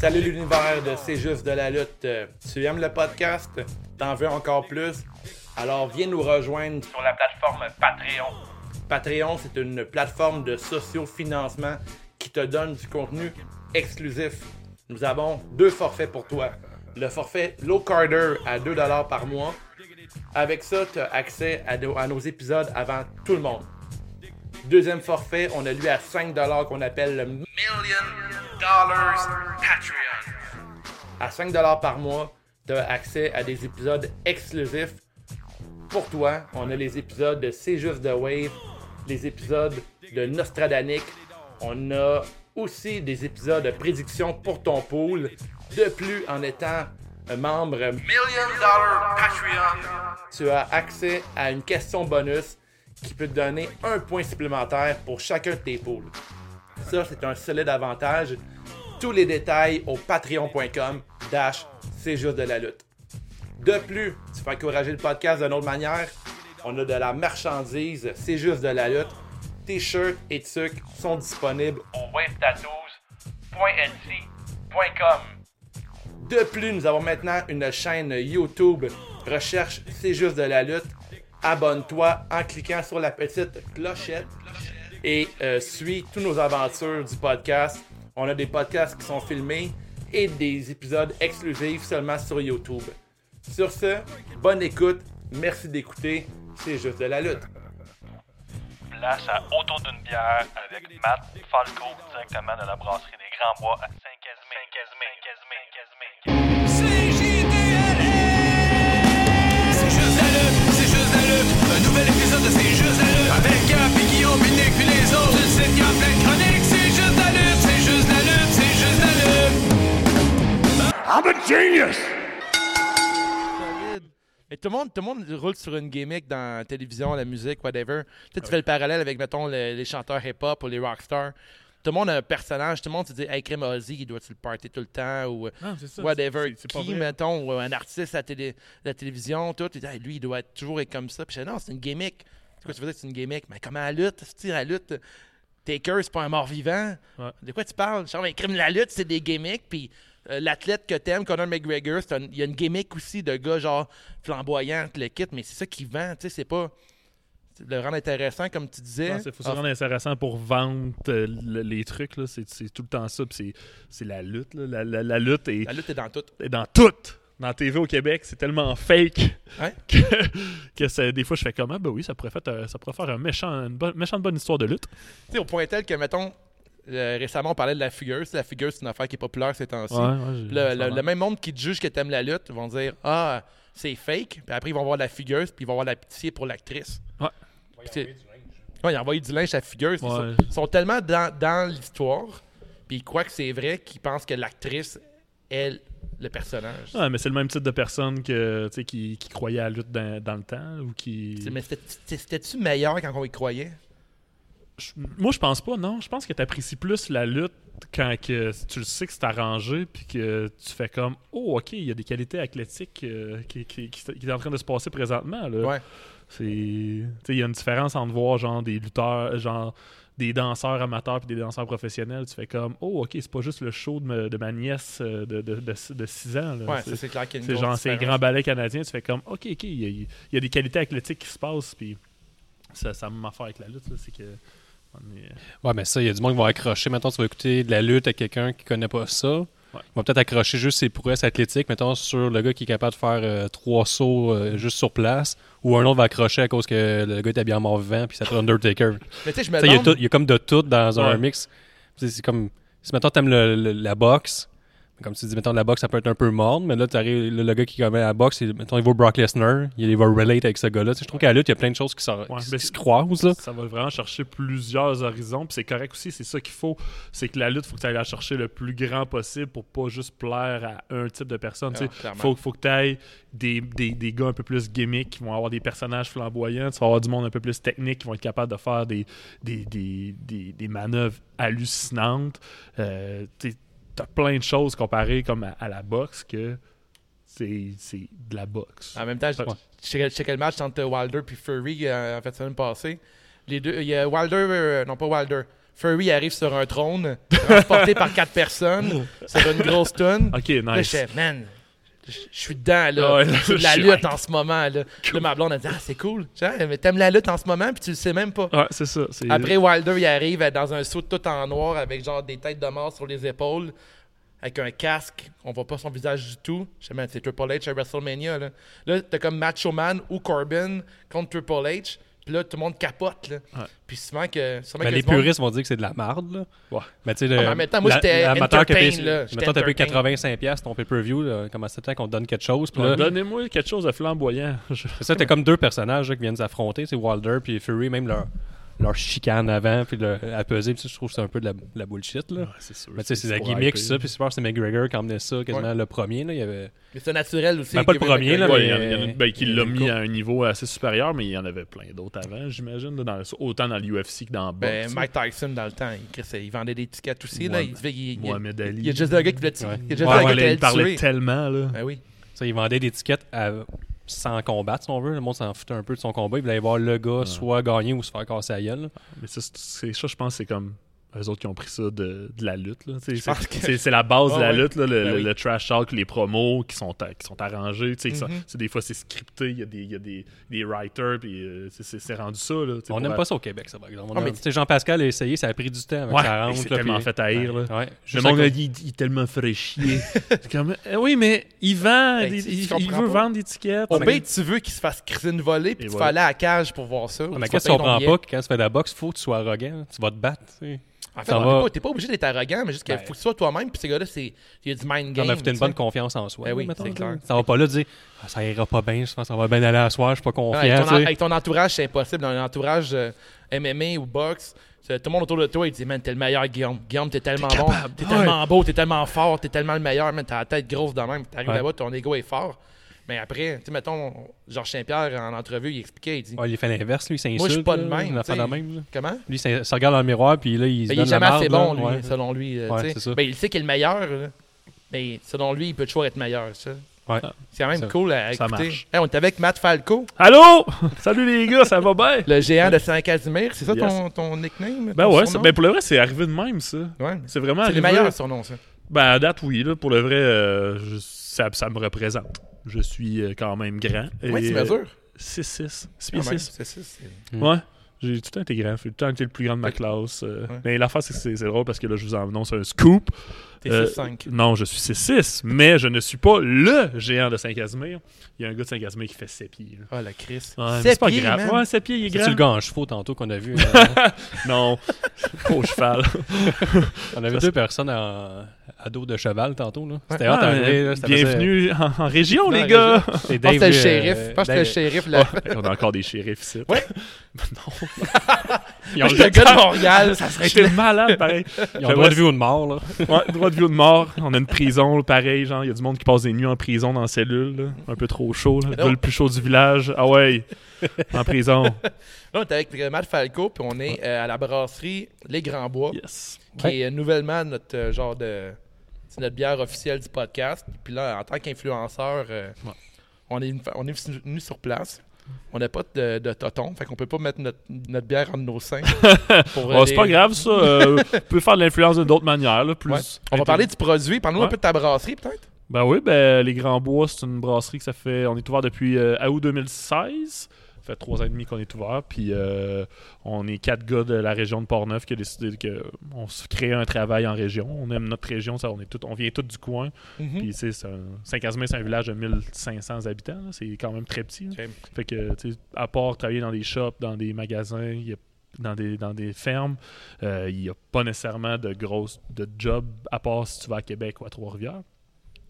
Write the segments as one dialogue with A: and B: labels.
A: Salut l'univers de C'est juste de la lutte. Euh, Tu aimes le podcast? T'en veux encore plus? Alors viens nous rejoindre sur la plateforme Patreon. Patreon, c'est une plateforme de sociofinancement qui te donne du contenu exclusif. Nous avons deux forfaits pour toi. Le forfait Low Carder à 2$ par mois. Avec ça, tu as accès à nos, à nos épisodes avant tout le monde. Deuxième forfait, on a lui à 5$ qu'on appelle le Million Dollars Patreon. À 5$ par mois, tu as accès à des épisodes exclusifs pour toi. On a les épisodes de C'est juste de Wave, les épisodes de Nostradanic. On a aussi des épisodes de prédiction pour ton pool. De plus, en étant un membre Million Dollar Patreon, tu as accès à une question bonus qui peut te donner un point supplémentaire pour chacun de tes pools. Ça, c'est un solide avantage. Tous les détails au patreon.com dash c'est juste de la lutte. De plus, tu peux encourager le podcast d'une autre manière. On a de la marchandise, c'est juste de la lutte. T-shirts et sucres sont disponibles au webtattoos.nc.com. De plus, nous avons maintenant une chaîne YouTube. Recherche C'est juste de la lutte. Abonne-toi en cliquant sur la petite clochette et euh, suis toutes nos aventures du podcast. On a des podcasts qui sont filmés et des épisodes exclusifs seulement sur YouTube. Sur ce, bonne écoute, merci d'écouter, c'est juste de la lutte.
B: Place à Autour d'une bière avec Matt Falco directement de la brasserie des Grands Bois à Saint-Casimir. Saint-Casimir, Saint-Casimir, Saint-Casimir.
C: C'est juste la lutte, c'est juste la lutte. Un nouvel épisode de C'est juste la lutte. Avec Gap, et Guillaume, Nick, puis les autres. Une sitcom plein de chroniques. C'est juste la lutte, c'est juste la lutte, c'est juste la lutte.
D: I'm a genius!
A: Mais tout le monde, tout le monde roule sur une gimmick dans la télévision, la musique, whatever. Peut-être tu fais le parallèle avec, mettons, le- les chanteurs hip-hop ou les rockstars. Tout le monde a un personnage. Tout le monde se dit, hey, Crème Ozzy, il doit-tu le party tout le temps? Ou
E: Non, c'est ça,
A: whatever.
E: c'est- c'est pas
A: Qui,
E: vrai.
A: mettons, ou un artiste à télé, la télévision, tout. Tu dis, Hey, lui, il doit être toujours être comme ça. Puis je dis, non, c'est une gimmick. C'est quoi, tu veux dire que c'est une gimmick? Mais comment la lutte? cest la lutte? Taker, c'est pas un mort-vivant.
E: Ouais.
A: De quoi tu parles? Genre, mais crime, la lutte, c'est des gimmicks. Puis euh, l'athlète que t'aimes, Conor McGregor, c'est un- il y a une gimmick aussi de gars, genre, flamboyant, le kit, mais c'est ça qui vend, tu sais, c'est pas. Le rendre intéressant, comme tu disais.
E: Il faut se
A: Ah,
E: rendre intéressant pour vendre euh, le- les trucs. là. C'est c'est tout le temps ça. puis C'est c'est la lutte. là. La, la- la lutte est,
A: la lutte est dans tout.
E: est dans tout. Dans TV au Québec, c'est tellement fake
A: Ouais.
E: que, que ça- des fois je fais comment? Ben oui, ça pourrait, fait, euh, ça pourrait faire un méchant, une bonne, méchante bonne histoire de lutte.
A: Tu sais, au point tel que, mettons, euh, récemment, on parlait de la figure. La figure, c'est une affaire qui est populaire ces temps-ci.
E: j'ai-
A: Le, le-
E: ça va.
A: le même monde qui te juge que t'aimes la lutte vont dire Ah, c'est fake. Puis après, ils vont voir la figueuse, puis ils vont avoir la pitié pour l'actrice.
E: Ouais.
A: Puis c'est- Ouais, ils ont envoyé du linge à la figueuse. Ils
E: Ouais.
A: sont, ils sont tellement dans, dans l'histoire, puis ils croient que c'est vrai qu'ils pensent que l'actrice est le personnage.
E: Ouais, mais c'est le même type de personne que, tu sais, qui, qui croyait à la lutte dans, dans le temps. Ou qui...
A: C'est- Mais c'était- c'était-tu meilleur quand on y croyait
E: Je- moi, je pense pas, non. Je pense que tu apprécies plus la lutte quand que tu le sais que c'est arrangé, puis que tu fais comme Oh, ok, il y a des qualités athlétiques euh, qui, qui, qui, qui est en train de se passer présentement. Là.
A: Ouais.
E: C'est- tu sais, Il y a une différence entre voir genre des lutteurs, genre des danseurs amateurs puis des danseurs professionnels. Tu fais comme Oh, ok, c'est pas juste le show de, ma- de ma nièce euh, de, de, 6 ans. là.
A: Ouais,
E: C'est-
A: ça, c'est clair qu'il y a une
E: c'est genre,
A: grosse
E: c'est
A: différence.
E: grand ballet canadien, tu fais comme, ok, ok, il y, a- il y a des qualités athlétiques qui se passent, puis ça, ça m'a fait avec la lutte, là, c'est que. on est- euh,
F: Ouais, mais ça, il y a du monde qui va accrocher. Maintenant, tu vas écouter de la lutte à quelqu'un qui connaît pas ça. Il va peut-être accrocher juste ses prouesses athlétiques, mettons, sur le gars qui est capable de faire euh, trois sauts euh, juste sur place. Ou un autre va accrocher à cause que le gars est habillé en mort-vivant, puis ça fait Undertaker.
A: Mais tu sais, je
F: Tu
A: me
F: sais, Il y, a
A: demande.
F: tout- il y a comme de tout dans un
E: Ouais.
F: mix. Tu sais, C'est comme, si mettons, t'aimes le- le- la boxe, comme tu dis, mettons, la boxe, ça peut être un peu morne, mais là, t'arrives, le, le gars qui connaît la boxe, il- mettons, il va Brock Lesnar, il va relate avec ce gars-là. Tu sais, je trouve qu'à la lutte, il y a plein de choses qui, s'en- qui
E: Ouais,
F: s-
E: mais
F: qui se
E: c'est-
F: croisent, là.
E: Ça va vraiment chercher plusieurs horizons, puis c'est correct aussi, c'est ça qu'il faut. C'est que la lutte, faut que tu ailles la chercher le plus grand possible pour pas juste plaire à un type de personne. tu sais.
A: Ah, clairement.
E: faut, faut que tu ailles des, des, des gars un peu plus gimmicks qui vont avoir des personnages flamboyants, tu vas avoir du monde un peu plus technique qui vont être capables de faire des, des, des, des, des manœuvres hallucinantes. Euh, tu as plein de choses comparées comme à, à la boxe que c'est c'est de la boxe.
A: En même temps, je
E: Ouais.
A: je checkais- je checkais le match entre Wilder puis Fury euh, en fait semaine passée. Les deux, il y a Wilder, euh, non pas Wilder, Furry arrive sur un trône, transporté par quatre personnes, sur une grosse tonne.
E: Ok,
A: Là,
E: nice.
A: j'étais, man, je je suis dedans, là.
E: Ouais, là,
A: C'est de la
E: je suis
A: lutte en ce moment, là. Là, ma blonde, elle dit, ah, c'est cool. Genre, mais t'aimes la lutte en ce moment, puis tu le sais même pas.
E: Ouais, c'est ça. c'est-
A: Après, Wilder, il arrive euh, dans un saut tout en noir avec genre des têtes de mort sur les épaules, avec un casque. On voit pas son visage du tout. Je sais même, c'est Triple H à WrestleMania. Là, là t'as comme Macho Man ou Corbin contre Triple H. Puis là, tout le monde capote. Là. Puis souvent que. Sûrement
F: Ben,
A: que
F: les
A: du monde-
F: puristes vont dire que c'est de la marde. Là.
E: Ouais.
F: Mais tu sais,
A: Ah,
F: le-
A: mais en même temps, moi,
F: la-
A: j'étais
F: l'amateur qui a payé-
A: entertain, là. J'étais
F: mettons, t'as payé
A: entertain.
F: 85$ ton pay-per-view, là, comme à 7 ans qu'on te donne quelque chose. Puis
E: Ouais,
F: là,
E: Donnez-moi quelque chose de flamboyant. Je-
F: c'est ça, t'as comme deux personnages là, qui viennent s'affronter, c'est Wilder puis Fury, même leur, leur chicane avant, puis le, à peser, puis ça, je trouve que c'est un peu de la, de la bullshit. Là.
E: c'est sûr.
F: mais tu sais, Ah, c'est de la
E: pour
F: gimmick,
E: hyper.
F: ça, puis je pense que c'est McGregor qui a emmené ça quasiment le premier. Là, il y avait...
A: Mais c'est naturel aussi.
F: Ben, pas le
A: Kevin
F: premier, là,
A: McGregor.
E: Ouais, il y en a- il y en a ben, qui
F: Il y en a
E: l'a
F: une
E: mis
F: couple.
E: à un niveau assez supérieur, mais il y en avait plein d'autres avant, j'imagine, là, dans le- autant dans l'UFC que dans le
A: Ben,
E: boxe.
A: Mike Tyson, dans le temps, il, Chris, il vendait des tickets aussi. là,
E: Moi-
A: il, devait- il, il-
E: Mohamed Ali.
A: il y a juste un gars qui voulait tuer. Il y a juste
F: Ouais,
A: un
F: ouais,
A: gars qui voulait
E: il parlait,
A: le
E: il
A: tuer.
E: parlait tellement, là.
A: Ben oui.
F: Tu sais, il vendait des tickets à... sans combattre, si on veut. Le monde s'en foutait un peu de son combat. Il voulait voir le gars soit gagner ou se faire casser la gueule. là.
E: Mais ça, c'est- c'est ça, je pense, c'est comme eux autres qui ont pris ça de, de la lutte. là. C'est-
A: pense que-
E: C'est c'est la base de
A: Ah
E: la
A: ouais.
E: lutte, là, le,
A: Ben
E: le-
A: oui.
E: le trash talk, les promos qui sont, à- qui sont arrangés. tu sais, qui sont- c'est- Des fois, c'est scripté, il y a des, il y a des, des writers, puis euh, c'est- c'est c'est rendu ça. Là,
F: On n'aime pas ça au Québec, ça, par exemple. On
A: Ah, mais
F: aime- tu sais, Jean-Pascal a essayé, ça a pris du temps avec
E: Ouais,
F: ça rentre,
E: il s'est
F: là,
E: tellement
F: puis-
E: fait haïr.
F: Ouais,
E: là.
F: ouais.
E: Le
F: Juste à
E: monde,
F: cause-
E: il, il est tellement fait chier. C'est comme, eh oui, mais il vend,
A: Hey,
E: des-
A: Ben, tu- tu
E: il, il
A: comprends
F: Ah,
E: veut
A: pas.
E: vendre des tickets.
A: Au pire, tu veux qu'il se fasse criser une volée, puis
E: Et
A: tu
E: voilà.
A: vas aller à la cage pour voir ça. ou
F: Ah, mais
A: tu vas
F: qu'est-ce
A: payer
F: qu'on
A: ton
F: prend
A: billet.
F: pas que quand tu fais de la boxe, faut que tu sois arrogant. Tu vas te battre. tu sais.
A: En fait,
F: Ça
A: on
F: va.
A: est pas- t'es pas obligé d'être arrogant, mais juste qu'il
F: Ben.
A: faut que tu sois toi-même, puis ces gars-là, c'est il y a du mind
F: Comme
A: game.
F: ajouter une
A: tu sais.
F: bonne confiance en soi.
A: Ben oui,
F: mettons,
A: c'est
F: là.
A: clair.
F: Ça va pas là dire Ah, ça ira pas bien, je pense que ça va bien aller à soir, je suis pas
A: Ouais,
F: confiant.
A: avec,
F: tu
A: ton,
F: sais.
A: avec ton entourage, c'est impossible. Dans un entourage euh, MMA ou boxe, c'est- tout le monde autour de toi, il dit Man, t'es le meilleur, Guillaume. Guillaume, t'es tellement bon, t'es tellement beau, t'es tellement fort, t'es tellement le meilleur, man, t'as la tête grosse de même. T'arrives
F: Ouais.
A: là-bas, ton ego est fort. Mais après, tu sais, mettons, Georges Saint-Pierre, en entrevue, il expliquait, il dit
F: Ouais, Ah, il fait l'inverse, lui, il s'insulte.
A: Moi, je suis pas de
F: là,
A: même.
F: Il a
A: tu
F: fait
A: sais.
F: la même. là.
A: Comment
F: Lui, il s'in- se regarde dans le miroir, puis là, il se
A: Ben, il
F: donne
A: est
F: la
A: jamais assez
F: marde,
A: bon,
F: là.
A: lui,
F: Ouais.
A: selon lui. euh,
F: Ouais,
A: tu sais.
F: c'est ça.
A: Ben, il sait qu'il est le meilleur, là. mais selon lui, il peut toujours être meilleur. ça.
F: Ouais.
A: C'est quand même
F: Ça-
A: cool à
E: ça
A: écouter.
E: marche.
A: Hey, on était avec Matt Falco,
E: Allô? Salut les gars, ça va bien?
A: le géant de Saint-Casimir. C'est ça
E: Yes.
A: ton, ton nickname?
E: Ben
A: ton surnom?
E: ouais, ça- ben pour le vrai, c'est ah, arrivé de même, ça.
A: Ouais.
E: C'est vraiment
A: C'est le
E: arrivé.
A: meilleur surnom, ça.
E: Ben, à date, oui. Là, pour le vrai, euh, je- ça, ça me représente. Je suis euh, quand même grand.
A: Ouais, tu
E: euh,
A: mesures.
E: 6-6.
A: quand même.
E: 6
A: C'est ça, c'est-
E: Ouais. J'ai tout le temps été grand. J'ai tout le temps été le plus grand de ma classe. euh,
A: Ouais.
E: Mais l'affaire, c'est que c'est c'est drôle parce que là, je vous en annonce un scoop.
A: T'es
E: Euh,
A: 6'5".
E: Non, je suis 6-6, mais je ne suis pas LE géant de Saint-Casimir. Il y a un gars de Saint-Casimir qui fait 7 pieds. là.
A: Ah, la Chris.
E: Ouais, mais
A: Sept
E: c'est pas
A: pieds,
E: grave.
A: man.
E: Ouais, 7 pieds, il est
F: C'est-tu
E: grand.
F: le gars en chevaux tantôt qu'on a vu? euh,
E: Non, au cheval.
F: on avait deux personnes en- à dos de cheval tantôt. là. C'était hâte
E: Ah,
F: à arriver,
E: euh,
F: là, c'était-
E: bienvenue en, en région,
A: Non,
E: les
A: en
E: gars.
A: Je
F: c'était
A: pense que c'était le
F: Dave,
A: shérif.
F: euh,
A: Je pense que c'était le
F: Dave-
A: shérif, là.
E: Hey, on a encore des shérifs ici.
A: Ouais.
E: non. Ils ont
A: Le
E: le
A: gars de
E: droit-
A: Montréal, ça serait
E: J'étais malade, pareil.
F: Ils ont le droit de vie ou de mort, là.
E: Ouais, droit de vie ou de mort. On a une prison, là, pareil. Genre, il y a du monde qui passe des nuits en prison dans la cellule. là. Un peu trop chaud. là. Le gars le plus chaud du village. Ah ouais, en prison.
A: Là, on était avec euh, Matt Falco, puis on est euh, à la brasserie Les Grands Bois.
E: Yes.
A: qui est euh, nouvellement notre euh, genre de c'est notre bière officielle du podcast. Puis là, en tant qu'influenceur, euh, on est on est venu sur place. On n'a pas de, de toton, fait qu'on peut pas mettre notre, notre bière entre nos seins. pour, euh,
E: Bon, c'est
A: les-
E: pas grave, ça. Euh, on peut faire de l'influence d'une autre manière. là, plus
A: Ouais. On va parler du produit. Parle-nous un
E: Ouais.
A: peu de ta brasserie, peut-être.
E: Ben oui, ben, les Grands Bois, c'est une brasserie que ça fait. On est ouvert depuis euh, août 2016. Ça fait trois ans et demi qu'on est ouvert. Puis euh, on est quatre gars de la région de Portneuf qui a décidé qu'on se crée un travail en région. On aime notre région, ça, on, est tout, on vient tous du coin.
A: Mhm.
E: Puis tu sais, c'est un- Saint-Casimir, c'est un village de 1500 habitants. là. C'est quand même très petit. là.
A: Ok.
E: Fait que, tu sais, à part travailler dans des shops, dans des magasins, il y a- dans des, dans des fermes, euh, il n'y a pas nécessairement de grosses de jobs, à part si tu vas à Québec ou à Trois-Rivières.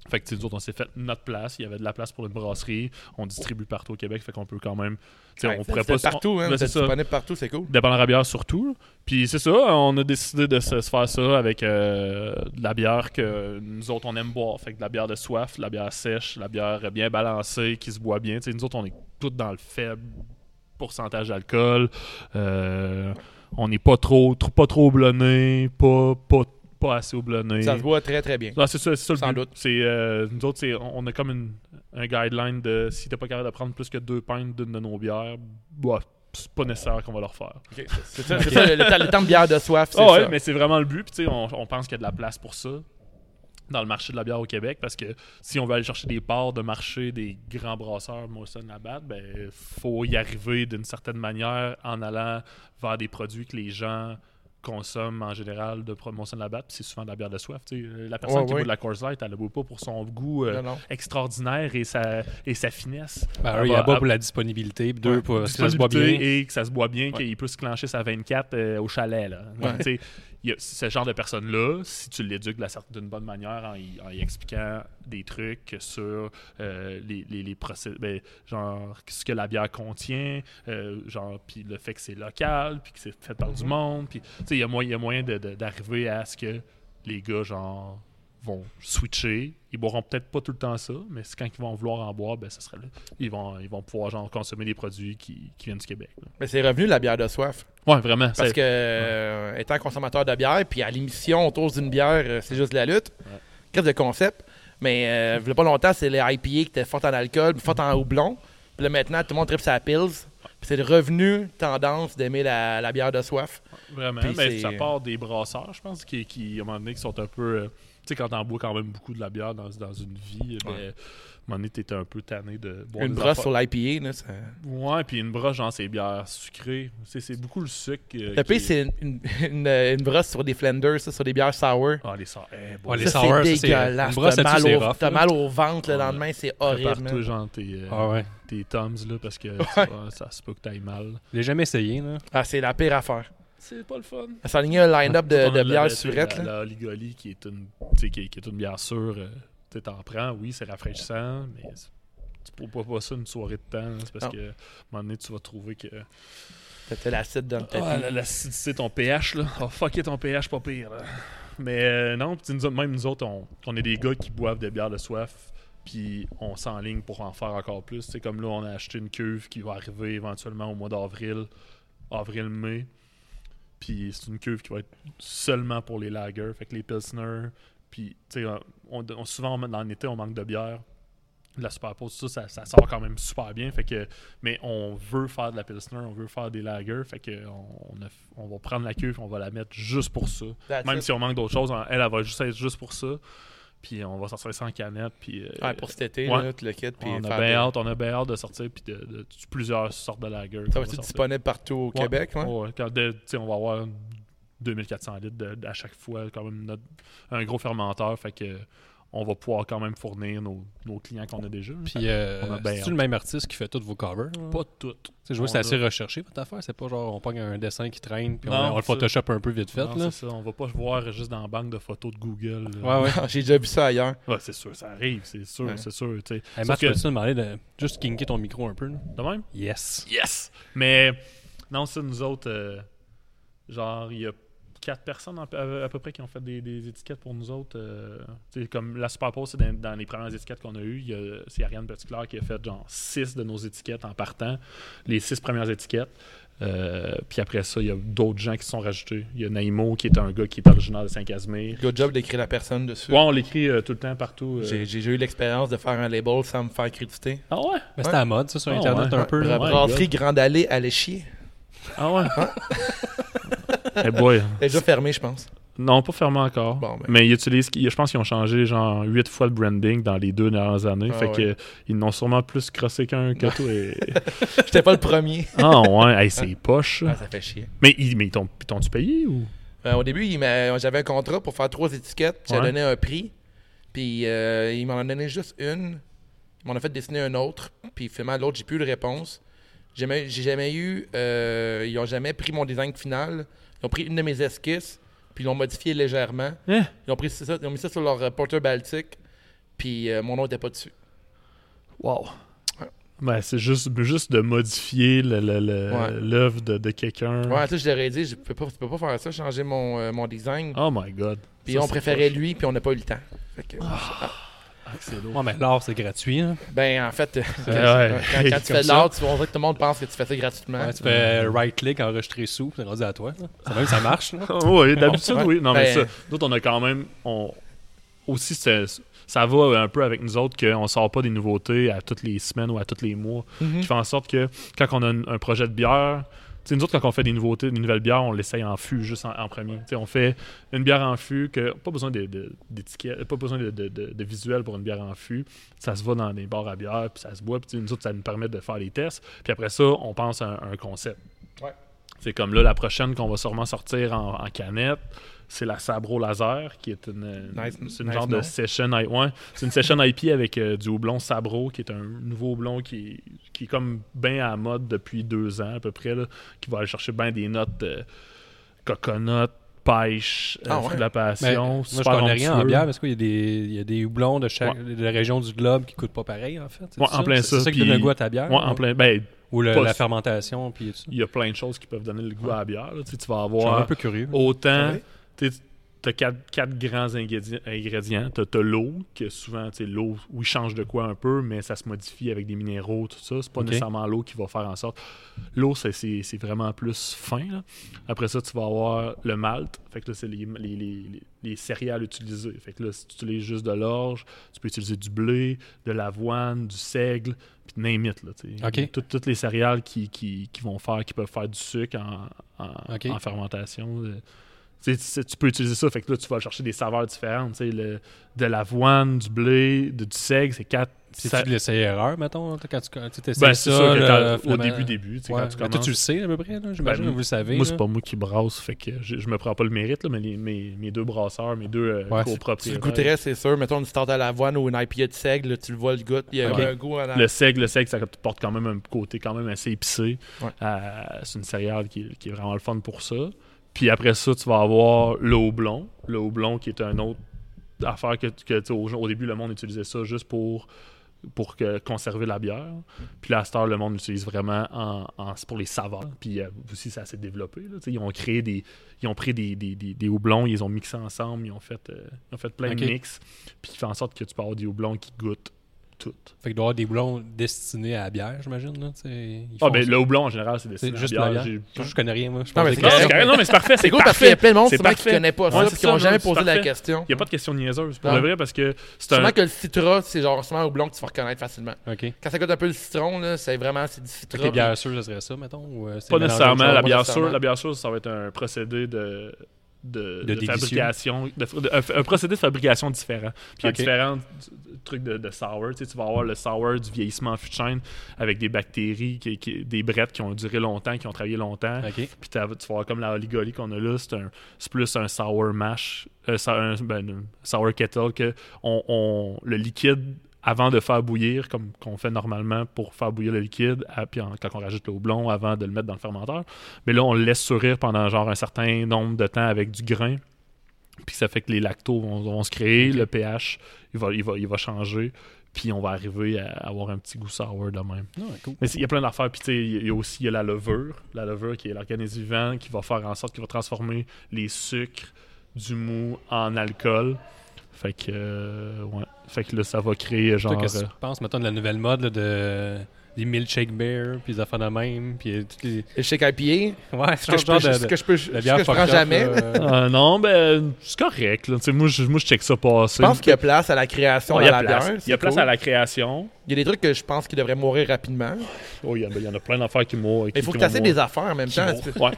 E: Fait que, tu sais, nous autres, on s'est fait notre place. Il y avait de la place pour une brasserie. On distribue partout au Québec. Fait qu'on peut quand même. Tu sais, on pourrait
A: C'est
E: pas.
A: partout, hein.
E: Ben,
A: c'est
E: c'est ça
A: disponible partout, c'est cool.
E: dépendant de la bière surtout. là. Puis c'est ça, on a décidé de se, se faire ça avec euh, de la bière que nous autres on aime boire. Fait que de la bière de soif, de la bière sèche, de la bière bien balancée, qui se boit bien. Tu sais, nous autres on est toutes dans le faible pourcentage d'alcool. Euh, on n'est pas trop, trop- pas trop blonné, pas, pas, pas assez blonné.
A: Ça se voit très très bien.
E: Ah, c'est ça, c'est ça le
A: Sans
E: but.
A: doute.
E: C'est, euh, nous autres, c'est, on on a comme une- un guideline de si t'es pas capable de prendre plus que deux pintes d'une de nos bières, bah, c'est pas nécessaire qu'on va le refaire.
A: Ok, C'est ça, c'est ça, le, le temps- le temps de bière de soif, c'est
E: Ah ouais,
A: ça.
E: mais c'est vraiment le but. Puis, tu sais, on, on pense qu'il y a de la place pour ça dans le marché de la bière au Québec parce que si on veut aller chercher des parts de marché des grands brasseurs Molson Labatt, ben faut y arriver d'une certaine manière en allant vers des produits que les gens consomment en général de pro- Molson Labatt, puis c'est souvent de la bière de soif. tu sais. Euh, La personne
A: Ouais,
E: qui
A: ouais.
E: boit de la Coors Light, elle ne boit pas pour son goût euh,
A: Non, non.
E: extraordinaire et sa, et sa finesse.
F: Ben,
E: Elle
F: un, il y
E: va-
F: a bas
E: elle-
F: pour la disponibilité, puis deux, pour parce que ça se boit bien.
E: ah, disponibilité et que ça se boit bien, qu'il peut se clencher sa 24 euh, au chalet. Là. Donc, tu sais, il y a ce genre de personne-là, si tu l'éduques de la cer- d'une bonne manière en y, en y expliquant des trucs sur euh, les, les, les procédés, ben, genre ce que la bière contient, euh, genre puis le fait que c'est local, puis que c'est fait par du
F: Mhm.
E: monde, puis tu sais, il y a moyen, il y a moyen de- de- d'arriver à ce que les gars genre vont switcher. Ils boiront peut-être pas tout le temps ça, mais c'est quand ils vont vouloir en boire, ben, ça serait là. Ils vont, ils vont pouvoir genre, consommer des produits qui, qui viennent du Québec. là.
A: Mais c'est revenu la bière de soif.
E: Ouais, vraiment.
A: Parce
E: c'est-
A: que, euh, étant consommateur de bière, puis à l'émission autour d'une bière, euh, c'est juste de la lutte. Qu'est-ce de concept. Mais euh, il y a pas longtemps, c'est les IPA qui étaient fortes en alcool, puis fortes en houblon. Puis là, maintenant, tout le monde tripe sa pills. Puis c'est revenu tendance d'aimer la, la bière de soif.
E: Vraiment,
A: Puis
E: mais
A: c'est-
E: ça part des brasseurs, je pense, qui, qui, à un moment donné, qui sont un peu. euh, tu sais, quand t'en bois quand même beaucoup de la bière dans, dans une vie, ben, à un moment donné, t'es un peu tanné de boire
A: Une
E: des
A: brosse
E: affaires-
A: sur l'IPA, là, ça...
F: Ben,
E: Ouais, puis une brosse, genre, c'est bière sucrée. C'est, c'est beaucoup le sucre.
A: Le
E: euh, qui-
A: pire, c'est une, une, une- une brosse sur des Flanders, ça, sur des bières sour.
E: Ah, les sorts. Eh, bon,
F: Ouais, les
A: ça,
F: sours,
A: c'est
F: ça, c'est- une
A: dégueulasse.
F: brosse
A: T'as
F: là-dessus,
A: mal,
F: c'est
A: au-
F: rough,
A: t'as
F: là.
A: mal au ventre le lendemain, c'est horrible.
E: prépare-toi, genre, tes, euh,
F: Ah ouais.
E: tes toms, là, parce que ça, ça se peut que t'ailles mal.
F: Je l'ai jamais essayé, là.
A: Ah, c'est la pire affaire.
E: C'est pas le fun.
A: S'aligner un line-up de, de bières surettes,
E: La,
A: là.
E: la Oligoli, qui est une, tu sais, qui, qui est une bière sûre, euh, tu sais, t'en prends, oui, c'est rafraîchissant, mais c'est- tu ne bois pas ça une soirée de temps. hein, C'est parce
A: Non.
E: que, à un moment donné, tu vas trouver que.
A: T'as l'acide dans le tapis.
E: Ah, la- l'acidité, ton pH, là. Oh, fuck it, ton pH, pas pire. là. Mais euh, non, pis nous autres- même nous autres, on, on est des gars qui boivent des bières de soif, puis on s'enligne pour en faire encore plus. C'est comme là, on a acheté une cuve qui va arriver éventuellement au mois d'avril, avril-mai. Puis c'est une cuve qui va être seulement pour les lagers, fait que les pilsners. Puis, tu sais, on- on, on- souvent, on, en été, on manque de bière. De la superpose, tout ça, ça, ça sort quand même super bien. Fait que, mais on veut faire de la pilsner, on veut faire des lagers. Fait que on, on a- on va prendre la cuve, on va la mettre juste pour ça.
A: That's
E: même
A: it.
E: si on manque d'autres choses, elle, elle va juste être juste pour ça. Puis on va s'en sortir sans canette. Puis, euh,
A: Ouais, pour cet été,
E: ouais.
A: là, tu le quittes. Puis
E: on a
A: faire
E: bien
A: des-
E: hâte, on a bien hâte de sortir puis de, de- de- plusieurs sortes de lagers.
A: Ça va
E: qu'on
A: être
E: sortir.
A: disponible partout au
E: Ouais,
A: Québec. hein? ouais?
E: ouais, quand de- tu sais, on va avoir une 2400 litres de- de- à chaque fois, quand même notre- un gros fermenteur, fait que on va pouvoir quand même fournir nos, nos clients qu'on a déjà.
F: Puis, euh,
E: Ah, on a bien
F: c'est-tu
E: hâte.
F: le même artiste qui fait tous vos covers? là?
E: pas toutes.
F: Tu sais, je vois que
E: On
F: c'est
E: a-
F: assez recherché, votre affaire. C'est pas genre, on pogne un dessin qui traîne, puis on,
E: Non,
F: on le
E: c'est ça.
F: Photoshop un peu vite fait,
E: Non,
F: là.
E: c'est ça, on va pas voir juste dans la banque de photos de Google. là.
F: Ouais, ouais.
A: J'ai déjà vu ça ailleurs.
E: Ouais, c'est sûr, ça arrive, c'est sûr,
A: Ouais.
E: c'est sûr. tu sais.
F: Hey,
E: Sauf
F: Matt,
E: que-
F: peux-tu nous demander de juste kinker ton micro un peu, là?
E: de même?
F: Yes.
E: Yes! Mais non, ça, nous autres, euh, genre, il y a quatre personnes en- à, à peu près qui ont fait des, des étiquettes pour nous autres. euh, tu sais, comme la Superpose, c'est dans, dans les premières étiquettes qu'on a eues. il y a- C'est Ariane Petitclerc qui a fait genre six de nos étiquettes en partant, les six premières étiquettes. Euh, puis après ça, il y a d'autres gens qui se sont rajoutés. Il y a Naimo, qui est un gars qui est originaire de Saint-Casimir.
A: Good job d'écrire la personne dessus.
E: Ouais, on l'écrit euh, tout le temps, partout. euh.
A: J'ai j'ai déjà eu l'expérience de faire un label sans me faire créditer.
E: Ah ouais?
F: Mais c'était à la mode, ça, sur
E: Ah,
F: Internet,
E: ouais.
F: un peu.
A: La
F: là.
E: Ouais,
A: brasserie Grande Allée, allait chier.
E: Ah ouais? Eh boy.
A: Elle est déjà fermée, je pense.
E: Non, pas fermé encore.
A: Bon, ben.
E: Mais ils utilisent, ils- je pense qu'ils ont changé genre huit fois le branding dans les deux dernières années.
A: Ah
E: fait
A: ouais.
E: que ils n'ont sûrement plus crossé qu'un que tout. et-
A: J'étais pas le premier.
E: Ah ouais, hey, c'est poche.
A: Ah, ça fait chier.
E: Mais ils, mais ils t'ont, ils t'ont-tu payé ou
A: Euh, au début, il m'a- j'avais un contrat pour faire trois étiquettes. J'ai
E: Ouais.
A: donné un prix. Puis euh, il m'en a donné juste une. Il m'en a fait dessiner un autre. Puis finalement, l'autre, j'ai plus eu de réponse. J'ai jamais- j'ai jamais eu. euh, ils ont jamais pris mon design final. Ils ont pris une de mes esquisses. Puis ils l'ont modifié légèrement.
E: Eh.
A: Ils ont, pris ça, ils ont mis ça sur leur euh, porteur baltique. Puis euh, mon nom n'était pas dessus.
E: Wow. Ben, c'est juste, juste de modifier le- le- le-
A: Ouais.
E: l'œuvre de, de quelqu'un.
A: Ouais, ça, je leur ai dit, je peux pas, tu peux pas faire ça, changer mon, euh, mon design.
E: Oh my god.
A: puis
E: Ça,
A: on
E: c'est
A: préférait
E: poche.
A: lui, puis on n'a pas eu le temps. Fait que-
E: Ah, c'est lourd.
F: Ouais, mais l'art, c'est gratuit, hein.
A: Ben, en fait,
E: ouais.
A: quand, quand tu
F: Comme
A: fais de
F: ça.
A: l'art, tu- on dirait que tout le monde pense que tu fais ça gratuitement.
F: Ouais, tu fais euh, right-click, enregistrer sous, puis c'est rendu à toi. là. Ça, même, ça marche, là.
E: Ah, Oui, d'habitude,
A: Ouais.
E: oui. Non, mais
A: Ben-
E: ça, nous autres, on a quand même. On, aussi, c'est- ça va euh, un peu avec nous autres qu'on sort pas des nouveautés à toutes les semaines ou à tous les mois.
A: Mm-hmm.
E: Qui fait en sorte que quand on a un, un projet de bière, tu sais, nous autres, quand on fait des nouveautés, des nouvelles bières, on l'essaye en fût juste en, en premier. Tu sais, on fait une bière en fût, que, pas besoin de- de- d'étiquette, pas besoin de, de- de- de visuel pour une bière en fût. Ça se va dans des bars à bière, puis ça se boit, puis tu sais, nous autres, ça nous permet de faire les tests. Puis après ça, on pense à un- un concept. C'est comme là, la prochaine qu'on va sûrement sortir en, en canette, c'est la Sabro Laser, qui est une,
A: Nice-
E: c'est une
A: nice
E: genre
A: nom.
E: de session I- ouais, c'est une session IP avec euh, du houblon Sabro, qui est un nouveau houblon qui, qui est comme bien à la mode depuis deux ans à peu près, là, qui va aller chercher bien des notes euh, coconut, pêche, euh,
A: Ah ouais?
E: fruit de la
F: Ben,
E: passion.
F: moi, je
E: super
F: connais rien en
E: onctueux.
F: bière parce qu'il y, a des- il y a des houblons de chaque
E: Ouais.
F: de la région du globe qui coûtent pas pareil, en fait. c'est
E: Ouais, en plein ça.
F: C'est ça qui
E: puis-
F: donne le goût à ta bière.
E: Ouais, en plein. Ben,
F: Ou le-
E: pas-
F: la fermentation, puis tout ça.
E: il y a plein de choses qui peuvent donner le goût à la bière. là. Tu sais, tu vas
F: Je suis
E: avoir.
F: un peu curieux. Ah
E: Autant, tu as quatre, quatre grands ingrédi- ingrédients. Tu as, l'eau, que souvent, tu sais, l'eau, oui, change de quoi un peu, mais ça se modifie avec des minéraux, tout ça. C'est pas
F: Ok.
E: nécessairement l'eau qui va faire en sorte. L'eau, c'est- c'est c'est vraiment plus fin. là. Après ça, tu vas avoir le malt. Fait que là, c'est les, les- les- les- les céréales utilisées. Fait que là, si tu utilises juste de l'orge, tu peux utiliser du blé, de l'avoine, du seigle, puis name it, là, tu sais.
F: Ok.
E: Tout- toutes les céréales qui, qui- qui vont faire, qui peuvent faire du sucre en, en-
F: Ok.
E: en fermentation. euh, tu sais, tu sais, tu peux utiliser ça, fait que là, tu vas chercher des saveurs différentes. tu sais, le- de l'avoine, du blé, de- du seigle, c'est quatre.
F: C'est
E: ça-
F: tu de l'essai-erreur, mettons, quand tu quand tu t'essayes
E: Ben, c'est
F: ça,
E: sûr que
F: le-
E: quand- au
F: flamand-
E: début, début, tu sais,
F: Ouais.
E: quand tu
F: Mais toi,
E: commences.
F: tu le sais, à peu près, là, j'imagine,
E: Ben,
F: vous le savez.
E: Moi,
F: là.
E: c'est pas moi qui brasse, fait que je, je me prends pas le mérite, là, mais les- mes, mes deux brasseurs, mes deux euh,
F: Ouais,
A: Tu
E: copropriétaires.
A: le goûterais, c'est sûr. Mettons une start à l'avoine ou une IPA de seigle, là, tu le vois, le goût. Il y a
E: Ouais.
A: un goût à la...
E: Ah, ben, Le seigle, le seigle, ça porte quand même un côté quand même assez épicé.
A: Ouais.
E: Euh, c'est une céréale qui, qui est vraiment le fun pour ça. Puis après ça, tu vas avoir le houblon. Le houblon qui est un autre affaire que, que, tu sais, au, au début, le monde utilisait ça juste pour pour que- conserver la bière. Puis là, à cette heure, le monde l'utilise vraiment en, en- c'est pour les saveurs. Puis euh, aussi, ça s'est développé. là. Tu sais, Ils ont créé des... Ils ont pris des, des, des- des houblons, ils les ont mixés ensemble, ils ont fait, euh, ils ont fait plein
F: Ok.
E: de mix. Puis qui fait en sorte que tu peux avoir des houblons qui goûtent tout.
F: Fait qu'il doit y avoir des boulons destinés à la bière, j'imagine. Là, tu sais, ils
E: Ah,
F: font
E: ben
F: ça.
E: le houblon en général, c'est des
F: C'est juste la bière. Je je connais rien, moi. Je
A: Non, mais c'est
F: pose des
E: Non, c'est
F: questions.
A: correct.
E: correct. Ah, Non, mais c'est parfait.
A: C'est
E: C'est
A: cool parce qu'il y a plein de monde
E: C'est
A: sûrement, qui
E: parfait.
A: connaît pas
E: Ouais,
A: ça
E: c'est
A: puis qui n'ont
E: non,
A: jamais
E: c'est
A: posé la
E: parfait.
A: question.
E: Il n'y a pas de question niaiseuse. Pour
A: Non.
E: le vrai, parce que c'est
A: Sûrement
E: un.
A: que le citra, c'est genre sûrement au blond que tu vas reconnaître facilement.
F: Ok.
A: Quand ça goûte un peu le citron, là, c'est vraiment c'est du
F: Fait
A: citra.
F: que les bières sûres, ça serait ça, mettons. ou, euh, c'est
E: Pas
F: mélangé aux
E: nécessairement.
F: autres
E: La
A: pas
E: bière
A: nécessairement.
E: sûre, la bière sûre, ça va être un procédé de. De, de
F: délicieux.
E: fabrication, de- de- un, un procédé de fabrication différent. Puis
F: Ok.
E: il y a différents t- trucs de, de sour. Tu, sais, tu vas avoir le sour du vieillissement en fût de chêne avec des bactéries, qui, qui- des brettes qui ont duré longtemps, qui ont travaillé longtemps.
F: Ok.
E: Puis t'as- tu vas avoir comme la oligolie qu'on a là, c'est un- c'est plus un sour mash, euh, sa- un, ben, un sour kettle, que on, on- le liquide, avant de faire bouillir, comme qu'on fait normalement pour faire bouillir le liquide, à- puis en- quand on rajoute le houblon, avant de le mettre dans le fermenteur, mais là, on le laisse sourire pendant genre un certain nombre de temps avec du grain. Puis ça fait que les lactos vont, vont se créer, le pH, il va, il, va, il va changer, puis on va arriver à avoir un petit goût sour de même.
F: Non, cool.
E: Mais il y a plein d'affaires. Puis, tu sais, il y a aussi il y a la levure. La levure qui est l'organisme vivant qui va faire en sorte qu'il va transformer les sucres du mou en alcool. Fait que, euh, ouais. Fait que là, ça va créer genre.
F: Toi, qu'est-ce que
E: euh,
F: tu penses, mettons, de la nouvelle mode, là, de... des milkshake beer, puis des affaires de même, puis euh, toutes les...
A: Le shake IPA,
F: Ouais, c'est
A: que je peux- ce que je peux- ce que je prends jamais,
E: euh, non, ben, c'est correct. là. Tu sais, Moi, je, moi, je check ça passer.
A: je pense qu'il y a place à la création à
E: Ouais, il y a
A: la
E: place.
A: bière.
E: Il y a
A: c'est
E: place
A: cool.
E: à la création.
A: Il y a des trucs que je pense qu'ils devraient mourir rapidement. Mais
E: Oh, il y, a- il y en a plein d'affaires qui m'ont.
A: il faut que tu essaies des affaires en même temps. Tu peux-
E: Ouais.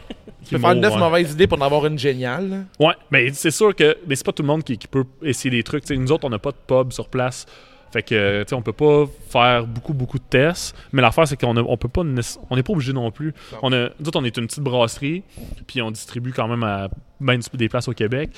A: tu peux faire neuf mauvaises idées pour en avoir une géniale. là.
E: Ouais, mais c'est sûr que mais c'est pas tout le monde qui, qui peut essayer des trucs. T'sais, nous autres, on n'a pas de pub sur place. Fait que, tu sais, on peut pas faire beaucoup, beaucoup de tests. Mais l'affaire, c'est qu'on a- on peut pas, nécess- on n'est pas obligé non plus. On a, nous autres, on est une petite brasserie, puis on distribue quand même à ben du- des places au Québec.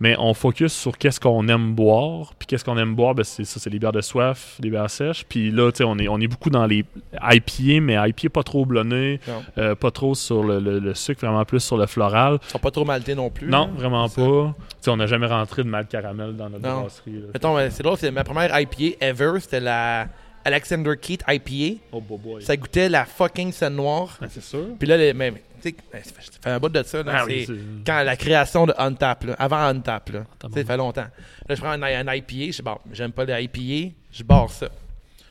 E: Mais on focus sur qu'est-ce qu'on aime boire. Puis qu'est-ce qu'on aime boire, ben c'est ça, c'est les bières de soif, les bières sèches. Puis là, tu sais, on est, on est beaucoup dans les IPA, mais IPA pas trop blonné,
A: Non.
E: euh, pas trop sur le, le- le sucre, vraiment plus sur le floral.
A: Ils sont pas trop maltés non plus.
E: Non,
A: là.
E: vraiment pas. Tu sais, on n'a jamais rentré de mal caramel dans notre
A: Non.
E: brasserie. là.
A: Mettons, euh, c'est drôle, c'est ma première IPA ever, c'était la Alexander Keat IPA.
E: Oh, boy, boy.
A: Ça goûtait la fucking scène noire.
E: Ben, c'est sûr.
A: Puis là, les, mais, mais, tu sais, ben, ça fait- ça fait un bout de ça. Là,
E: Ah oui,
A: c'est
E: c'est-
A: quand la création de Untap, là, avant Untap, là, tu sais,
E: bon.
A: ça fait longtemps. Là, je prends un, un IPA, je dis, bon, j'aime pas les IPA, je barre ça.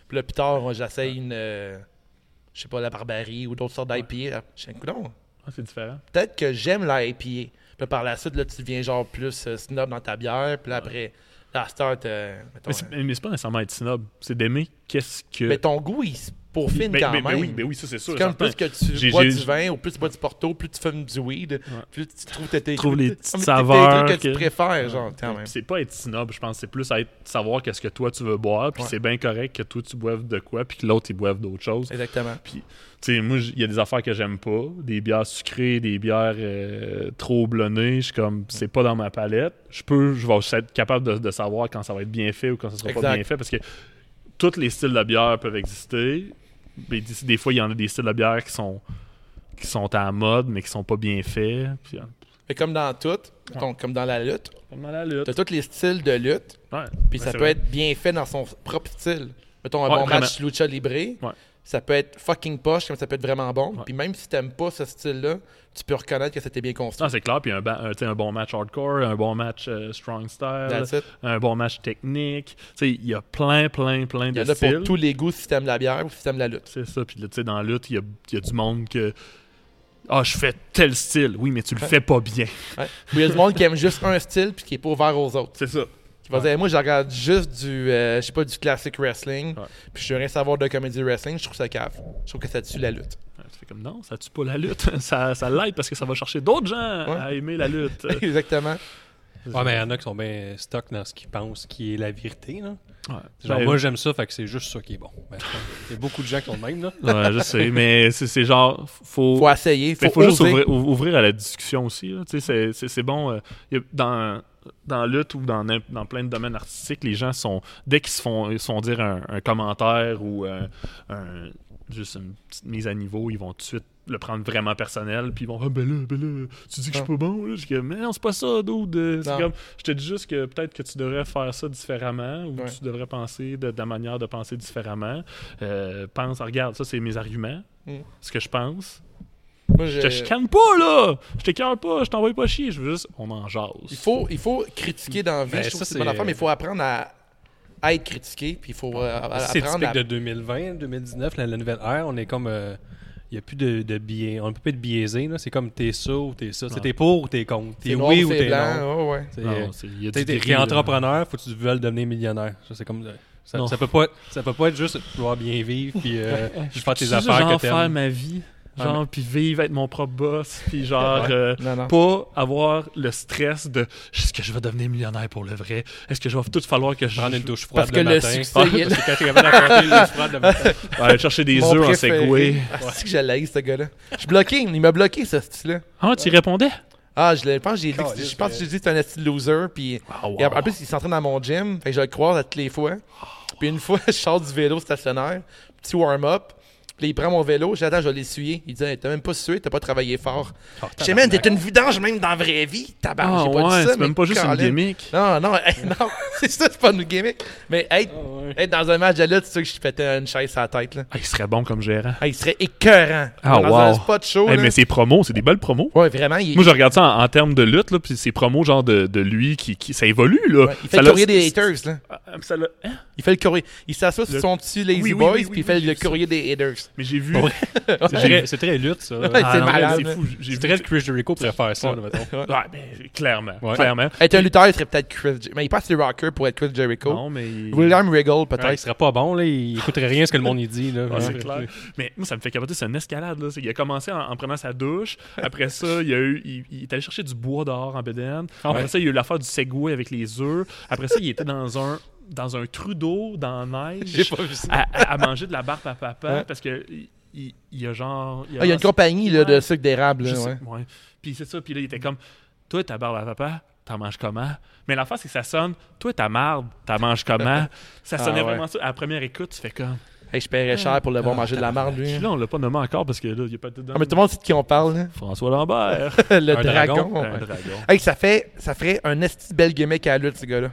A: Puis là, plus tard, moi, j'essaye une, euh, je sais pas, la barbarie ou d'autres sortes d'IPA. Je dis, coudonc,
E: Ah, c'est différent.
A: peut-être que j'aime la IPA. Puis là, par la suite, là, tu deviens genre plus euh, snob dans ta bière. Puis là, après, Là, à cette heure, t'as- mettons,
E: Mais c'est-
A: euh,
E: Mais c'est pas nécessairement être snob. C'est d'aimer qu'est-ce que.
A: mais ton goût, il se pourfine
E: Ben-
A: quand
E: ben- ben
A: même.
E: oui, ben oui, ça, c'est sûr,
A: C'est comme
E: certain.
A: plus que tu
E: J'ai-
A: bois
E: j'ai-
A: du vin, ou plus tu bois du porto, plus tu fumes du weed, plus tu trouves que t'es-
E: Trouve les
A: t'es-
E: petites
A: t'es- t'es-
E: saveurs
A: que tu
E: que-
A: préfères, genre, quand même.
E: Puis C'est pas être snob, je pense. C'est plus être savoir qu'est-ce que toi tu veux boire. Puis
A: Ouais.
E: c'est bien correct que toi tu boives de quoi, puis que l'autre il boive d'autres choses.
A: Exactement.
E: Puis, tu sais, moi, j- il y a des affaires que j'aime pas. Des bières sucrées, des bières euh, trop blonnées. Je suis comme, c'est pas dans ma palette. Je peux, je vais juste être capable de, de savoir quand ça va être bien fait ou quand ça sera
A: Exact.
E: pas bien fait parce que tous les styles de bière peuvent exister. Mais des, des fois, il y en a des styles de bière qui sont qui sont à la mode mais qui sont pas bien faits. Puis, euh,
A: Mais comme dans tout, mettons, comme dans la lutte,
E: comme dans la lutte.
A: t'as tous les styles de lutte,
E: Ouais.
A: puis
E: Ouais,
A: ça
E: c'est
A: peut
E: vrai.
A: être bien fait dans son propre style. Mettons, un
E: Ouais,
A: bon
E: vraiment.
A: match lucha libre, ça peut être fucking poche, comme ça peut être vraiment bon. Puis même si t'aimes pas ce style-là, tu peux reconnaître que c'était bien construit.
E: Non, c'est clair. Puis un, ba- un, tu sais, un bon match hardcore, un bon match euh, strong style,
A: That's it.
E: un bon match technique. Tu sais, il y a plein, plein, plein
A: Il y
E: de
A: en a pour
E: styles.
A: tous les goûts si t'aimes la bière ou si t'aimes la lutte.
E: C'est ça. Puis là, tu sais, dans la lutte, il y a, il y a du monde que. Ah, je fais tel style. Oui, mais tu le fais pas bien.
A: Ouais. Ou il y a du monde qui aime juste un style puis qui est pas ouvert aux autres.
E: C'est ça.
A: Qui va dire, moi, je regarde juste du, euh, je sais pas, du classic wrestling,
E: Ouais.
A: puis je veux rien savoir de comédie wrestling, je trouve ça cave. Je trouve que ça tue la lutte.
E: Tu fais comme non, ça tue pas la lutte. ça ça l'aide parce que ça va chercher d'autres gens
A: Ouais.
E: à aimer la lutte. Euh,
A: Exactement.
F: Ouais, mais il y en a qui sont bien stock dans ce qu'ils pensent qui est la vérité. Là.
E: ouais.
F: C'est Genre,
E: Ben,
F: moi, j'aime ça, fait que c'est juste ça qui est bon. Ben, Il y a beaucoup de gens qui ont le même. Là.
E: ouais, je sais, mais c'est c'est genre. Faut,
A: Faut essayer, faut,
E: Mais faut
A: oser.
E: juste ouvrir, ou- ouvrir à la discussion aussi. là. Tu sais, C'est c'est- c'est bon. euh, y a- dans, dans lutte ou dans, n'im- dans plein de domaines artistiques, les gens sont. Dès qu'ils se font, ils se font dire un, un commentaire ou euh, un- juste une petite mise à niveau, ils vont tout de suite le prendre vraiment personnel puis ils vont ah ben là ben là tu dis que je suis pas bon là je dis mais non c'est pas ça dude euh, c'est
A: Ah. Non.
E: comme je te dis juste que peut-être que tu devrais faire ça différemment ou
A: Ouais.
E: tu devrais penser de, de la manière de penser différemment Euh, pense regarde ça c'est mes arguments
A: Mm.
E: ce que je pense
A: Moi, je-
E: je te chicane pas, là! Je t'écœure pas, je t'envoie pas chier. Je veux juste, on en jase.
A: il, faut, il faut critiquer dans la vie,
F: Ben,
A: je trouve que
F: ça,
A: c'est une bonne
F: c'est-
A: affaire, mais il faut apprendre à, à être critiqué, puis il faut euh, à- à-
F: Ah, C'est
A: apprendre
F: typique
A: à...
F: de 2020, 2019, la, la nouvelle ère. On est comme. euh, il n'y a plus de, de biais. On ne peut pas être biaisé. là. C'est comme t'es ça ou t'es ça. C'est t'es pour ou t'es contre. T'es
A: C'est noir
F: oui ou t'es
A: blanc,
F: non.
A: ouais, ouais.
F: T'es-
E: Non, Ah, c'est- il y a
F: T'es
E: du
F: t'es-
E: gris,
F: t'es
E: là.
F: entrepreneur, faut que tu veuilles devenir millionnaire. Ça, c'est comme. Ça,
E: Non.
F: ça peut pas être, ça peut pas être juste vouloir bien vivre puis euh, faire
E: Tu
F: tes
E: sais,
F: affaires
E: genre,
F: que
E: faire
F: t'aimes.
E: ma vie, genre, puis vivre, être mon propre boss, puis genre, euh,
A: Non, non.
E: pas avoir le stress de est-ce que je vais devenir millionnaire pour le vrai? Est-ce que je vais tout falloir que je.
F: Prendre une douche froide
A: Parce que
F: le
A: le
F: matin.
A: succès,
F: Parce
A: il est là.
F: que quand t'es capable d'affronter une douche froide le matin.
E: Ouais, aller chercher des
A: Mon
E: œufs en
A: préféré.
E: segway.
A: Ah, c'est que je l'haïs, ce gars-là. Je suis bloqué, il m'a bloqué, ce style-là.
E: Ah, tu y répondais?
A: Ah, je l'ai- je pense que j'ai dit, que-
F: Caliste,
A: je pense que j'ai dit que c'est un esti de loser. Puis,
E: Ah, wow.
A: et en- en plus, il s'entraîne dans mon gym. Fait que je le croise à toutes les fois. Puis une fois, je sors du vélo stationnaire, petit warm-up. Puis là, il prend mon vélo, j'attends, je vais l'essuyer. Il dit hey, T'as même pas sué, t'as pas travaillé fort. je sais même, t'es une vidange même dans la vraie vie. Tabarnak,
E: Ah,
A: j'ai pas dit
E: ouais,
A: ça,
E: c'est
A: mais
E: même pas juste une
A: Colin.
E: gimmick.
A: Non, non, hey, non, c'est ça, c'est pas une gimmick. Mais être, être dans un match de lutte, c'est sûr que je pétais une chaise à la tête. Là.
E: Ah, il serait bon comme gérant.
A: Hey, il serait écœurant.
E: Ah,
A: dans
E: wow.
A: un spot show.
E: Hey,
A: là.
E: mais ses promos, c'est des belles promos.
A: Ouais, vraiment, il
E: Moi, je regarde ça en, en termes de lutte, là, puis ses promos, genre, de, de lui, qui, qui- ça évolue, là.
A: ouais, il fait
E: Ça
A: le
E: l'a-
A: courrier des haters. Là.
E: Ah, ça l'a- hein?
A: Il fait le courrier. Il s'assoit sur
E: Le-
A: son petit Lazy
E: Oui, oui,
A: Boys,
E: oui, oui,
A: puis il fait
E: oui,
A: le
E: j'ai vu
A: courrier des haters.
E: Mais j'ai vu.
F: C'est très- C'est très lutte, ça. Ah,
A: c'est
E: Ah, non, mais
A: malade,
E: C'est
A: hein.
E: fou. J'ai
F: C'est
E: vu.
F: très que Chris Jericho pourrait faire ça, là, mettons.
E: Ouais, mais clairement.
F: Ouais.
E: Clairement.
A: Être un lutteur, il serait peut-être Chris Jer- Mais il passe les rockers pour être Chris Jericho.
E: Non, mais.
A: William Regal,
F: Ouais, il
A: peut-être.
F: serait pas bon, là. Il écouterait rien ce que le monde y dit, là.
E: Ah, c'est
F: Ouais.
E: clair. Mais moi, ça me fait capoter, c'est une escalade. Là. C'est- Il a commencé en, en prenant sa douche. Après ça, il, a eu, il, il est allé chercher du bois dehors en Beden. Après
F: Ouais.
E: ça, il y a eu l'affaire du Segway avec les œufs. Après ça, il était dans un dans un trou d'eau, dans la neige.
A: J'ai pas vu ça.
E: À, à- à manger de la barbe à papa
A: Ouais.
E: parce que il, il- il y a genre.
A: Ah, il y a une compagnie là, de sucre d'érable.
E: Je
A: là,
E: sais-
A: ouais.
E: ouais. Puis c'est ça. Puis là, il était comme Toi, ta barbe à papa, t'en manges comment Mais l'affaire, c'est que ça sonne Toi, ta marde, t'en manges comment Ça
A: Ah,
E: sonnait
A: ouais.
E: vraiment ça. À la première écoute, tu fais comme
A: Hey, je paierais cher pour le voir manger de la marde, lui.
E: Puis
A: hein.
E: là, on l'a pas nommé encore parce que là, il y a pas de dedans.
A: Ah, mais tout le monde sait de qui on parle. là.
E: François Lambert.
A: le
F: Un dragon.
A: dragon.
E: un
A: ouais.
E: dragon.
A: Hey, ça, fait, ça ferait un esti de belle gimmick à la lutte, ce gars-là.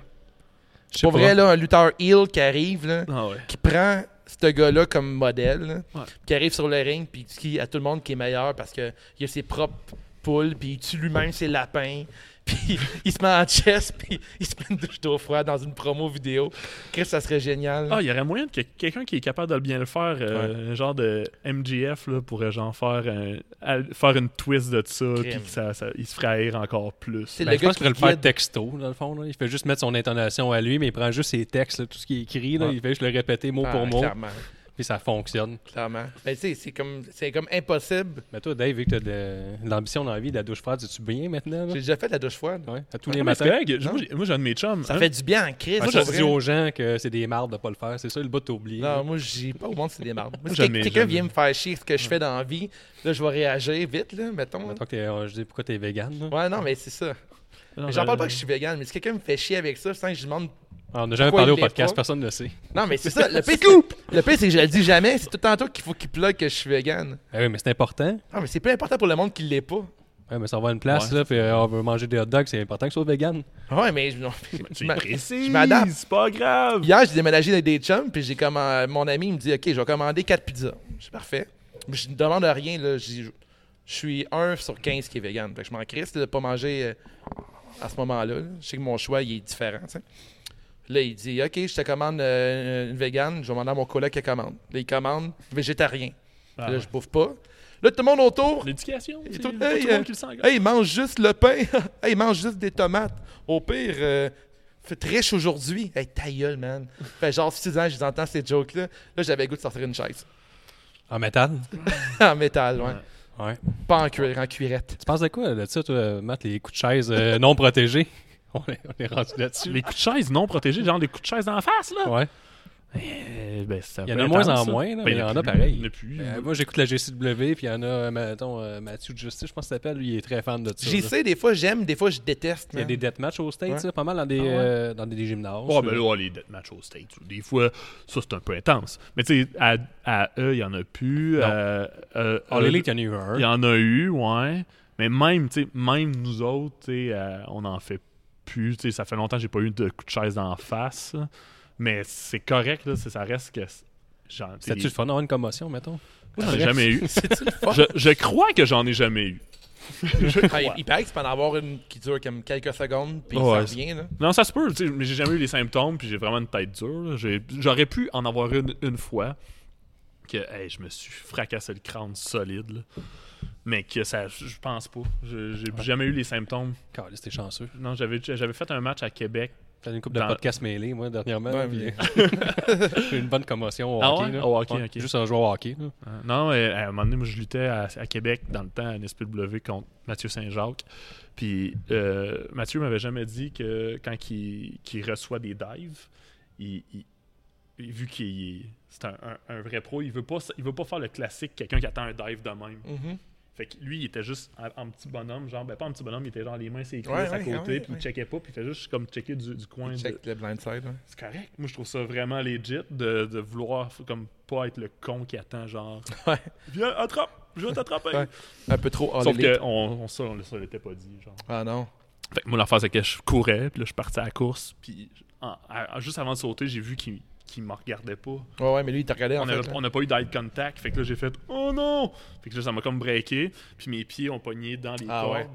F: Je sais
A: Pour
F: pas.
A: vrai, là, un lutteur heel qui arrive, là,
E: Ah ouais.
A: qui prend ce gars-là comme modèle, là,
E: Ouais.
A: qui arrive sur le ring, puis qui dit à tout le monde qui est meilleur parce qu'il a ses propres poules, puis il tue lui-même ses lapins, puis il se met en chest, puis il se met une douche d'eau froide dans une promo vidéo. Chris, ça serait génial.
E: Ah, il y aurait moyen que quelqu'un qui est capable de le bien le faire, euh, un genre de MGF, là, pourrait genre faire, un- al- faire une twist de ça,
A: Crime.
E: puis que ça, ça- il se ferait haïr encore plus.
A: C'est
F: Ben, je pense qu'il pourrait le faire texto, dans le fond. là. Il fait juste mettre son intonation à lui, mais il prend juste ses textes, là, tout ce qui est écrit. là. Il fait juste le répéter mot pour mot,
A: Ah, Clairement,
F: puis ça fonctionne.
A: clairement. Ben, tu sais, c'est comme, c'est comme impossible.
F: Mais toi, Dave, vu que t'as de l'ambition dans la vie, de la douche froide, es-tu bien maintenant? là?
A: J'ai déjà fait de la douche froide.
F: Ouais, à tous
E: Ah,
F: les
E: mais c'est
F: matins.
E: correct. Moi, j'ai- Moi, j'ai un de mes chums.
A: Ça
E: hein.
A: fait du bien en Chris.
F: Moi,
A: pour
F: je
A: vrai.
F: dis aux gens que c'est des mardes de pas le faire. C'est ça, le bout t'as oublié.
A: Non, moi, je dis pas au monde, c'est des mardes. Moi, si
E: Jamais,
A: quelqu'un
E: jamais.
A: vient me faire chier ce que je fais dans la vie, là, je vais réagir vite, là, mettons. là.
F: Mettons que t'es- euh, je dis pourquoi t'es vegan. là.
A: Ouais, non, mais c'est ça.
E: Non,
A: Mais J'en parle pas que je suis vegan, mais si quelqu'un me fait chier avec ça, sans que je lui demande.
F: Ah, on n'a jamais
A: Pourquoi
F: parlé
A: il
F: au
A: l'est
F: podcast,
A: pas?
F: personne ne le sait.
A: Non, mais c'est ça. Le pire, c'est- le pire, c'est que je le dis jamais. C'est tout le temps toi qu'il faut qu'il plug que je suis vegan.
F: Ah oui, mais c'est important.
A: Non, mais c'est peu important pour le monde qui l'est pas.
F: Ouais, mais ça va à une place,
E: Ouais.
F: là, puis euh, on veut manger des hot dogs, c'est important que ce soit vegan.
A: Ouais, mais je- non, je
E: Tu
A: m'a-
E: précises,
A: je m'adapte.
E: C'est pas grave.
A: Hier, j'ai déménagé avec des chums, puis j'ai comme euh, mon ami il me dit OK, je vais commander 4 pizzas. Je suis parfait. Mais Je ne demande rien là, je dis, je suis 1 sur 15 qui est vegan. Fait que je m'en crisse là, de pas manger euh, à ce moment-là. là. Je sais que mon choix il est différent, tu sais. Là, il dit OK, je te commande euh, une vegan, je vais demander à mon collègue qu'elle commande. Là, il commande végétarien.
E: Ah,
A: là,
E: ouais.
A: je bouffe pas. Là, tout le monde autour,
E: L'éducation.
A: et
E: C'est
A: tout-
E: pas tout le
A: hey,
E: monde qui le sent. gars.
A: euh, hey, il mange juste le pain. hey, il mange juste des tomates. Au pire, euh, faites riche aujourd'hui. Hey, ta gueule, man. Fait genre 6 ans, je les entends ces jokes-là. Là, j'avais le goût de sortir une chaise.
F: En métal.
A: en métal, ouais.
F: Ouais.
A: Pas en cuir, en cuirette.
F: Tu penses à quoi de ça, toi, Matt, les coups de chaise euh, non protégés? On est, on est rendu là-dessus.
E: Les coups de chaise non protégés, genre des coups de chaise d'en face, là.
F: Ouais.
E: Eh ben, ça
F: Il y en
E: peut
F: a
E: être
F: moins en
E: intense, ça.
F: moins, là,
E: Ben,
F: mais il y en a
E: plus,
F: pareil.
E: Il y en a plus.
F: Euh, moi, j'écoute la GCW, puis il y en a, euh, mettons, euh, Mathieu Justice, je pense qu'il s'appelle, lui, il est très fan de ça.
A: J'y
F: là.
A: sais, des fois, j'aime, des fois, je déteste.
F: Il y a
A: man.
F: des deathmatchs au States,
A: Ouais.
F: là, pas mal dans des, euh, dans des gymnases.
E: Ouais, ben là, ouais, les deathmatchs au States, des fois, ça c'est un peu intense. Mais tu sais, à, à E, il y en a plus.
F: Non.
E: à- à-
F: All
E: à-
F: Elite, il y Ah, en a eu un.
E: Il y en a eu, ouais. Mais même, tu sais, même nous autres, tu sais, euh, on en fait plus. Tu sais, ça fait longtemps que j'ai pas eu de coup de chaise d'en face. là. Mais c'est correct, là, c'est- ça reste que. c'est- Genre, tu sais,
F: C'était-tu le fun d'avoir une commotion, mettons?
E: moi, j'en ai jamais eu. je, je crois que j'en ai jamais eu.
A: Ah, il, il paraît que tu peux en avoir une qui dure comme quelques secondes, puis
E: Ouais,
A: ça revient. Là.
E: Non, ça se peut, tu sais, mais j'ai jamais eu les symptômes, puis j'ai vraiment une tête dure. là. J'ai- J'aurais pu en avoir une une fois, que hey, je me suis fracassé le crâne solide, là. mais que ça, je pense pas. Je- J'ai jamais eu les symptômes.
F: Caliste, t'es chanceux.
E: Non, j'avais j'avais fait un match à Québec.
F: J'ai fait une couple
E: Dans-
F: de podcasts mêlés, moi, dernièrement.
A: Ouais,
F: puis- J'ai eu une bonne commotion au
E: Ah
F: hockey.
E: ouais?
F: là.
E: Au hockey,
F: Ouais,
E: ok.
F: Juste un joueur au hockey. là.
E: Euh, Non, euh, à un moment donné, moi, je luttais à, à Québec dans le temps à NSPW contre Mathieu Saint-Jacques. Puis euh, Mathieu m'avait jamais dit que quand il, qu'il reçoit des dives, il, il- il- vu qu'il est- c'est un, un- un vrai pro, il veut pas, s- il veut pas faire le classique quelqu'un qui attend un dive de même.
A: Mm-hmm.
E: Fait que lui, il était juste en, en petit bonhomme, genre, ben pas en petit bonhomme, il était genre les mains, ses cuisses
A: Ouais,
E: à
A: ouais,
E: côté,
A: ouais,
E: puis
A: ouais.
E: il checkait pas, puis il faisait juste comme checker du, du coin. de-
A: Check le blind side. ouais.
E: c'est correct. Moi, je trouve ça vraiment legit de, de vouloir f- comme pas être le con qui attend genre
A: Ouais.
E: Viens, attrape, je vais t'attraper.
A: Ouais. Un peu trop all
E: Sauf
A: elite.
E: que on, on, ça, on, ça l'était pas dit. Genre.
A: Ah non.
E: Fait que moi, l'affaire, c'est que je courais, puis là, je suis parti à la course, puis en- à- à- juste avant de sauter, j'ai vu qu'il qu'il me regardait pas.
A: Ouais, ouais, mais lui, il t'a regardé en
E: On
A: fait.
E: avait-
A: là.
E: on n'a pas eu d'eye contact, fait que là, j'ai fait Oh non! Fait que là, ça m'a comme breaké, puis mes pieds ont pogné dans les
A: Ah
E: cordes.
A: ouais.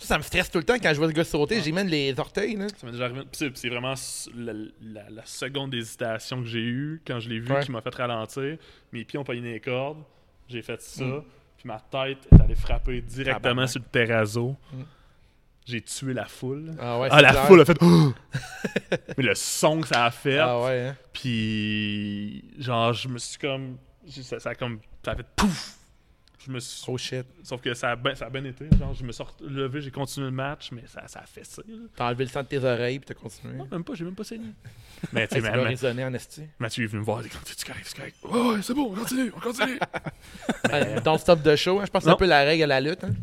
A: Ça, ça me stresse tout le temps quand je vois le gars sauter, j'y mène les orteils. Là.
E: Ça m'est déjà arrivé. Puis c'est- c'est vraiment s- la, la- la seconde hésitation que j'ai eue quand je l'ai vu
A: Ouais.
E: qui m'a fait ralentir. Mes pieds ont pogné les cordes. J'ai fait ça. Puis ma tête est allée frapper directement
A: Mm. Tabarnak. Mm.
E: sur le terrazzo. J'ai tué la foule.
A: Ah ouais,
E: Ah,
A: c'est
E: la
A: clair.
E: foule a fait. Mais le son que ça a fait.
A: Ah ouais, hein.
E: Puis genre, je me suis comme. j'ai- Ça, ça a comme. Ça a fait pouf! Je me suis-
A: Oh shit.
E: Sauf que ça a bien ça a bien été. Genre, je me suis relevé, j'ai continué le match, mais ça, ça a fessé. Là.
A: T'as enlevé le sang de tes oreilles puis t'as continué.
E: Non, même pas, j'ai même pas saigné. Mais tu
A: Hey,
E: sais,
A: ça
E: ma-
A: doit
E: ma-
A: résonner en esti.
E: Mathieu est venu me voir, il dit Tu correct, tu correct. Ouais, ouais, c'est bon, on continue, on continue.
A: Ah, Don't stop the show. hein. Je pense que c'est un
E: Non.
A: peu la règle à la lutte. Hein.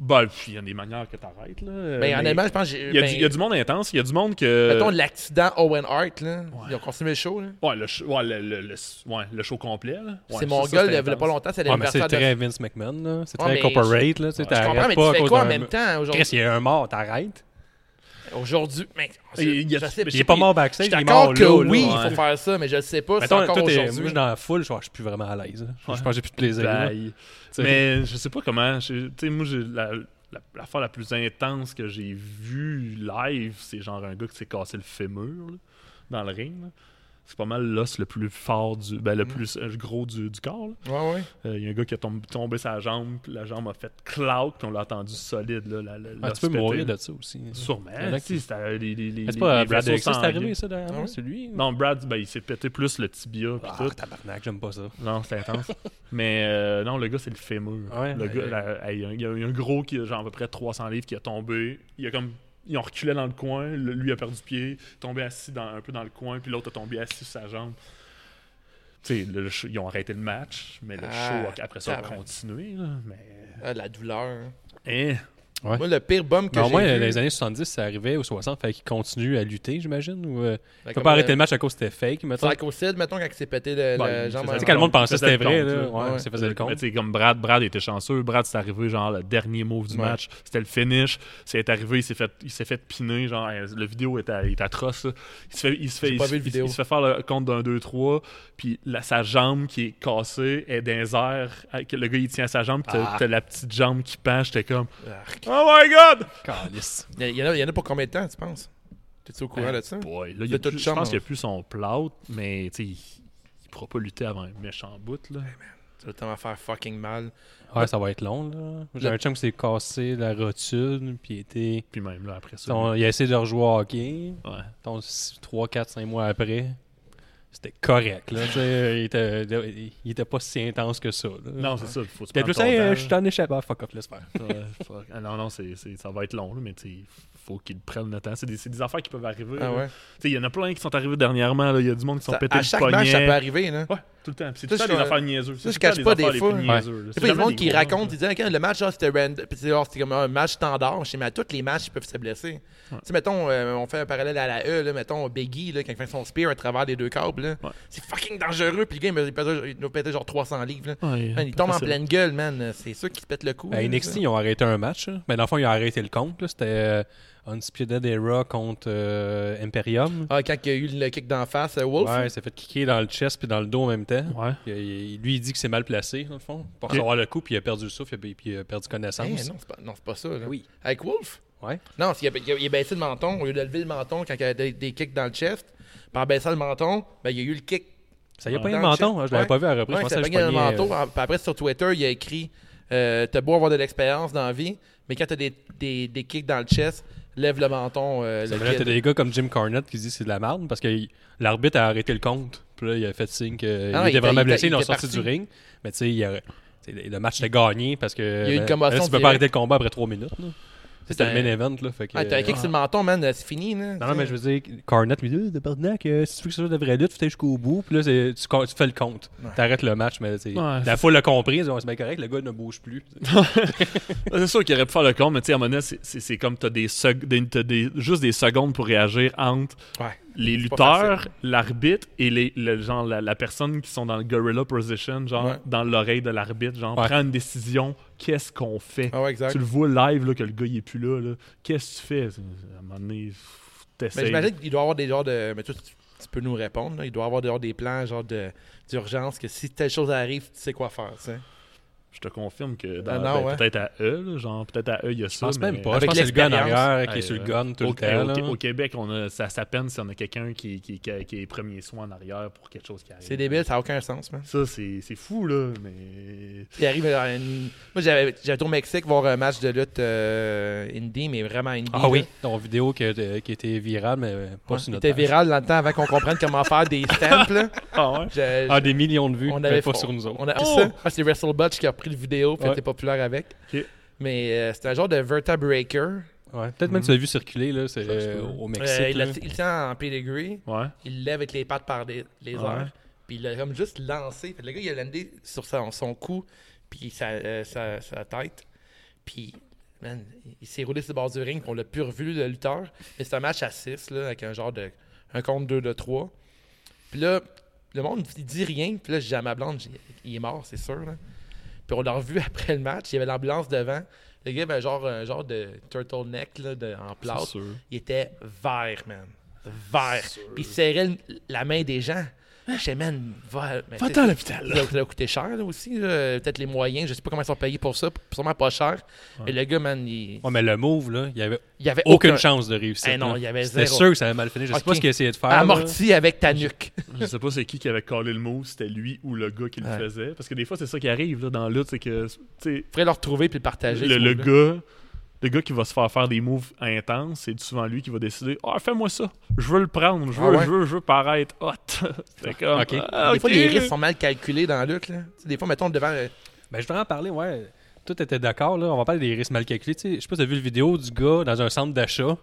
E: ben, puis il y a des manières que t'arrêtes, là. euh,
A: Mais Ben, honnêtement, je pense que j'ai.
E: Il y, a
A: ben,
E: du- il y a du monde intense, il y a du monde que.
A: Mettons l'accident Owen Hart, là. Ils ont continué le show, là.
E: Ouais, le, sh- ouais, le, le- le- ouais, le show complet, là. Ouais,
A: c'est
E: ça,
A: mon
E: ça,
A: gars,
E: c'était
A: il n'y a pas
E: intense.
A: longtemps, c'est
F: Ouais, mais c'est
A: l'anniversaire de.
F: très Vince McMahon. là. C'est
A: Ouais, mais
F: très corporate. Là, tu sais,
A: Je
F: t'arrêtes
A: comprends, mais
F: pas à
A: tu fais
F: cause
A: quoi en
F: d'un-
A: même temps aujourd'hui?
F: Chris, il y a un mort, t'arrêtes.
A: Aujourd'hui, mais. je-
E: Il- il y a-
A: je sais-
E: il est
A: je sais
F: pas
A: que-
F: mort backstage,
A: Je suis
F: il est mort
A: d'accord que
F: là, là,
A: oui,
F: ouais.
A: il faut faire ça, mais je ne sais pas. C'est
F: Mettons,
A: encore
F: toi, t'es- moi, je
A: aujourd'hui.
F: suis dans la foule, je je suis plus
E: Ben,
F: vraiment à l'aise. là. Je pense que j'ai plus de plaisir. là.
E: Bye.
F: Tu sais, Ah,
E: Mais je sais pas comment. je- Tu sais, moi, j'ai la- la, la fois la plus intense que j'ai vue live, c'est genre un gars qui s'est cassé le fémur là, dans le ring. là. C'est pas mal l'os le plus fort du. Ben, le
A: Mm.
E: plus euh, gros du, du corps. là.
A: Ouais, ouais.
E: Euh, Il y a un gars qui a tomb- tombé sa jambe, puis la jambe a fait claque, puis on l'a entendu solide. Là, la, la-
F: Ah,
E: l'os
F: tu peux
E: pété.
F: mourir de ça aussi.
E: Sûrement.
F: Il y en a qui-
E: si, c'était euh, les- les- les-
F: Ah, C'est
E: les-
F: pas
E: les
F: à Brad
E: vaisseaux
F: Erickson, c'est
E: sanguins.
F: arrivé ça derrière
A: Ah
F: moi, c'est lui.
E: Non, Brad, ben, il s'est pété plus le tibia. puis
F: Ah,
E: tout.
F: tabarnak, j'aime pas ça.
E: Non, c'est intense. Mais euh, non, le gars, c'est le fémur.
F: Ouais.
E: le gars, la- hey, il y a un- il y, a un gros qui a genre à peu près 300 livres qui a tombé. Il a comme. Ils ont reculé dans le coin. le- lui a perdu pied. Tombé assis dans, un peu dans le coin. Puis l'autre a tombé assis sur sa jambe. Tu sais, le show- ils ont arrêté le match. Mais le
A: Ah,
E: show, après ça, a
A: tabarnak.
E: continué. là, mais.
A: Ah, la douleur.
E: Hein?
A: Moi, le pire bum que
F: Mais
A: j'ai.
F: au moins, euh,
A: vu, ben,
F: les années 70, ça arrivait aux 60, fait qu'il continue à lutter, j'imagine. Ou, euh,
A: ben,
F: il peut
A: comme,
F: pas arrêter
A: euh,
F: le match à cause que c'était fake, mettons.
A: Psycho Sid, mettons, quand il s'est pété le,
E: Ben,
A: la
E: il
A: jambe.
E: faisait
A: en-
F: Tu sais, quand le monde pensait que
E: Faisait
F: c'était
E: le
F: vrai,
E: compte,
F: là.
E: là.
F: Ouais,
A: Ouais.
F: ça faisait le
E: Mais
F: compte.
E: tu sais, comme Brad, Brad était chanceux. Brad, c'est arrivé genre le dernier move du
A: Ouais.
E: match. C'était le finish. C'est arrivé, il s'est fait, il s'est fait piner. Genre, euh, le vidéo est, à- est atroce. là. Il se fait, il se fait,
A: J'ai
E: il
A: pas
E: se-
A: vu le
E: il se-
A: vidéo.
E: il se fait faire le compte d'un 2-3. Puis la- sa jambe qui est cassée est dans les airs. Ah, que Le gars, il tient sa jambe. Puis t'as- t'as la petite jambe qui pend. J'étais comme,
A: Ah. Arc.
E: oh my god!
F: Calice.
A: Il y, en a- il y en a pour combien de temps, tu penses T'es-tu au courant de ça
E: Boy, là, il y
A: De
E: a
A: toute
E: plus- je
A: chance.
E: pense qu'il n'y a plus son plâtre. Mais tu sais, il, il pourra pas lutter avant un méchant bout. Là.
A: Ça va tellement faire fucking mal.
F: Ouais, ça va être long, là. J'ai
A: Le-
F: un chum qui s'est cassé la rotule, puis il était.
E: Puis même là, après ça.
F: Ton- il a essayé de rejouer au hockey.
E: ouais.
F: 3, 4, 5 mois après, c'était correct. Là, tu sais, il, était, il était pas si intense que ça. Là.
E: Non, c'est ça. Faut se
F: T'es
E: prendre
F: plus,
E: ton
F: hey, euh,
E: temps,
F: je suis
E: là.
F: en échappe. Ah, fuck off, laisse faire.
E: Ouais, fuck. Ah non, non, c'est, c'est- ça va être long, là, mais tu sais, faut qu'ils prennent le temps. C'est des, c'est des affaires qui peuvent arriver.
A: Ah
E: là.
A: ouais.
E: Tu sais, Il y en a plein qui sont arrivés dernièrement. là. Il y a du monde qui sont
A: Ça-
E: pétés
A: à
E: le
A: chaque
E: pognet.
A: match, ça peut arriver, là.
E: Ouais, tout le temps. Puis c'est tout
A: Ça,
E: le temps
A: je-
E: des affaires niaiseuses.
A: ça,
E: C'est
A: je
E: tout le
A: cache
E: temps
A: pas
E: des affaires
A: des
E: les
A: fois.
E: plus
F: Ouais.
E: niaiseuses, là.
A: Des
E: C'est
A: fois, il y a
E: jamais
A: du monde
E: des
A: qui
E: gros
A: raconte,
E: noms.
A: ils disent, Ah, le match, ah, c'était random. Puis c'est genre, c'est comme un match standard. Je sais, mais à tous les matchs, ils peuvent se blesser. Tu sais, mettons, euh, on fait un parallèle à la E, là, mettons, Biggie, là, quand il fait son spear à travers les deux câbles, là.
E: Ouais.
A: c'est fucking dangereux. Puis le gars, il me- il pèse- il nous pétait genre 300 livres. là.
E: Ouais,
A: Man, il
E: pas
A: tombe en
E: facile.
A: pleine gueule, man. C'est sûr qu'il se pète le cou.
F: À
A: là,
F: NXT,
A: ça.
F: ils ont arrêté un match. là. Mais dans le fond, ils ont arrêté le compte. là. C'était euh, Undisputed Era contre euh, Imperium.
A: Ah, quand il y a eu le kick d'en face, euh, Wolf.
F: Ouais, il s'est fait kicker dans le chest puis dans le dos en même temps.
E: Ouais.
F: Puis, euh, il- lui, il dit que c'est mal placé, dans le fond. Pour recevoir le coup, puis il a perdu le souffle, puis il a perdu
A: Hey,
F: connaissance.
A: Eh, non, c'est pas, non, c'est pas ça. Là.
F: Oui.
A: Avec Wolf?
F: Ouais.
A: Non, c'est qu'il a, il a baissé le menton. Au lieu de lever le menton quand il y a des, des kicks dans le chest, puis en baissant le menton, ben, il y a eu le kick.
F: Ça y a
A: Ouais.
F: pas eu le
A: Dans le
F: menton.
A: chest.
F: hein. Je l'avais
A: Ouais.
F: pas vu à la reprise.
A: Ouais,
F: Je
A: il
F: pensais
A: s'est
F: que je
A: pogné hein. dans le
F: pognais, euh,
A: menton. Puis après, sur Twitter, il a écrit euh, T'as beau avoir de l'expérience dans la vie, mais quand t'as des, des, des kicks dans le chest, lève le menton. euh,
F: Ça
A: le
F: veut dire que
A: kid.
F: t'as des gars comme Jim Cornette qui disent que c'est de la merde parce que il- l'arbitre a arrêté le compte. Puis là, il a fait signe qu'il
A: Ah, il
F: était
A: était- il
F: vraiment
A: était-
F: blessé,
A: il
F: ils l'ont
A: était
F: sorti
A: parti.
F: du ring. Mais tu sais, il y a- tu sais, le le match était gagné parce que.
A: y a eu une
F: ben,
A: commotion euh,
F: là, Tu peux
A: directe.
F: pas arrêter le combat après trois minutes. là. C'était
A: un-
F: le main event. Là, fait que,
A: Ah, t'as un
F: euh,
A: kick sur le menton, man, c'est fini. Là,
F: non, non, mais je veux dire, Cornette me dit, tabarnak, euh, si tu veux que ça soit de la vraie lutte, faut aller jusqu'au bout. Puis là, c'est- tu, co- tu fais le compte. T'arrêtes le match, mais tu sais,
E: Ouais.
F: la foule l'a compris. ils ont dit, C'est bien correct, le gars ne bouge plus.
E: C'est sûr qu'il aurait pu faire le compte, mais tu sais, à un moment donné, c'est- c'est c'est comme t'as des sec- des- t'as des- juste des secondes pour réagir entre
A: Ouais.
E: les
A: C'est pas
E: lutteurs, l'arbitre et les, le- genre, la, la personne qui sont dans le gorilla position, genre
A: Ouais.
E: dans l'oreille de l'arbitre, genre
F: Ouais.
E: prends une décision, qu'est-ce qu'on fait?
A: Ah ouais, exact.
E: Tu le vois live là, que le gars il est plus là, là. qu'est-ce que tu fais? C'est- À un moment donné, pff,
F: Ben,
A: Mais
E: t'essayes.
A: j'imagine qu'il doit y avoir des genres de. Mais toi, tu, tu peux nous répondre. là. Il doit y avoir des, genre des plans genre de- d'urgence que si telle chose arrive, tu sais quoi faire. tu sais.
E: Je te confirme que dans-
A: Ah non,
E: ben,
A: ouais.
E: peut-être à eux, là, genre peut-être à eux il y a
F: Je
E: ça.
F: pense
E: mais-
F: même pas. Je
A: Avec
F: pense que c'est le gars en
A: l'expérience.
F: arrière qui est
E: Hey,
F: sur le
E: euh,
F: gun tout
E: au,
F: le temps.
E: au-
F: là.
E: au Québec, on a, ça, ça peine si on a quelqu'un qui, qui, qui, qui est premier soin en arrière pour quelque chose qui arrive.
A: C'est débile, ça n'a aucun sens. man.
E: Ça, c'est c'est fou, là, mais.
A: Il arrive dans une- Moi, j'avais j'avais été au Mexique voir un match de lutte euh, indie, mais vraiment indie.
F: Ah
A: là.
F: oui, ton vidéo qui, a- qui était virale, mais euh, pas
A: Ouais,
F: sur
A: il
F: notre
A: était
F: page.
A: viral dans le temps avant qu'on comprenne comment faire des stamps. Là.
E: Ah ouais?
A: Je-
F: Ah,
A: je-
F: des millions de vues,
A: on
F: mais
A: avait
F: pas
A: fait-
F: sur nous autres.
A: On a,
E: Oh!
A: ça. Ah, c'est WrestleBotch qui a pris le vidéo, fait
F: Ouais.
A: que t'es populaire avec.
E: Ok.
A: Mais euh, c'est un genre de vertebreaker.
F: Ouais. Mm-hmm. Peut-être même tu l'as vu circuler là, c'est,
E: Ça se peut.
F: euh, au
A: Euh,
F: Mexique.
A: il,
F: là.
A: le- il le tient en pedigree,
E: Ouais.
A: il le lève avec les pattes par les, les
E: Ah ouais.
A: airs, puis il l'a comme juste lancé. Fait que le gars, il a landé sur son, son cou, puis sa, euh, sa- sa tête. Puis, man, il s'est roulé sur le bord du ring, puis on l'a plus revu, le lutteur. Mais c'est un match à 6, avec un genre de. un compte 2 de 3. Puis là, le monde, il dit rien. Puis là, j'ai à ma blonde, j'ai- il est mort, c'est sûr. là. Puis on l'a revu après le match, il y avait l'ambulance devant. Le gars avait genre, un genre de turtleneck là, de, en plâtre.
E: sûr.
A: Il était vert, man. Vert. Puis il serrait le- la main des gens. Je sais, man, va. mais
E: Va-t'en
A: t'sais,
E: à l'hôpital. là.
A: Ça ça a coûté cher là, aussi, là. peut-être les moyens, je sais pas comment ils sont payés pour ça, sûrement pas cher. Et le gars, man, il
F: Ouais, mais le move, là, il n'y avait
A: il y avait
F: aucune
A: aucun...
F: chance de réussir.
A: Eh non,
F: là.
A: il y avait
F: C'était
A: zéro.
F: sûr que ça allait mal finir. Je sais
A: Ok.
F: pas ce qu'il essayait de faire. là.
A: amorti Ah, avec ta nuque.
E: Je sais pas c'est qui qui avait collé le mot, c'était lui ou le gars qui le
A: Ouais.
E: faisait. Parce que des fois, c'est ça qui arrive là, dans la lutte, c'est que tu sais,
A: Faudrait le retrouver puis le partager.
E: le,
A: ce
E: le
A: move-là.
E: gars. Le gars qui va se faire faire des moves intenses, c'est souvent lui qui va décider Ah, fais-moi ça, je veux le prendre, je
A: Ah
E: veux,
A: ouais?
E: je veux, je veux paraître hot. C'était comme.
F: Ok.
E: Ah,
A: Des fois,
E: ok.
A: les risques sont mal calculés dans la lutte. Là. Tu sais, Des fois, mettons devant. euh,
F: Ben, je voudrais en parler, ouais. Tout était d'accord, là. On va parler des risques mal calculés. Tu sais, je sais pas si t'as vu le vidéo du gars dans un centre d'achat.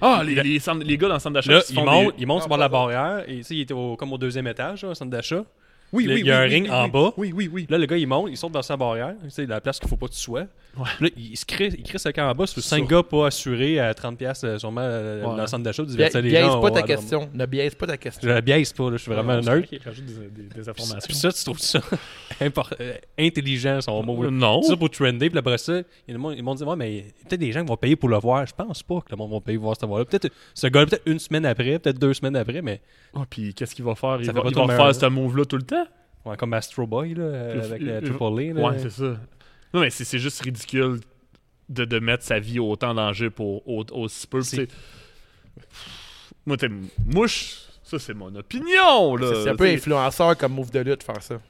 E: Ah, les, les centres- les gars dans le centre d'achat
F: Là,
E: qui se
F: il
E: font
F: monte,
E: des- Ah,
F: il monte sur le bord de la barrière. Et tu sais, il était au- comme au deuxième étage, là, au centre d'achat.
E: Oui,
F: Là,
E: oui,
F: il y a
E: oui,
F: un
E: oui,
F: ring
E: oui,
F: en
E: oui.
F: bas.
E: Oui, oui, oui.
F: Là, le gars, il monte, il saute dans sa barrière. Tu sais, la place qu'il faut pas que tu sois. Puis là, il se crée, il crée ce camp en bas sur 5 gars pas assurés à 30$, euh, sûrement, euh,
E: Ouais.
F: dans le centre d'achat, du
A: Biaise
F: les
A: biaise
F: gens
A: pas
F: au-
A: ta
F: à-
A: question. Ne biaise pas ta question.
F: Je la biaise pas, là. Je suis
E: Ah,
F: vraiment neutre.
E: Il rajoute des, des- des
F: Puis ça-
E: informations.
F: Puis ça, tu trouves ça impor- euh, intelligent, son mot. là.
E: non.
F: C'est ça pour trender, puis après ça, il y a des gens- ils m'ont dit Ouais, mais il y a peut-être des gens qui vont payer pour le voir. Je pense pas que le monde va payer pour voir cette voix-là. Peut-être ce gars peut-être une semaine après, peut-être deux semaines après, mais
E: Ah, puis qu'est-ce qu'il va faire Il
F: Ça
E: va,
F: fait pas
E: il
F: ton
E: va
F: meilleur,
E: faire ce move-là tout le temps
F: ouais, comme Astro Boy là, euh, avec
E: Il-
F: la
E: il-
F: Triple A. là.
E: Ouais, c'est ça. Non, mais c'est c'est juste ridicule de, de mettre sa vie autant en danger pour au- aussi peu. tu
F: C'est-
E: sais. Moi, t'es mouche. Ça, c'est mon opinion, là.
A: C'est c'est un peu
E: tu sais.
A: influenceur comme move de lutte faire ça.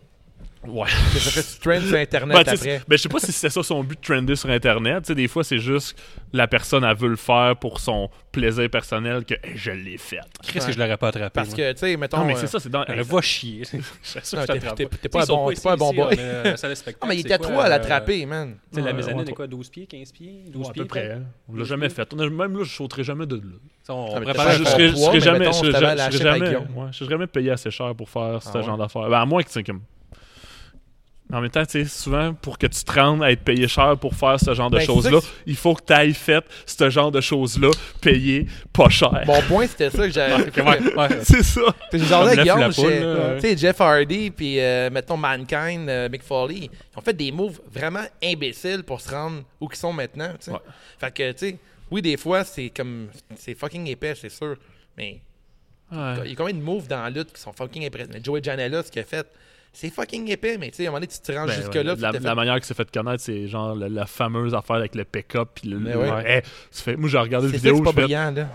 E: Ouais.
A: Ça fait du trend sur
E: Ben,
A: Internet
E: tu sais,
A: après.
E: ben, je sais pas si c'est ça son but de trender sur Internet. Tu sais, des fois, c'est juste la personne, elle veut le faire pour son plaisir personnel que Hey, je l'ai fait.
F: Qu'est-ce que je l'aurais pas attrapé
A: Parce
F: moi.
A: que, tu sais, mettons.
E: Non, mais
A: euh,
E: c'est ça, c'est dans.
F: Elle va chier. Je suis sûr
A: Non,
F: que
A: t'es-
F: je t'attrape
A: t'es-
F: pas.
A: t'es pas un
F: Ils sont
A: bon-
F: ici, euh,
A: t'es pas un bon
F: ici, on
A: boy.
F: est à la salle de spectacle,
A: Ah, mais il
F: c'est
A: était
F: quoi,
A: trop à
F: euh,
A: l'attraper, man.
F: tu sais, La
E: Ouais,
F: mezzanine
E: ouais,
F: est quoi 12 pieds, 15 pieds 12
E: à
F: pieds
E: peu près.
F: peut-être?
E: hein. On l'a jamais fait. On a- même là, je sauterai jamais de là.
F: Ça, On
A: Ah, mais
F: prépare
A: t'as
E: Je
A: Ouais,
E: je
A: pas
F: un
E: serais,
A: bon
E: je
A: poids,
E: serais
A: mais
E: jamais,
A: mettons,
E: je
A: je
E: serais,
A: t'avais à
E: ja-
A: la
E: je serais
A: chaîne à
E: jamais,
A: Guillaume.
E: ouais, je serais jamais payé assez cher pour faire ce
A: Ah ouais?
E: genre d'affaires. Ben, à moins que c'est comme. En même temps, tu sais, souvent, pour que tu te rendes à être payé cher pour faire ce genre de
A: Ben, c'est
E: choses-là,
A: ça que
E: il faut que tu ailles faire ce genre de choses-là payé pas cher.
A: Mon point, c'était ça que j'avais.
F: Ouais.
E: C'est ça.
A: T'es genre là,
F: Comme l'œuf ou
A: Guillaume,
F: la poule,
A: j'ai-
F: là, ouais.
A: tu sais, Jeff Hardy, puis euh, mettons Mankind, euh, Mick Foley, ils ont fait des moves vraiment imbéciles pour se rendre où qu'ils sont maintenant, tu sais.
E: Ouais.
A: Fait que, tu sais, oui, des fois, c'est comme, c'est fucking épais, c'est sûr, mais il y a combien de moves dans la lutte qui sont fucking impressionnants? Joey Janela, ce qu'il a fait, c'est fucking épais, mais tu sais, à un moment donné, tu te rends
E: Ben,
A: jusque-là.
E: ouais,
A: puis
E: la,
A: t'as fait-
E: la manière que c'est fait connaître, c'est genre la, la fameuse affaire avec le pick-up. puis le-
A: Ben
E: le-
A: ouais.
E: Hey, tu fais- moi, j'ai regardé la
A: c'est ça que
E: vidéo.
A: c'est pas
E: je fais-
A: brillant, là.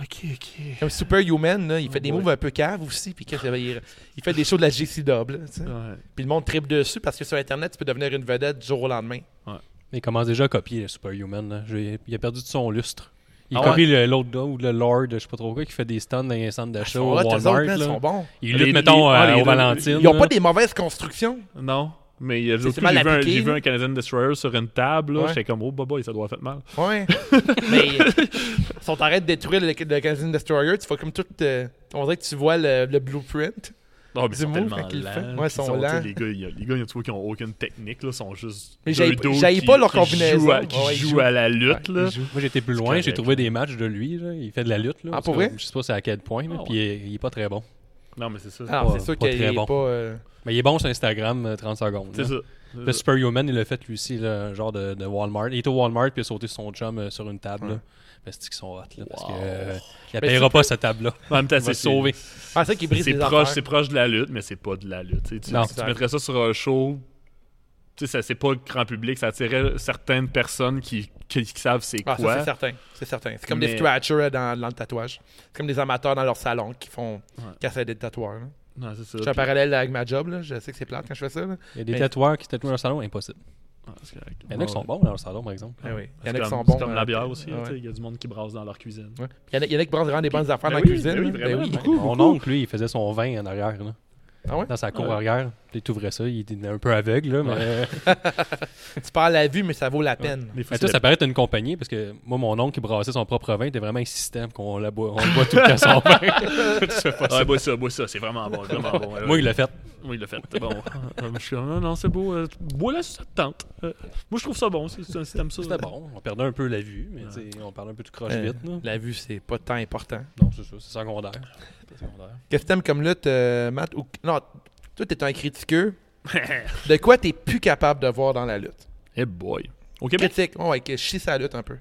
E: Ok, ok.
A: Comme Superhuman, là, il fait des moves un peu cave aussi, puis qu'est-ce qu'il il, il fait des shows de la GCW, là, tu sais.
E: Ouais.
A: Puis le monde tripe dessus parce que sur Internet, tu peux devenir une vedette du jour au lendemain.
F: Mais Il commence déjà à copier le Superhuman. là. J'ai- Il a perdu de son lustre. Il
A: Ah ouais?
F: copie le- l'autre gars ou le Lord, je sais pas trop quoi, qui fait des stands dans les centres d'achat au
A: là, tes
F: Walmart.
A: autres, man,
F: là.
A: sont bons.
F: Il
E: Les-
F: lutte, mettons,
E: les- ah,
F: euh,
E: les-
F: au Valentine.
A: Ils ont pas
F: là.
A: des mauvaises constructions.
E: Non, mais il y a j'ai
A: C'est mal
E: vu un-
A: appliqué,
E: j'ai vu
A: là.
E: un Canadian Destroyer sur une table. là,
A: Ouais.
E: J'étais comme, oh, baba, ça doit faire mal.
A: Ouais. Mais euh, ils sont en train de détruire le, le Canadian Destroyer. Tu vois comme tout. euh, on dirait que tu vois le, le blueprint.
E: Non, mais
A: Du
E: ils sont
A: move,
E: tellement
A: quand il le fait.
E: lents.
A: Ouais, ils
E: puis
A: sont
E: ils tu sais,
A: lents.
E: Les gars, il y a- les gars, il y a tu vois qui ont aucune technique, là, sont juste.
A: Mais
E: deux
A: j'aille-
E: dos
A: j'aille
E: qui-
A: pas leur
E: qui
A: combinaison.
E: jouent à- Qui
A: Ouais, ils
E: jouent
A: jouent.
E: à la lutte, là.
F: Moi, j'étais plus loin,
E: correct,
F: j'ai trouvé des matchs de lui. là. Il fait de la lutte.
A: Ah,
F: Là, parce
A: pour
F: que,
A: vrai?
F: Je sais pas c'est à quel point, là,
E: Ah,
F: puis il est- il est pas très bon.
E: Non, mais c'est ça.
A: Ah,
F: pas-
A: c'est sûr
F: pas
A: qu'il
F: très
A: est
F: bon.
A: pas. euh,
F: Mais il est bon sur Instagram, euh, 30 secondes.
E: C'est
F: là.
E: ça.
F: Le Superhuman, il l'a fait lui aussi, là, un genre de, de Walmart. Il est au Walmart, puis il a sauté son chum euh, sur une table. là. Mais c'est qu'ils sont hot, là, parce que, euh, il ne
A: Mais
F: payera
A: c'est-
F: pas cette table-là.
E: En même temps, c'est
F: sauvé.
A: Ah, c'est ça qui brise
E: C'est
A: les
E: proche, c'est
A: affaires.
E: proche de la lutte, mais c'est pas de la lutte. tu sais. Tu,
F: Non.
E: si tu mettrais ça sur un show, tu sais, ça- c'est pas grand public, ça attirait certaines personnes qui, qui- qui savent c'est
A: Ah, ça,
E: quoi.
A: c'est certain. C'est certain. C'est comme
E: Mais-
A: des scratchers euh, dans, dans le tatouage. C'est comme des amateurs dans leur salon qui font. qui essaient d'être tatoueurs. là.
E: Non, c'est ça.
A: Je fais un parallèle avec ma job. Là. Je sais que c'est plate quand je fais ça. là.
F: Il y a des
A: Mais-
F: tatoueurs qui se tatouent dans le salon, impossible.
E: Ah, c'est correct.
F: Il y en a qui sont bons dans le salon, par exemple.
A: Ah oui. Il y en
E: C'est
A: a qui
E: comme-
A: sont
E: c'est
A: bons.
E: comme
A: euh,
E: la bière aussi.
A: ouais.
E: tu sais, Il y a du monde qui brasse dans leur cuisine.
A: Ouais. Il y en a- il y en a qui prennent vraiment des bonnes affaires dans
E: Ben
A: la
E: oui,
A: cuisine.
E: ben
A: là.
E: oui,
A: Ben
E: vraiment.
A: oui.
E: Beaucoup,
F: Mon oncle, lui, il faisait son vin en arrière, là.
A: Ah ouais?
F: dans sa cour
E: Ouais.
F: arrière. Puis Il ouvrait ça, il était un peu aveugle, là, mais,
A: Tu perds la vue, mais ça vaut la peine.
E: Des fois,
F: mais toi,
E: c'est
F: ça paraît être une compagnie, parce que moi, mon oncle qui brassait son propre vin était vraiment insistant qu'on la boit, on le boit tout le temps son vin. Je sais pas
E: la-
F: ça.
E: Ouais, bois ça, bois ça, c'est vraiment bon, vraiment bon. Ouais,
F: Moi,
E: ouais.
F: il l'a fait.
E: Oui, il l'a fait. Bon. Euh, je suis comme, non, non, c'est beau. Euh, bois là si ça te tente. Euh, moi, je trouve ça bon. C'est un système ça.
F: C'était bon, on perdait un peu la vue, mais tu sais, on parlait un peu du croche
A: Euh,
F: vite. là.
A: La vue, c'est pas tant important.
F: Non, c'est ça, c'est secondaire. C'est secondaire.
A: Qu'est-ce que t'aimes comme lutte, euh, Matt? Ou... Non, toi, t'es un critiqueux. de quoi t'es plus capable de voir dans la lutte?
E: Eh boy. Au Québec,
A: Critique. Oh, ouais, que je chie sa lutte un peu.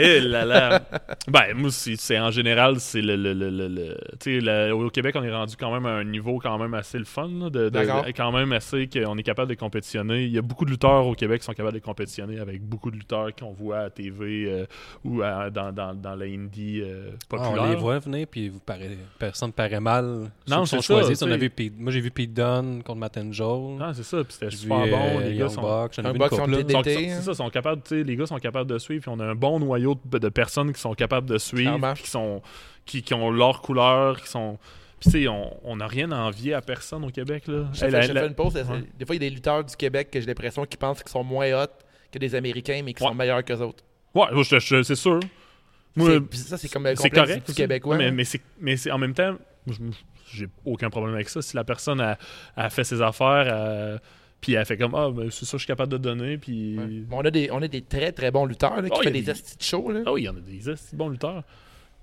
E: Eh là là. Ben, moi, c'est c'est- en général, c'est le. le, le, le- le- tu sais, le- au Québec, on est rendu quand même à un niveau quand même assez le fun. là, de, de-
A: D'accord.
E: de- quand même assez qu'on est capable de compétitionner. Il y a beaucoup de lutteurs au Québec qui sont capables de compétitionner avec beaucoup de lutteurs qu'on voit à TV euh, ou à- dans, dans, dans la indie euh, populaire.
F: Ah, On les voit venir, puis vous paraît- personne ne paraît mal.
E: Non,
F: Ceux qui
E: c'est ça,
F: choisis, on a
E: tu sais.
F: vu Pete- moi, j'ai vu Pete Dunne contre Matt Angel.
E: Ah, c'est ça. Puis c'était
F: J'ai
E: super
F: vu,
E: bon.
F: euh,
E: Les gars
F: Young
E: sont.
F: Bucks, j'en ai
A: Un
F: vu une
A: Bucks
F: couple,
A: contre
F: là.
A: les
E: sont- sont-
A: d'été, hein.
E: c'est ça, sont capables, tu sais, les gars sont capables de suivre, puis on a un bon noyau de, de personnes qui sont capables de suivre,
A: Clairement.
E: puis qui sont qui, qui ont leur couleur, qui sont puis tu sais, on on n'a rien à envier à personne au Québec là.
A: J'ai fait,
E: Hey, Eh, la-
A: j'ai
E: la-
A: fait une pause. là, c'est-
E: Ouais.
A: Des fois, il y a des lutteurs du Québec que j'ai l'impression qu'ils pensent qu'ils sont moins hot que des Américains, mais qui
E: Ouais.
A: sont meilleurs qu'eux autres.
E: Ouais, moi, je- je- c'est sûr. Moi,
A: C'est- puis ça, c'est comme le
E: c'est
A: complexe
E: correct
A: du
E: ça.
A: Québécois.
E: Mais,
A: hein.
E: mais c'est mais c'est en même temps, moi, je- j'ai aucun problème avec ça. Si la personne a, a fait ses affaires, euh, puis elle fait comme ah, ben, c'est ça que je suis capable de donner, puis
A: Mais On, a des, on a des très très bons lutteurs là, qui
E: Oh,
A: font
E: il y a
A: des
E: des-
A: astuces shows. Là.
E: ah oui, il y en a des esti de bons lutteurs.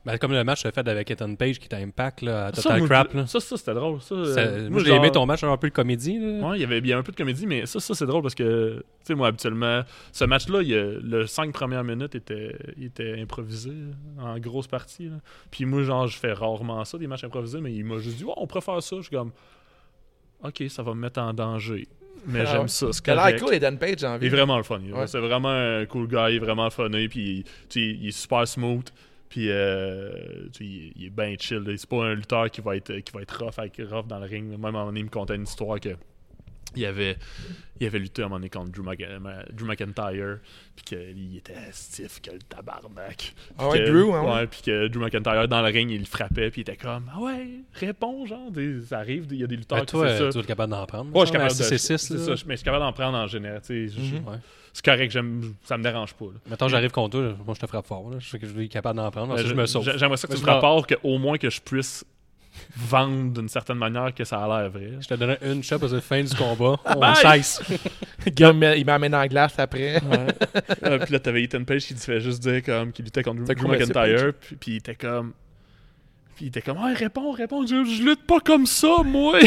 F: Ben, comme le match fait avec Ethan Page qui t'a impact là, à
E: Ça,
F: Total
E: moi,
F: Crap.
E: je-
F: là.
E: Ça, ça, c'était drôle. Ça,
F: Ça-
E: euh,
F: moi, j'ai
E: genre-
F: aimé ton match, un peu de comédie. là.
E: Ouais, il y avait il y avait un peu de comédie, mais ça, ça c'est drôle parce que, tu sais, moi, habituellement, ce match-là, il y a- le 5 premières minutes était, il était improvisé, là, en grosse partie. là. Puis moi, genre, je fais rarement ça, des matchs improvisés, mais il m'a juste dit, ouais, on préfère ça. Je suis comme, ok, ça va me mettre en danger. Mais
A: Ah ouais.
E: j'aime ça, c'est
A: T'as l'air
E: correct.
A: cool, Eden Page, j'ai
E: Il est
A: envie.
E: vraiment le fun. il est-
A: Ouais.
E: C'est vraiment un cool guy, il est vraiment funny, puis tu sais, il est super smooth. Puis euh, tu sais, il est- il est bien chill. là. C'est pas un lutteur qui va être qui va être rough, avec- rough dans le ring. Même à un moment donné, il me contait une histoire que il avait, il avait lutté à un moment donné contre Drew, Mc- euh, Drew McIntyre, puis qu'il était stiff que le tabarnak.
A: Ah
E: Puis
A: ouais,
E: que-
A: Drew, hein, ouais.
E: ouais, puis que Drew McIntyre, dans le ring, il le frappait, puis il était comme « Ah ouais, réponds, genre, des- ça arrive, il y a des lutteurs
F: Ben,
E: qui
F: toi,
E: font
F: euh,
E: ça. »
F: tu es capable d'en prendre.
E: Ouais, je suis capable de.
F: C'est 6
E: c'est ça, je- mais je suis capable d'en prendre en général. tu sais, je-
F: Ouais.
E: C'est correct, j'aime, ça me dérange pas. là.
F: Mettons, j'arrive contre toi, moi je te frappe fort. là. Je sais que je suis capable d'en prendre.
E: Ben,
F: Ensuite, je me sauve.
E: J'a- J'aimerais ça que
F: Moi,
E: tu
F: je
E: me
F: m'en-
E: rapportes que au moins que je puisse vendre d'une certaine manière que ça a l'air vrai.
F: Je te donnerai une shot à la fin du combat. On
E: Bye!
F: cesse.
A: Il m'a- il m'amène en glace après.
E: Euh, puis là, t'avais Ethan Page qui te fait juste dire comme qu'il luttait contre
A: T'as
E: Drew
A: coupé, c'est
E: McIntyre, puis, puis il était comme. Puis il était comme, hey, réponds, réponds, je, je lutte pas comme ça, moi!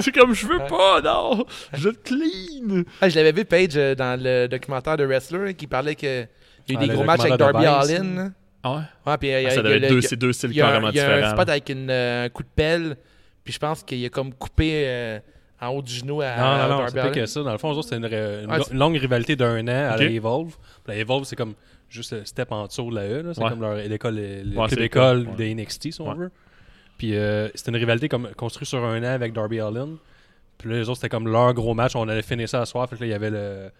E: c'est comme, je veux pas, non! Je lutte clean!
A: Ah, je l'avais vu, Page, euh, dans le documentaire de Wrestler, hein, qui parlait que il y a
F: Ah,
A: eu des
F: le
A: gros matchs avec
F: documentaire
A: Darby
F: de Vince,
A: Allin. hein.
E: Ah ouais?
A: Ouais, puis, euh, il y a-
E: ça
A: il y
E: devait
A: a
E: être
A: le-
E: deux, c'est deux styles
A: Il y a,
E: carrément
A: un, il y a un
E: différents.
A: spot avec une, euh, un coup de pelle, puis je pense qu'il a comme coupé euh, en haut du genou à,
F: Non,
A: à
F: non, non,
A: Darby
F: c'est pas
A: Allin.
F: que ça. Dans le fond, eux autres, c'est une, ré- une
A: Ouais,
F: lo-
A: c'est-
F: longue rivalité d'un an à la
E: Ah, Ok.
F: Evolve. Puis La Evolve, c'est comme juste le step en dessous de la E. là. C'est
E: Ouais.
F: comme leur l'école, le le
E: Ouais,
F: club
E: c'est
F: école
E: l'école,
F: des NXT, si on
E: Ouais.
F: veut. Puis euh, c'était une rivalité comme construite sur un an avec Darby Allin. Puis là, les autres, c'était comme leur gros match. On allait finir ça à soir. Fait que là, il y avait le,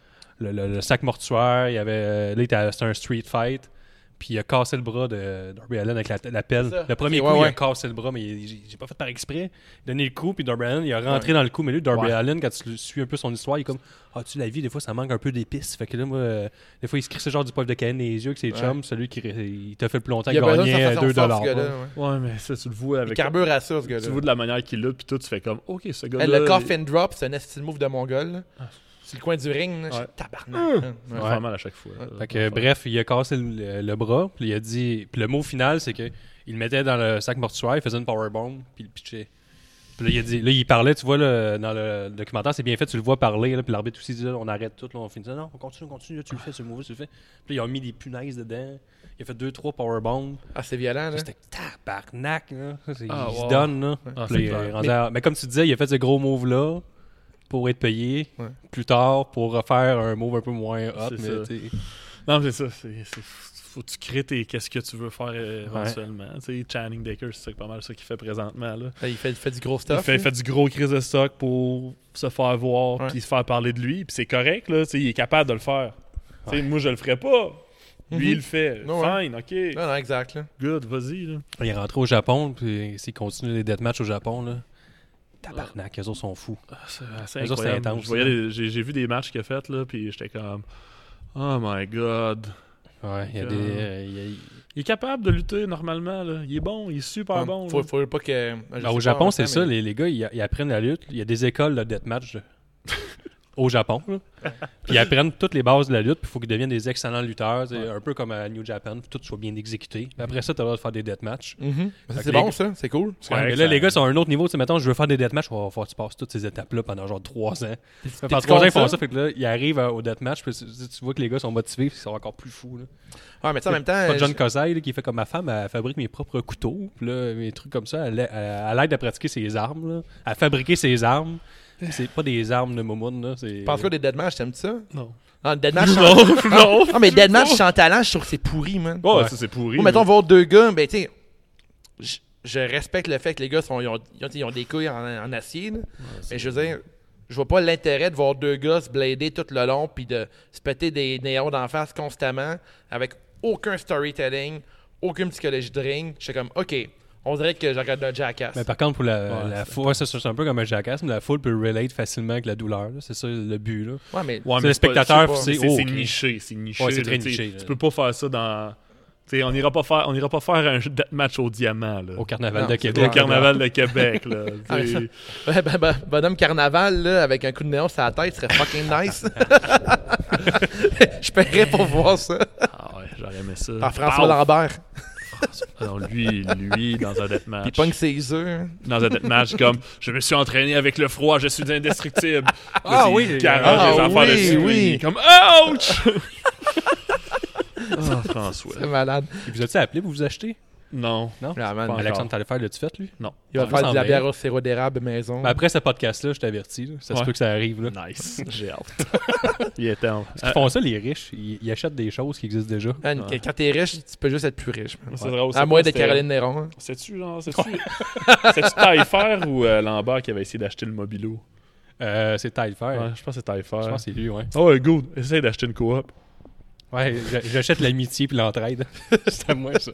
F: le, le- le sac mortuaire. Il y avait, euh, là, il était- c'était un street fight. Puis il a cassé le bras de Darby Allen avec la, la pelle.
A: C'est ça.
F: Le premier
A: Ok,
F: coup,
A: ouais,
F: il a
A: ouais.
F: cassé le bras, mais il- j'ai j'ai pas fait par exprès. Il a donné le coup, puis Darby Allen, il a rentré dans le coup. Mais lui, Darby Allen, quand tu le- suis un peu son histoire, il est comme Ah, tu sais, la vie, des fois, ça manque un peu d'épices. Fait que là, moi, euh, des fois, il se crissait genre du poivre de cayenne dans les yeux que c'est chum. Celui qui il t'a fait le plus longtemps,
A: Il a besoin de sa
F: gagnait
A: façon
F: 2
A: de faire,
F: euh, dollars.
A: ce
F: Ouais.
A: gars-là. ouais.
E: Ouais, mais ça, tu le vois
A: Il
E: avec.
A: carbure à ça, ce
E: Tu le
A: gars-là.
E: vois de la manière qu'il lutte, puis toi, tu fais comme, ok, ce gars-là.
A: Hey, Le
E: il-
A: coffin drop, c'est un esti de move de mon gars. là.
F: Ah.
A: C'est le coin du ring. là, je suis
E: Ouais.
A: Tabarnak. hein.
E: Ça me fait mal à chaque fois.
F: Fait que, euh, bref, il a cassé le, le- le bras, puis il a dit. Puis le mot final, c'est que il le mettait dans le sac mortuaire, il faisait une powerbomb, puis il le pitchait. Puis là, il a dit. Là, il parlait, tu vois, là, dans le documentaire, c'est bien fait, tu le vois parler, là, puis l'arbitre aussi dit, là, on arrête tout, là, on finit. Non, on continue, on continue, là, tu le fais, tu le mauvais, tu le fais. Puis là, ils ont mis des punaises dedans, il a fait deux, trois powerbombs.
A: Ah, c'est violent. là.
F: C'était tabarnak, là. Ça, c'est-
E: Ah,
F: il se
E: wow.
F: donne, là.
E: Ah,
F: Puis
E: c'est
F: là, il est
E: clair.
F: rendu à- mais... comme tu disais, il a fait ce gros move-là pour être payé
A: Ouais.
F: plus tard pour refaire un move un peu moins hot,
E: C'est
F: mais
E: ça.
F: tu sais.
E: Non, mais c'est ça. c'est- c'est- faut que tu crées tes, qu'est-ce que tu veux faire euh,
F: Ouais.
E: éventuellement. Tu sais, Channing Dacre, c'est ça, pas mal ça qu'il fait présentement. Là.
A: Il fait, il fait du gros
E: Il
A: stuff.
E: fait,
A: là.
E: fait du gros crise de stock pour se faire voir
A: hein. Ouais.
E: puis se faire parler de lui. Puis c'est correct, là. tu sais, Il est capable de le faire. Tu sais, Moi, je le ferais pas. Lui, il le fait.
A: Ouais, ouais. Ah.
E: Fine, OK.
A: Mhm. Non, non, exact. là.
E: Good, vas-y. là.
F: Il est rentré au Japon, puis s'il continue les deathmatchs au Japon, là, tabarnak, eux autres sont fous.
E: Ah, C'est assez
F: Les autres, c'est
E: incroyable.
F: intense,
E: Je voyais
F: là.
E: les- J'ai j'ai vu des matchs qu'il a fait, là, puis j'étais comme... Oh my God.
F: Ouais, il y a
E: Euh,
F: des... euh, il y a- il-
E: Il est capable de lutter normalement, là. Il est bon, il est super
A: Ouais.
E: Ah, bon.
A: Faut,
E: là.
A: faut pas que. euh, je
F: Ben, au
A: sais
F: Japon,
A: pas,
F: c'est
A: mais-
F: ça, les, les gars, ils, ils apprennent la lutte. Il y a des écoles de deathmatch. là. au Japon. là. puis ils apprennent toutes les bases de la lutte, puis il faut qu'ils deviennent des excellents lutteurs, c'est un peu comme à New Japan, faut que tout soit bien exécuté. Puis après ça, tu as le droit de faire des deathmatchs.
A: C'est
F: que les-
A: bon, ça. C'est cool.
F: Mhm. Ouais,
E: Ouais,
F: mais
E: ça-
F: là, les gars sont à un autre niveau. Tu sais, mettons, je veux faire des deathmatchs, il va falloir que tu passes toutes ces étapes-là pendant genre trois ans. Pendant
A: t'es-tu
F: trois ans,
A: contre
F: ils font
A: ça?
F: ça, fait que là, ils arrivent à- au deathmatch, puis tu, tu vois que les gars sont motivés, puis ils sont encore plus fous. Là.
A: Ouais, mais tu sais, en même temps.
F: Pas John
A: Euh, je-
F: Cosay, là, qui fait comme ma femme, elle fabrique mes propres couteaux, puis là, mes trucs comme ça, elle, a- elle- elle aide à pratiquer ses armes, là, à fabriquer ses armes. C'est pas des armes de Momoun, là. c'est-
A: Pense quoi des deadmatchs, t'aimes ça?
F: Non.
A: Ah, deadmatch sans... Ah, non. non, mais deadmatch sans talent, je trouve que c'est pourri, man.
E: Oh,
F: Ouais.
E: ça, c'est pourri.
A: Moi,
E: là.
A: mettons, voir deux gars, ben, tu sais, je- je respecte le fait que les gars, sont, ils, ont, ils ont- ils ont des couilles en, en acier, là. mais je veux dire, je vois pas l'intérêt de voir deux gars se blader tout le long, puis de se péter des néons d'en face constamment, avec aucun storytelling, aucune psychologie de ring. Je suis comme, OK, on dirait que je regarde un jackass.
F: Mais par contre, pour la, la foule, ouais, ça, ça, c'est un peu comme un jackass, mais la foule peut relate facilement avec la douleur, là. c'est ça le but. Là.
A: Ouais, mais...
E: Ouais,
F: C'est le
E: c'est pas-
F: spectateur,
E: je sais
F: c'est-
E: pas.
F: oh,
E: c'est c'est
F: ok.
E: niché, c'est niché.
F: Ouais, c'est
E: là,
F: très
E: tu sais,
F: niché, là.
E: Tu peux pas faire ça dans. tu sais, on n'ira pas faire, on ira pas faire un deathmatch au diamant là.
F: Au carnaval
A: Non,
F: de
A: c'est
E: Au
F: Québec.
E: carnaval de Québec là.
A: Ah, mais
E: Tu sais.
A: ça- Ouais, ben, ben, bonhomme carnaval, là, avec un coup de néon sur la tête, serait fucking nice. Je paierais pour voir ça.
E: Ah ouais, j'aurais aimé ça.
A: Par François
E: Paf!
A: Lambert.
E: Ah non, lui, lui, dans un deathmatch.
A: Il pogne ses œufs. hein.
E: Dans un deathmatch comme je me suis entraîné avec le froid, je suis indestructible.
F: Ah
E: Vas-y,
F: oui, les-
E: caresse
A: ah
E: les enfants
A: oui,
E: dessus,
A: oui.
E: il est Comme ouch. Ah, François.
A: C'est malade.
F: Il vous a-t-il appelé pour vous acheter
E: Non.
F: Non.
A: Ah, man,
E: Pas encore.
F: Alexandre, t'allais faire le tu fait, lui
E: Non.
A: Il va
F: Ah,
A: faire de la
F: semblait.
A: bière Bah, au sirop d'érable maison.
F: Mais Après ce podcast-là, je t'avertis, là, ça se
E: Ouais.
F: peut que ça arrive. Là.
E: Nice. J'ai hâte. Euh, il est temps.
F: Ils font ça, les riches. Ils, ils achètent des choses qui existent déjà.
A: Man, que- Quand t'es riche, tu peux juste être plus riche. man.
E: Ça serait aussi
A: À moins
E: pas,
A: d'être
E: c'était-
A: Caroline Néron. hein.
E: C'est-tu, genre, c'est-tu, c'est-tu Taillefer ou euh, Lambert qui avait essayé d'acheter le mobilo?
F: Euh, c'est taille faire.
E: Ouais, je pense que c'est Oh, Taillefer.
F: Je pense que c'est lui, ouais.
E: Oh, ouais, good. Essaye d'acheter une coop.
F: Ouais, j'a- j'achète l'amitié puis l'entraide. c'est à moi, ça.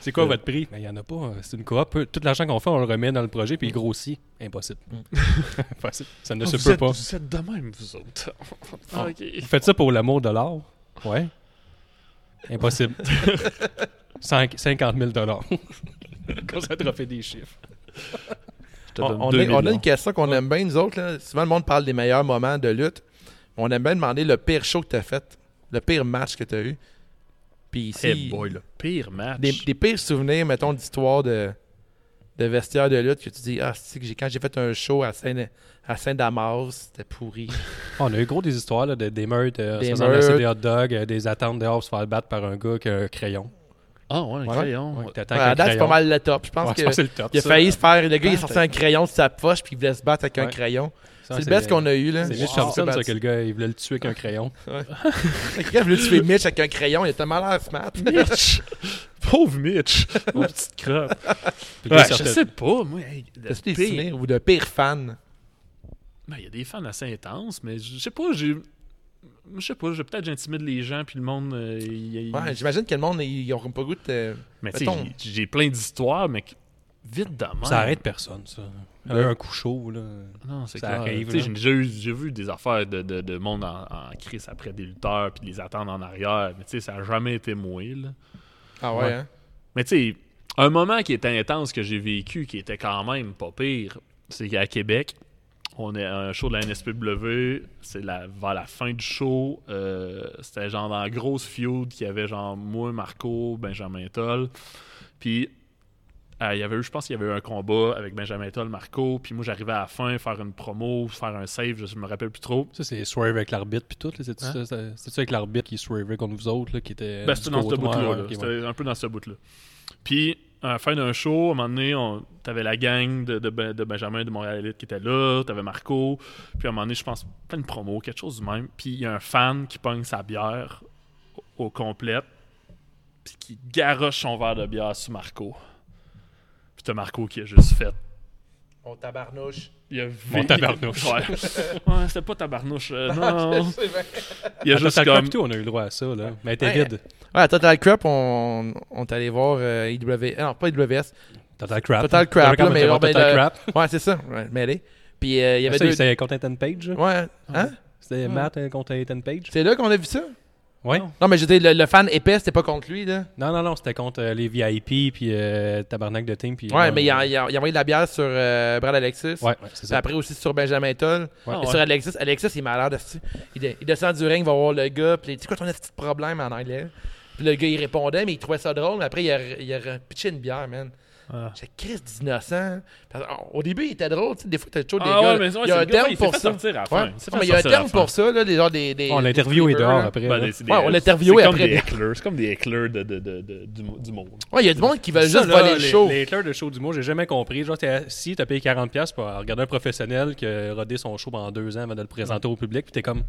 F: C'est quoi votre prix? ben, Il n'y en a pas. hein. C'est une coop. Peu- Tout l'argent qu'on fait, on le remet dans le projet puis il grossit. Impossible. Impossible. Ça ne se
E: vous,
F: peut
E: êtes,
F: pas.
E: vous êtes de même, vous autres. ok.
F: Vous faites ça pour l'amour de l'art? Ouais. Impossible. Cinq- 50 000 Quand ça te fait des chiffres.
E: Je te
A: On,
E: donne
A: on a,
E: 2000
A: on a une question qu'on aime bien, nous autres. là. Souvent, le monde parle des meilleurs moments de lutte. On aime bien demander le pire show que t'as fait, le pire match que t'as eu. Puis ici,
E: Hey boy, le pire match.
A: des, des pires souvenirs, mettons, d'histoire de, de vestiaire de lutte que tu dis, ah, c'est que j'ai- quand j'ai fait un show à Saint- à Saint-Damas, c'était pourri.
F: On a eu gros des histoires là, de, des meurtres, euh, on
A: Des
F: se faisant verser
A: meurtres.
F: des hot dogs, euh, des attentes dehors pour se faire battre par un gars qui a un crayon.
E: Ah, ouais, un
F: Ouais,
E: crayon.
F: ouais, t'attends
A: Ouais,
F: qu'un
A: à date, c'est
F: crayon.
A: Ah, pas mal le top. Je pense
F: Ouais,
A: que
F: je pense que c'est le top.
A: il a
F: ça.
A: failli se faire. Le gars, il est
E: Ah,
A: sorti
E: t'as-
A: un crayon de sa poche, puis il voulait se battre avec un
F: Ouais.
A: crayon.
F: Ça,
A: C'est le best qu'on a eu, Ah, là.
F: C'est
A: Wow.
F: Mitch Thompson,
A: Se
F: ça,
A: battre.
F: que le gars, il voulait le tuer avec un crayon.
A: Quelqu'un voulait tuer Mitch avec un crayon, il a tellement l'air smart.
E: Mitch. Pauvre Mitch. Mon petite crotte.
F: Puis
E: Ouais,
F: le gars, il
E: je
F: sortait-
E: sais pas, moi. hey, le
A: T'as-tu des
E: pire-
A: souvenirs ou de pires fans?
E: Ben, il y a des fans assez intenses, mais je sais pas, j'ai. Je sais pas, j'ai peut-être j'intimide les gens, puis le monde. euh, il- il-
A: Ouais, j'imagine que le monde, ils ont comme pas goût de. euh, te-
E: mais tu sais,
A: mettons-
E: j'ai- j'ai plein d'histoires, mais que- vite de même.
F: Ça arrête personne, ça. Un coup chaud, là.
E: Non, c'est
F: Ça
E: clair.
F: arrive,
E: Tu sais,
F: là.
E: J'ai déjà eu- j'ai vu des affaires de, de, de monde en, en crise après des lutteurs, puis de les attendre en arrière, mais tu sais, ça a jamais été moué, là.
A: Ah ouais,
E: Ouais.
A: hein?
E: Mais tu sais, un moment qui était intense que j'ai vécu, qui était quand même pas pire, c'est qu'à Québec, on est à un show de la NSPW, c'est la, vers la fin du show, euh, c'était genre dans la grosse feud qu'il y avait genre moi, Marco, Benjamin Toll, puis euh, il y avait eu, je pense qu'il y avait eu un combat avec Benjamin Toll, Marco, puis moi j'arrivais à la fin faire une promo, faire un save, je me rappelle plus trop.
F: Ça, c'est swerve avec l'arbitre, puis tout. là. C'est-tu
E: Hein?
F: ça- ça- c'est-tu avec l'arbitre qui swervait contre vous autres, là, qui était.
E: Ben,
F: Euh, du
E: c'était dans ce
F: côté-
E: bout-là.
F: ouais,
E: là.
F: ouais, ok,
E: C'était
F: ouais.
E: un peu dans ce bout-là. Puis, à la fin d'un show, à un moment donné, on... t'avais la gang de, de Ben- de Benjamin de Montréal Elite qui était là, t'avais Marco, puis à un moment donné, je pense, pas une promo, quelque chose du même. Puis, il y a un fan qui pogne sa bière au, au complet, puis qui garoche son verre de bière sur Marco. Puis, t'as Marco qui a juste fait.
A: On tabarnouche.
E: Il a
F: Mon tabarnouche.
E: Ouais, Ouais, c'était pas tabarnouche. euh, non. Il a
F: À
E: juste
F: Ah, Total Crap
E: comme.
F: et tout, on a eu le droit à ça, là. Mais elle était
A: Ouais.
F: vide.
A: Ouais, à Total Crap, on, on est allé voir euh, IW... Non, pas IWS.
F: Total Crap.
A: Total Crap,
F: Total
A: là, mais
F: Crap.
A: ben,
F: Total
A: le-
F: Crap.
A: Ouais, c'est ça. Ouais, mêlé. Puis euh, il y avait
F: Ça,
A: deux...
E: Ah,
F: C'était contre Ethan Page. là.
A: Ouais, hein?
F: C'était Matt euh, contre Ethan Page.
A: C'est là qu'on a vu ça?
F: Ouais.
A: Non, mais je veux dire, le, le fan épais, c'était pas contre lui, là.
F: Non, non, non, c'était contre euh, les VIP, puis euh, Tabarnak de Team. Puis, euh,
A: Ouais, mais il a, il a- il a envoyé de la bière sur euh, Brad Alexis.
F: Ouais, ouais, c'est
A: Puis
F: ça.
A: après aussi sur Benjamin Toll.
F: Ouais.
A: et
E: Ah,
A: sur
E: ouais.
A: Alexis. Alexis, il est malade. esti. Il, de- il descend du ring, il va voir le gars. Puis il dit, C'est quoi ton petit problème en anglais? Puis le gars, il répondait, mais il trouvait ça drôle. Mais après, il a, il a repitché une bière, man.
E: Ah.
A: J'ai Chris d'innocent. Parce que, oh, Au début, il était drôle. tu sais, Des fois, t'as toujours des
E: Ah
A: gars.
E: ouais, mais ouais,
A: il y a un
E: c'est le gars,
A: terme
E: il s'est
A: pour
E: fait
A: ça.
E: sortir à la
A: Ouais.
E: fin. Il s'est
A: Non, mais
E: fait
A: il y a un
E: sortir à la
A: terme
E: fin.
A: pour ça, là, les gens des. des
F: On l'a
A: des
F: interviewé
A: creepers,
F: dehors
A: Bah, là.
F: après.
E: Ben,
F: là.
E: des- des-
A: Ouais, on l'a interviewé
E: c'est comme
A: après.
E: des hecklers. C'est comme des hecklers de, de, de, de- du, mo- du monde.
A: Ouais, il y a du monde qui veulent
F: Ça,
A: juste
F: là,
A: voler le
F: les-
A: show.
F: Les headliners de show du mot, j'ai jamais compris. Genre, t'es assis, t'as payé 40$ pour regarder un professionnel qui a rodé son show pendant deux ans avant de le présenter
A: Mm.
F: au public, puis t'es comme.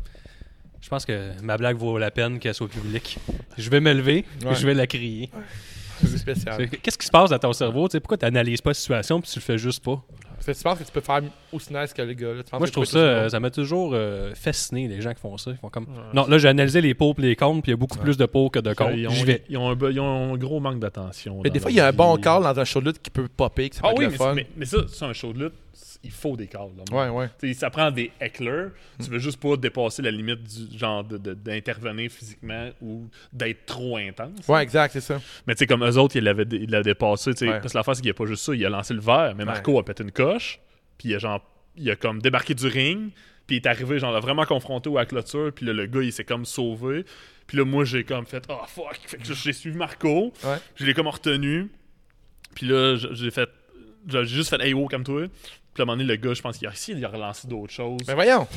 F: Je pense que ma blague vaut la peine qu'elle soit publique. Je vais me lever et
A: Ouais.
F: je vais la crier.
A: C'est spécial.
F: C'est- Qu'est-ce qui se passe dans ton cerveau? tu sais, pourquoi tu n'analyses pas la situation puis tu le fais juste pas?
A: Parce que tu penses que tu peux faire aussi nice que le gars. là. Tu penses
F: Moi,
A: que
F: je
A: tu peux
F: trouve
A: tout
F: ça, euh, ça m'a toujours euh, fasciné, les gens qui font ça. Ils font comme... Non, là, j'ai analysé les pots et les comptes, puis il y a beaucoup plus de pots que de comptes.
E: Ils ont,
F: J'y vais.
E: ils ont un, be- ils ont un gros manque d'attention.
A: Mais
E: dans
A: des fois,
E: leur
A: il y a un
E: vie.
A: bon call dans un show de lutte qui peut popper, que ça peut
E: Ah
A: être
E: oui,
A: le
E: mais,
A: fun.
E: mais- mais ça, c'est un show de lutte. c'est- Il faut des calls. là.
A: Ouais, Mm. ouais.
E: T'sais, ça prend des hecklers. Tu veux juste pas dépasser la limite du genre de- de- d'intervenir physiquement ou d'être trop intense.
A: Ouais, exact, c'est ça.
E: Mais tu sais, comme eux autres, ils l'avaient dé- ils l'avaient dépassé. tu sais,
A: Ouais.
E: Parce que l'affaire, c'est qu'il n'y a pas juste ça. Il a lancé le verre, mais Marco a pété une coche. Puis il a genre. Il a comme débarqué du ring. Puis il est arrivé, genre, vraiment confronté à la clôture. Puis là, le gars, il s'est comme sauvé. Puis là, moi, j'ai comme fait, oh fuck. Fait que j'ai suivi Marco.
A: Ouais.
E: Je l'ai comme retenu. Puis là, j- j'ai fait. J'ai juste fait, hey, wow, comme toi. Puis à un moment donné, le gars, je pense qu'il a, s'il a relancé d'autres choses.
A: Mais voyons.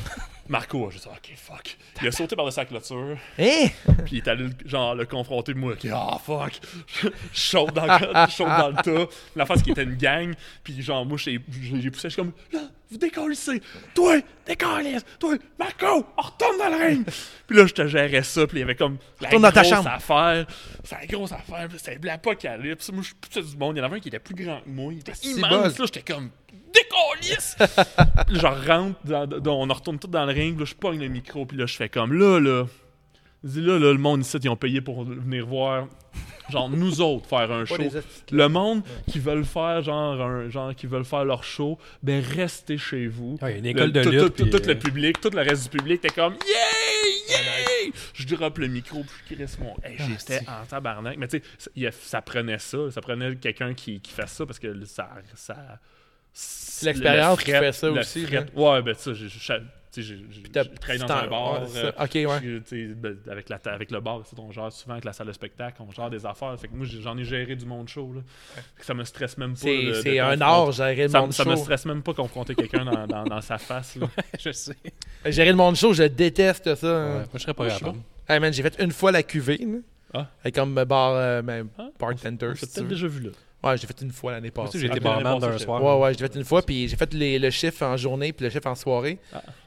E: Marco a juste, ok, fuck. Il a sauté par-dessus la clôture.
A: Hein?
E: Puis il est allé le- genre le confronter moi qui ah fuck je saute dans le je saute dans le tas la face qui était une gang puis genre moi j'ai j'ai- j'ai poussé je suis comme là vous décollissez toi décollez toi Marco on retourne dans le ring puis là je te gérais ça puis il y avait comme la
A: Retourne dans ta
E: grosse
A: chambre.
E: affaire c'est la grosse affaire puis c'était de l'apocalypse moi je suis poussé du monde il y en avait un qui était plus grand que moi il était
A: Ah, si
E: immense
A: buzz.
E: là j'étais comme décollisse Puis genre rentre dans- dans- on en retourne tout dans le ring là je pogne le micro puis là je fais comme là là dis là, là, le monde ici, ils ont payé pour venir voir, genre, nous autres, faire un show.
A: des astuces.
E: Le monde qui veulent faire, genre, un, genre, qui veulent faire leur show, ben, restez chez vous.
F: Ouais, il y a une école
E: Le-
F: de
E: tout-
F: lutte,
E: Tout, tout-
F: puis,
E: tout le
F: euh,
E: public, tout le reste du public, t'es comme, yeah, yeah! Je drop le micro, puis je crisse mon. Hey,
F: Ah,
E: J'étais en tabarnak. Mais tu sais, ça- il y a- ça prenait ça. Ça prenait quelqu'un qui, qui fasse ça, parce que ça. ça c'est
A: l'expérience qui fait ça aussi,
F: hein.
E: Ouais, ben, ça, j'ai. j'ai- tu sais, j'ai- j'ai-
A: t'as-
E: j'ai travaillé dans
A: t'en-
E: un bar.
A: ouais, c'est
E: euh,
A: ça. Ok, ouais.
E: puis, tu sais, ben, avec, la ta- avec le bar, c'est on gère souvent avec la salle de spectacle, on gère des affaires. Fait que moi, j'ai- j'en ai géré du monde chaud. Là. Fait que ça me stresse même pas.
A: C'est-
E: de- de
A: c'est un
E: confronter-
A: art, gérer le
E: ça,
A: monde
E: ça
A: chaud.
E: me stresse même pas confronter quelqu'un dans, dans- dans sa face. là.
F: Je sais.
A: Gérer le monde chaud, je déteste ça.
F: Moi, je serais pas capable.
A: Hey man, j'ai fait une fois la cuvée. là.
E: Ah.
A: Et comme euh, bar, euh, ben,
E: Ah,
A: bartender, si
E: C'est
A: tu
E: peut-être
A: veux.
E: déjà vu là.
A: Ouais, j'ai fait une fois l'année
F: Moi aussi,
A: passée.
F: j'ai été
E: Ah, l'année
F: barman
E: passée,
F: d'un
E: je-
F: soir.
A: Ouais, ouais, j'ai fait une fois, puis j'ai fait les- le chiffre en journée, puis le chiffre en soirée.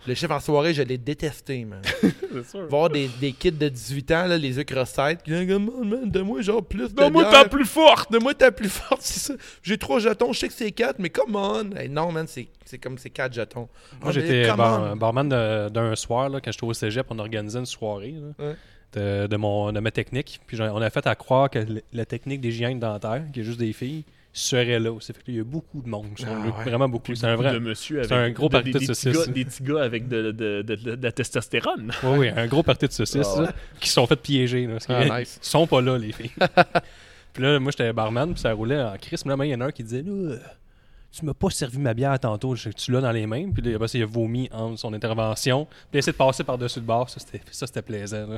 A: Le chiffre en soirée, je l'ai détesté, man.
E: C'est sûr.
A: Voir des, des kids de 18 ans, là, les yeux cross-tête, qui disent, Man, man, donne-moi genre plus de
E: Donne-moi
A: bière.
E: ta plus forte!
A: De moi, t'as plus forte, c'est ça. J'ai trois jetons, je sais que c'est quatre, mais come on! Hey, non, man, c'est c'est comme ces quatre jetons. Ah,
F: Moi, j'étais bar- barman de- d'un soir, là, quand j'étais au cégep, on organisait une soirée là,
A: Ouais.
F: de, de mon, de ma technique. Puis j'en- on a fait à croire que le- la technique des hygiènes dentaires, qui est juste des filles, serait là aussi. Fait que là, il y a beaucoup de monde. qui sont
A: Ah,
F: là,
A: ouais.
F: Vraiment beaucoup. C'est un vrai.
E: De monsieur avec
F: c'est un gros
E: de-
F: party
E: des,
F: de
E: des petits
F: saucisses.
E: gars, des petits gars avec de, de- de- de- de la testostérone.
F: Oui, oui, un gros parti de saucisses
E: Ah ouais.
F: là, qui se sont fait piéger. Là, parce
A: Ah,
F: que-
A: nice.
F: Ils sont pas là, les filles. puis là, moi, j'étais barman, puis ça roulait en crise. Mais là, il y en a un qui disait là, Tu m'as pas servi ma bière tantôt, je- tu l'as dans les mains. Puis là, après ça, il a vomi en son intervention. Puis il a essayé de passer par-dessus le bar. Ça, c'était ça, c'était plaisant. là.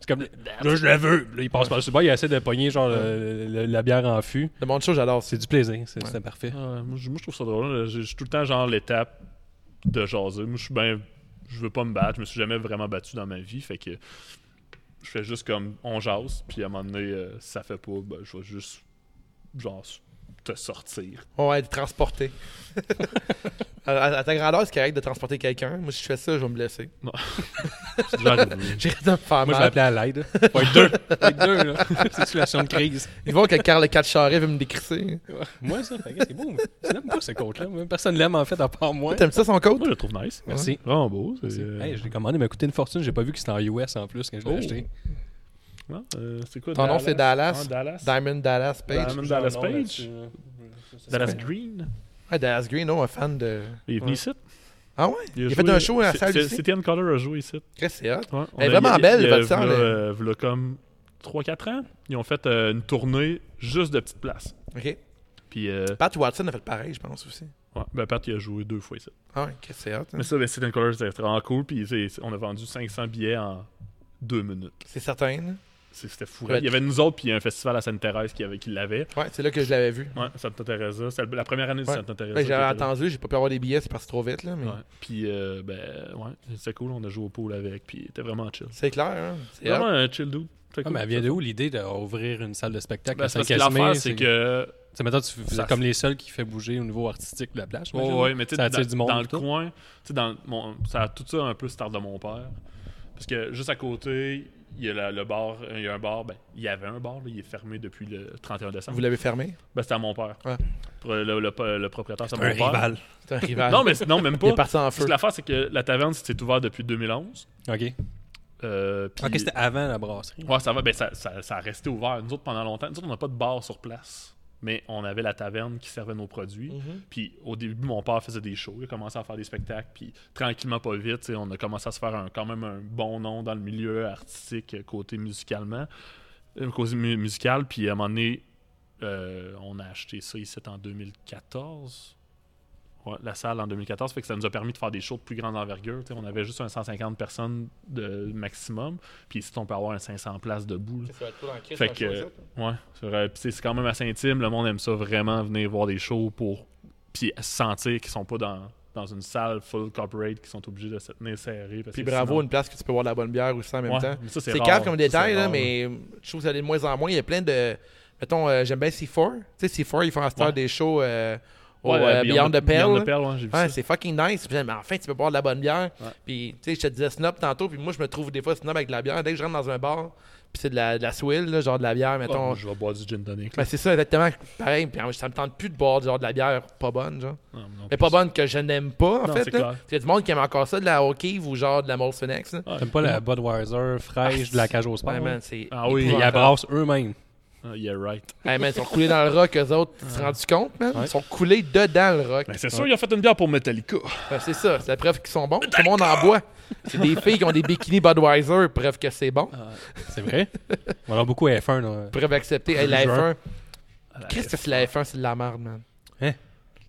F: C'est comme Là, je la veux. Puis là, il passe par-dessus le bar, il essaie de pogner genre, le- le- la bière en fût.
A: Le monde chaud, j'adore. C'est
F: C'est du plaisir, c'est c'était parfait.
E: Ouais, Ah. Euh, moi, je moi, je trouve ça drôle. là. Je je suis tout le temps genre l'étape de jaser. Moi, je suis bien. Je veux pas me battre. Je me suis jamais vraiment battu dans ma vie. Fait que je fais juste comme on jase. Puis à un moment donné, euh, si ça fait pas. ben, je vais juste genre te sortir.
A: Ouais, de transporter. à, à- à ta grandeur, c'est correct de transporter quelqu'un. Moi, si je fais ça, je vais me blesser.
E: C'est déjà arrivé.
A: J'ai rien de me faire
F: Moi, je vais
A: mal.
F: appeler à l'aide. Faut être deux. Faut être deux, là. C'est une situation de crise.
A: Ils vont que Carl le 4 charret veut me décrisser.
F: Moi, ça, fait que c'est beau. mais Je l'aime pas, ce coach-là. Moi, Personne l'aime, en fait, à part moi.
A: T'aimes ça, son coach?
E: Moi, je le trouve nice.
F: Merci.
E: Vraiment beau. C'est euh,
F: Hey, je l'ai commandé, il m'a coûté une fortune. J'ai pas vu que c'était en US en plus quand je l'ai
E: Oh.
F: acheté.
E: non, euh, c'est quoi
A: Ton nom,
E: Dallas?
A: c'est Dallas.
E: Ah, Dallas.
A: Diamond Dallas Page.
E: Diamond Dallas Page. Dallas Green.
A: Ouais, Dallas Green, non, un fan de.
E: Il est venu ici.
A: Ah ouais? Il a, fait
E: joué-
A: un show à la
E: c'est-
A: salle
E: c'est-
A: ici.
E: C'était un color à jouer ici.
A: Chris, C'est hot.
E: Ouais, on
A: Elle est
E: a-
A: vraiment
E: il-
A: belle,
E: il-
A: votre salle,
E: v'là,
A: elle.
E: euh, v'là comme 3-4 ans, ils ont fait euh, une tournée juste de petites places.
A: OK.
E: Puis, euh,
A: Pat Watson a fait pareil, je pense aussi.
E: ouais, ben, Pat, il a joué deux fois ici.
A: Ah ouais, Chris, c'est hot. hein.
E: Mais ça, ben, City and Color, c'était vraiment cool. Puis, c'est- c'est- on a vendu 500 billets en deux minutes.
A: C'est certain. là.
E: C'est- C'était fou.
A: Ouais.
E: Il y avait nous autres, puis il y a un festival à Sainte-Thérèse qui, avait- qui l'avait.
A: Ouais, c'est là que je l'avais vu.
E: Ouais, Santa Teresa. C'était la première année de
A: Ouais.
E: Santa Teresa.
A: Ben,
E: qui
A: J'avais
E: était là.
A: attendu, j'ai pas pu avoir des billets, c'est passé trop vite, là, mais
E: Ouais. Puis, euh, ben, ouais, c'était cool. On a joué au pool avec, puis c'était vraiment chill.
A: c'est clair. Hein? C'est
E: Vraiment
A: hot.
E: un chill dude. C'était
F: Ah,
E: cool.
F: mais elle vient de où l'idée d'ouvrir une salle de spectacle
E: Ben,
F: à
E: c'est parce que
F: Saint-Casimir?
E: l'affaire, c'est que
F: C'est maintenant, tu, vous
E: Ça-
F: êtes comme les seuls qui fait bouger au niveau artistique de la plage.
E: Oui,
F: j'imagine.
E: Oh, ouais, mais tu
F: ça
E: sais,
F: attire
E: dans,
F: du monde.
E: dans le
F: et tout.
E: coin, tu sais, dans mon, ça a tout ça un peu star de mon père. Parce que juste à côté, il y a la- le bar, il y a un bar, ben, il y avait un bar, là, il est fermé depuis le 31 décembre.
A: Vous l'avez fermé?
E: Ben, c'était à mon père.
A: Ouais.
E: Pour euh, le, le- le- le propriétaire, c'est à mon
F: Un
E: père.
F: rival.
A: C'est un rival.
E: Non, mais non, même
A: Il
E: pas.
A: est parti en
E: Parce
A: feu.
E: que l'affaire, c'est que la taverne, c'était ouvert depuis 2011.
F: OK.
E: Euh, puis-
F: OK, c'était avant la brasserie.
E: Ouais, ça va. Ben, ça, ça- ça a resté ouvert. Nous autres, pendant longtemps, nous autres, on n'a pas de bar sur place. Mais on avait la taverne qui servait nos produits. Puis au début, mon père faisait des shows. Il a commencé à faire des spectacles. Puis tranquillement, pas vite, tu sais, on a commencé à se faire un- quand même un bon nom dans le milieu artistique, euh, côté musicalement. euh, Côté mu- musical. Puis à un moment donné, euh, on a acheté ça ici en 2014. Ouais, la salle en 2014, fait que ça nous a permis de faire des shows de plus grande envergure. tu sais, on avait juste un 150 personnes de maximum, puis ici on peut avoir un 500 places debout. là. Fait que,
A: euh,
E: ouais, c'est vrai. Puis c'est c'est quand même assez intime. Le monde aime ça vraiment, venir voir des shows pour puis sentir qu'ils sont pas dans, dans une salle full corporate, qu'ils sont obligés de se tenir serrés. parce
A: Puis
E: que
A: bravo,
E: sinon-
A: une place que tu peux boire de la bonne bière aussi en même
E: Ouais,
A: temps.
E: mais ça, c'est
A: C'est
E: rare.
A: cave comme
E: Ça,
A: détail,
E: c'est
A: là,
E: rare,
A: mais je trouve que ça allait de moins en moins. Il y a plein de. Mettons, euh, j'aime bien C4. Tu sais, C4, ils font à cette heure
E: Ouais.
A: des shows euh, au
E: Ouais,
A: euh,
E: euh,
A: Beyond, the Pale.
E: Beyond the Pale, ouais, j'ai vu
A: Ouais,
E: ça.
A: c'est fucking nice. Puis, mais enfin, tu peux boire de la bonne bière. Puis, tu sais, je te disais snob tantôt. Puis, moi, je me trouve des fois snob avec de la bière. Dès que je rentre dans un bar, puis c'est de la, de la swill, là, genre de la bière,
E: Ah,
A: mettons.
E: je vais boire du gin tonic. là.
A: Ben, c'est ça, exactement. Pareil. Puis, euh, ça me tente plus de boire genre de la bière pas bonne, genre.
E: Non, non,
A: Mais pas bonne que je n'aime pas, en
E: Non,
A: fait.
E: c'est
A: là.
E: clair.
A: Parce qu'il y a du monde qui aime encore ça, de la Hockey ou genre de la Molson X. là.
E: Ouais.
F: T'aimes pas la Budweiser fraîche de la cage au sport?
A: Ouais,
F: hein?
A: man, c'est.
E: Ah oui,
F: Ils la brassent eux-mêmes.
E: Ah, yeah, right.
A: Hey, man, ils sont coulés dans le rock, eux autres. Tu te rends compte, man? Ils sont coulés dedans le rock.
E: Ben, c'est sûr, il a fait une bière pour Metallica.
A: Ben, c'est ça, c'est la preuve qu'ils sont bons. Tout le monde en boit. C'est des filles qui ont des bikinis Budweiser, preuve que c'est bon.
F: C'est vrai? On a beaucoup hein. à F1. là.
A: Preuve acceptée. Hey, la
F: Juin.
A: F1. Qu'est-ce que c'est Ah, la F1? C'est de la merde, man.
F: Hein?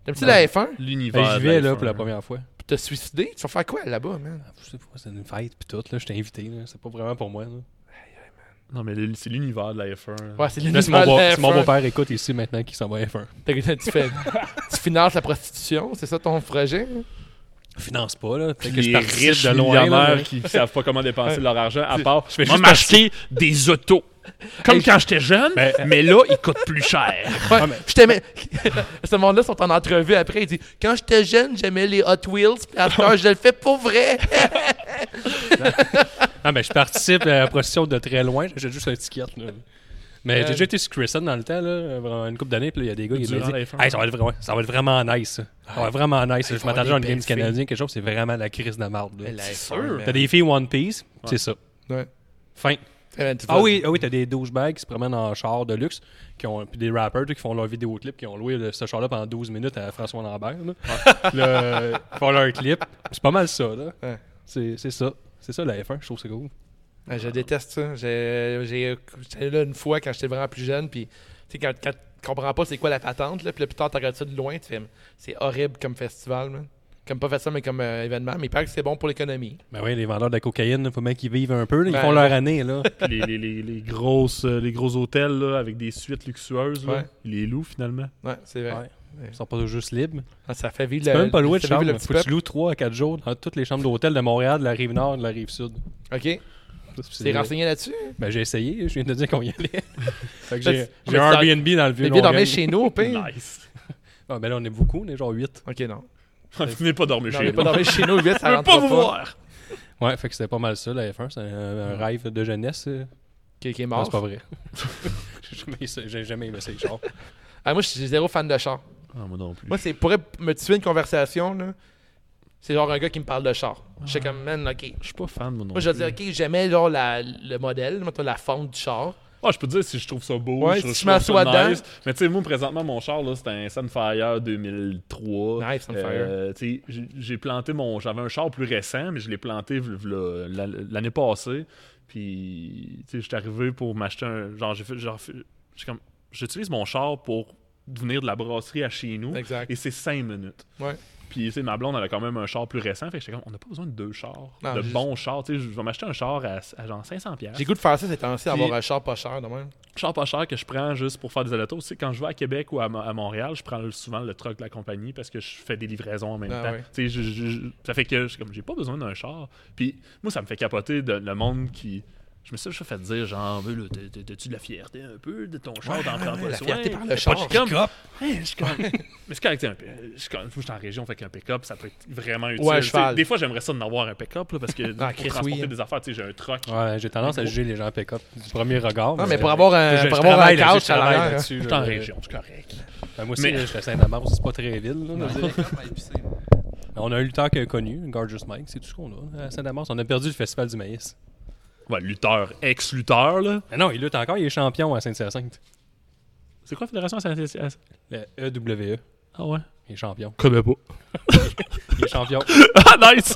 A: T'aimes-tu la F1?
E: L'univers.
F: Hey, J'y vais
E: de la
F: là
E: F1,
F: pour la première fois.
A: Puis T'as suicidé? Tu vas faire quoi là-bas, man?
F: Je sais pas, c'est une fête pis tout, là. Je t'ai invité, là. C'est pas vraiment pour moi, là.
E: Non, mais le- c'est l'univers de la F1. là.
A: Ouais, c'est
F: Là,
A: l'univers
F: si mon,
A: de la
F: beau- si mon
A: F1.
F: beau-père écoute ici maintenant qu'il s'en va à F1.
A: T'as- tu, fais- tu finances la prostitution, c'est ça ton projet?
F: Finance pas, là. Peut-être que
E: les
F: je participe
E: riches
F: de loin, là.
E: millionnaires qui ne savent pas comment dépenser leur argent, à part je
F: vais
E: vais
F: juste
E: m'acheter des autos. Comme quand j'étais jeune,
F: Ben,
E: mais là, ils coûtent plus cher.
F: Ah,
A: Ouais, je t'aimais. Ce monde-là sont en entrevue après. Ils disent Quand j'étais jeune, j'aimais les Hot Wheels. Puis après, je le fais pour vrai.
F: Ah, ben, je participe à la prostitution de très loin. J'ai juste un ticket, là. Mais j'ai déjà été sur Crescent dans le temps, là, vraiment une couple d'années, puis là, il y a des gars qui
E: Durant
F: m'ont dit
E: la F1.
F: hey, ça, va être vraiment, ça va être vraiment nice. ça. Ça va être vraiment nice. je
A: va y avoir
F: m'attendais à une
A: des
F: game
A: belles
F: du Canadien, quelque chose, c'est vraiment la crise de marde. là.
A: sûr.
F: T'as des filles One Piece, c'est ça.
A: Ouais.
F: Fin.
A: Ouais, tu
F: Ah
A: vois-
F: oui, ah oui t'as des douchebags qui se promènent en char de luxe, qui ont, puis des rappers tu sais, qui font leur vidéoclip, qui ont loué le- ce char-là pendant 12 minutes à François Lambert. là. Le- ils font leur clip. C'est pas mal ça, là.
A: Ouais.
F: C'est c'est ça. C'est ça, la F1, je trouve que c'est cool.
A: Ouais, Je déteste ça. J'ai- j'ai- J'étais là une fois quand j'étais vraiment plus jeune. Puis, tu sais, quand, quand tu comprends pas c'est quoi la patente, là, puis là, plus tard, tu regardes ça de loin, tu fais C'est horrible comme festival, man. Comme pas festival, mais comme euh, événement. Mais il paraît que c'est bon pour l'économie.
F: Ben oui, les vendeurs de la cocaïne, il faut bien qu'ils vivent un peu. là. Ils
A: Ben,
F: font leur année, là.
E: les, les, les, les grosses, euh, les gros hôtels là, avec des suites luxueuses, là,
A: Ouais.
E: ils les louent finalement.
A: Ouais, c'est vrai.
F: Ouais. Ils sont pas juste libres.
A: Ah, Ça fait vivre
F: Tu peux
A: le-
F: même pas louer de
A: ça fait
F: chambre.
A: vivre le
F: Faut que
A: petit
F: tu loues 3 à 4 jours dans toutes les chambres d'hôtel de Montréal, de la rive nord, de la rive sud.
A: peuple. OK. Tu t'es renseigné là-dessus?
F: Ben j'ai essayé, je viens de te dire qu'on y allait. fait que
A: Mais
F: j'ai
A: tu-
F: j'ai
A: mais
F: un
A: tu dors-
F: Airbnb dans le vieux
A: T'es bien dormi
F: Longueuil.
A: chez nous, au pire?
E: Nice.
F: Ah, ben là, on est beaucoup, on est genre 8.
A: OK, non.
E: Venez pas dormir
A: Non,
E: chez
A: mais pas
E: nous.
A: dormi chez nous, vite, ça
E: Je
A: rentre
E: veux pas vous voir.
F: Ouais, fait que c'était pas mal ça, la F1. C'est un, un
E: Mm.
F: rêve de jeunesse. euh.
A: Qui, qui est
E: Ah.
F: Non,
A: mort.
F: c'est pas vrai. j'ai jamais, essa- j'ai jamais aimé ça, les chars.
A: Ah, moi, je suis zéro fan de char.
E: Ah, moi non plus.
A: Moi, c'est pourrait me tuer une conversation, là. C'est genre un gars qui me parle de char. Je suis comme, man, ok.
E: Je suis pas fan, moi non
A: Moi, je vais dire, ok, j'aimais genre la- le modèle, mettons, la fonte du char.
E: Ah, je peux te dire si je trouve ça beau,
A: Ouais,
E: je,
A: si
E: je
A: je m'assois
E: trouve ça
A: dedans.
E: nice. Mais tu sais, moi, présentement, mon char, là, c'est un Sunfire 2003.
A: Nice, Sunfire.
E: Euh, tu sais, j'ai- j'ai planté mon... J'avais un char plus récent, mais je l'ai planté v'là- v'là- la- l'année passée. Puis, tu sais, j'étais arrivé pour m'acheter un... Genre, j'ai fait... genre, fait- j'ai comme... J'utilise mon char pour venir de la brasserie à chez nous.
A: Exact.
E: Et c'est 5 minutes.
A: Ouais.
E: Puis, tu sais, ma blonde, elle a quand même un char plus récent. Fait que j'étais comme, on n'a pas besoin de deux chars.
A: Non,
E: de
A: juste-
E: bons chars. Tu sais, je vais m'acheter un char à, à genre 500$. piastres.
A: J'ai goût de faire ça ces temps-ci, d'avoir
E: Puis-
A: un char pas cher de même.
E: char pas cher que je prends juste pour faire des allers-retours. Tu sais, quand je vais à Québec ou à, Mo- à Montréal, je prends le- souvent le truck de la compagnie parce que je fais des livraisons en même
A: Ah
E: temps.
A: ouais.
E: Tu sais, je- je- je- ça fait que je, comme j'ai pas besoin d'un char. Puis moi, ça me fait capoter de- le monde qui. Je me suis déjà fait dire, genre, Mais là, t'as- t'as- t'as-tu de la fierté un peu de ton char, t'en prends pas
A: la
E: soin?
A: fierté par le
E: T'as
A: char,
E: pas de
A: pick-up.
E: com- Hein, je suis comme- Mais c'est correct, tu sais, un peu. Je suis comme- moi, je suis en région, fait qu'un pick-up, ça peut être vraiment utile.
A: Ouais, un
E: Tu sais,
A: cheval.
E: Des fois, j'aimerais ça d'en avoir un pick-up, là, parce que
A: Ah,
E: pour
A: Chris,
E: transporter
A: oui.
E: des affaires, tu sais, j'ai un truck.
F: Ouais, j'ai tendance à juger les gens à pick-up du premier regard.
E: Ah,
F: euh,
A: Non, mais pour avoir un,
F: Je- je
A: Euh, pour avoir un
F: travaille là-dessus,
A: couch
F: je
A: à
F: travaille
A: l'arrière.
F: là-dessus,
E: Je suis
F: là.
E: en région, c'est correct.
F: Ben, moi aussi,
E: Mais-
F: je suis à Saint-Amand, c'est pas très ville. là, mais- Mais on a un lutteur qui est connu, Gorgeous Mike, c'est tout ce qu'on a. À Saint-Amand, on a perdu le Festival du maïs.
E: Ouais, lutteur, ex-lutteur, là.
F: Mais non, il lutte encore, il est champion à Sainte-Hyacinthe.
E: C'est quoi la fédération à Saint-
F: Le EWE,
E: Ah ouais?
F: il est champion.
E: Connais pas.
F: Il est champion.
E: ah, nice!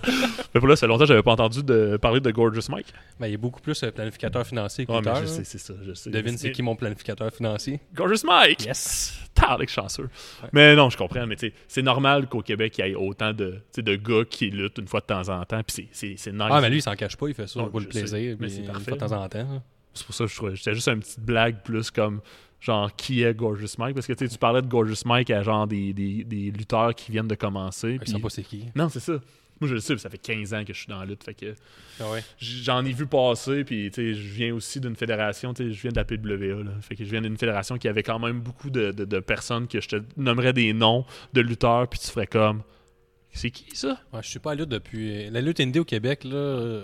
E: Mais pour là, ça fait longtemps que j'avais pas entendu de parler de Gorgeous Mike.
F: Ben, il est beaucoup plus euh, planificateur financier que
E: Ah,
F: lutteur.
E: mais je
F: là.
E: sais, c'est ça, je sais.
F: Devine c'est qui mon planificateur financier.
E: Gorgeous Mike!
F: Yes!
E: Tarlick chanceux. Mais non, je comprends, mais tu sais, c'est normal qu'au Québec, il y ait autant de, tu sais, de gars qui luttent une fois de temps en temps, puis c'est- c'est c'est nice.
F: Ah, mais lui, il s'en cache pas, il fait ça
E: Non,
F: pour le
E: je sais,
F: plaisir.
E: mais
F: puis
E: c'est
F: une
E: parfait.
F: fois De temps en temps. là.
E: C'est pour ça que je trouvais, c'était juste une petite blague plus comme, genre, qui est Gorgeous Mike? Parce que tu sais, tu parlais de Gorgeous Mike à genre des, des, des lutteurs qui viennent de commencer.
F: Il sait
E: puis-
F: pas c'est qui.
E: Non, c'est ça. Moi, je le sais, puis ça fait 15 ans que je suis dans la lutte, fait que...
F: Ah ouais.
E: j'en ai vu passer, puis tu sais, je viens aussi d'une fédération, tu sais, je viens de la PWA, là. fait que je viens d'une fédération qui avait quand même beaucoup de, de- de personnes que je te nommerais des noms de lutteurs, puis tu ferais comme, c'est qui ça?
F: Ouais, je suis pas à la lutte depuis. euh, La lutte indie au Québec, là. euh,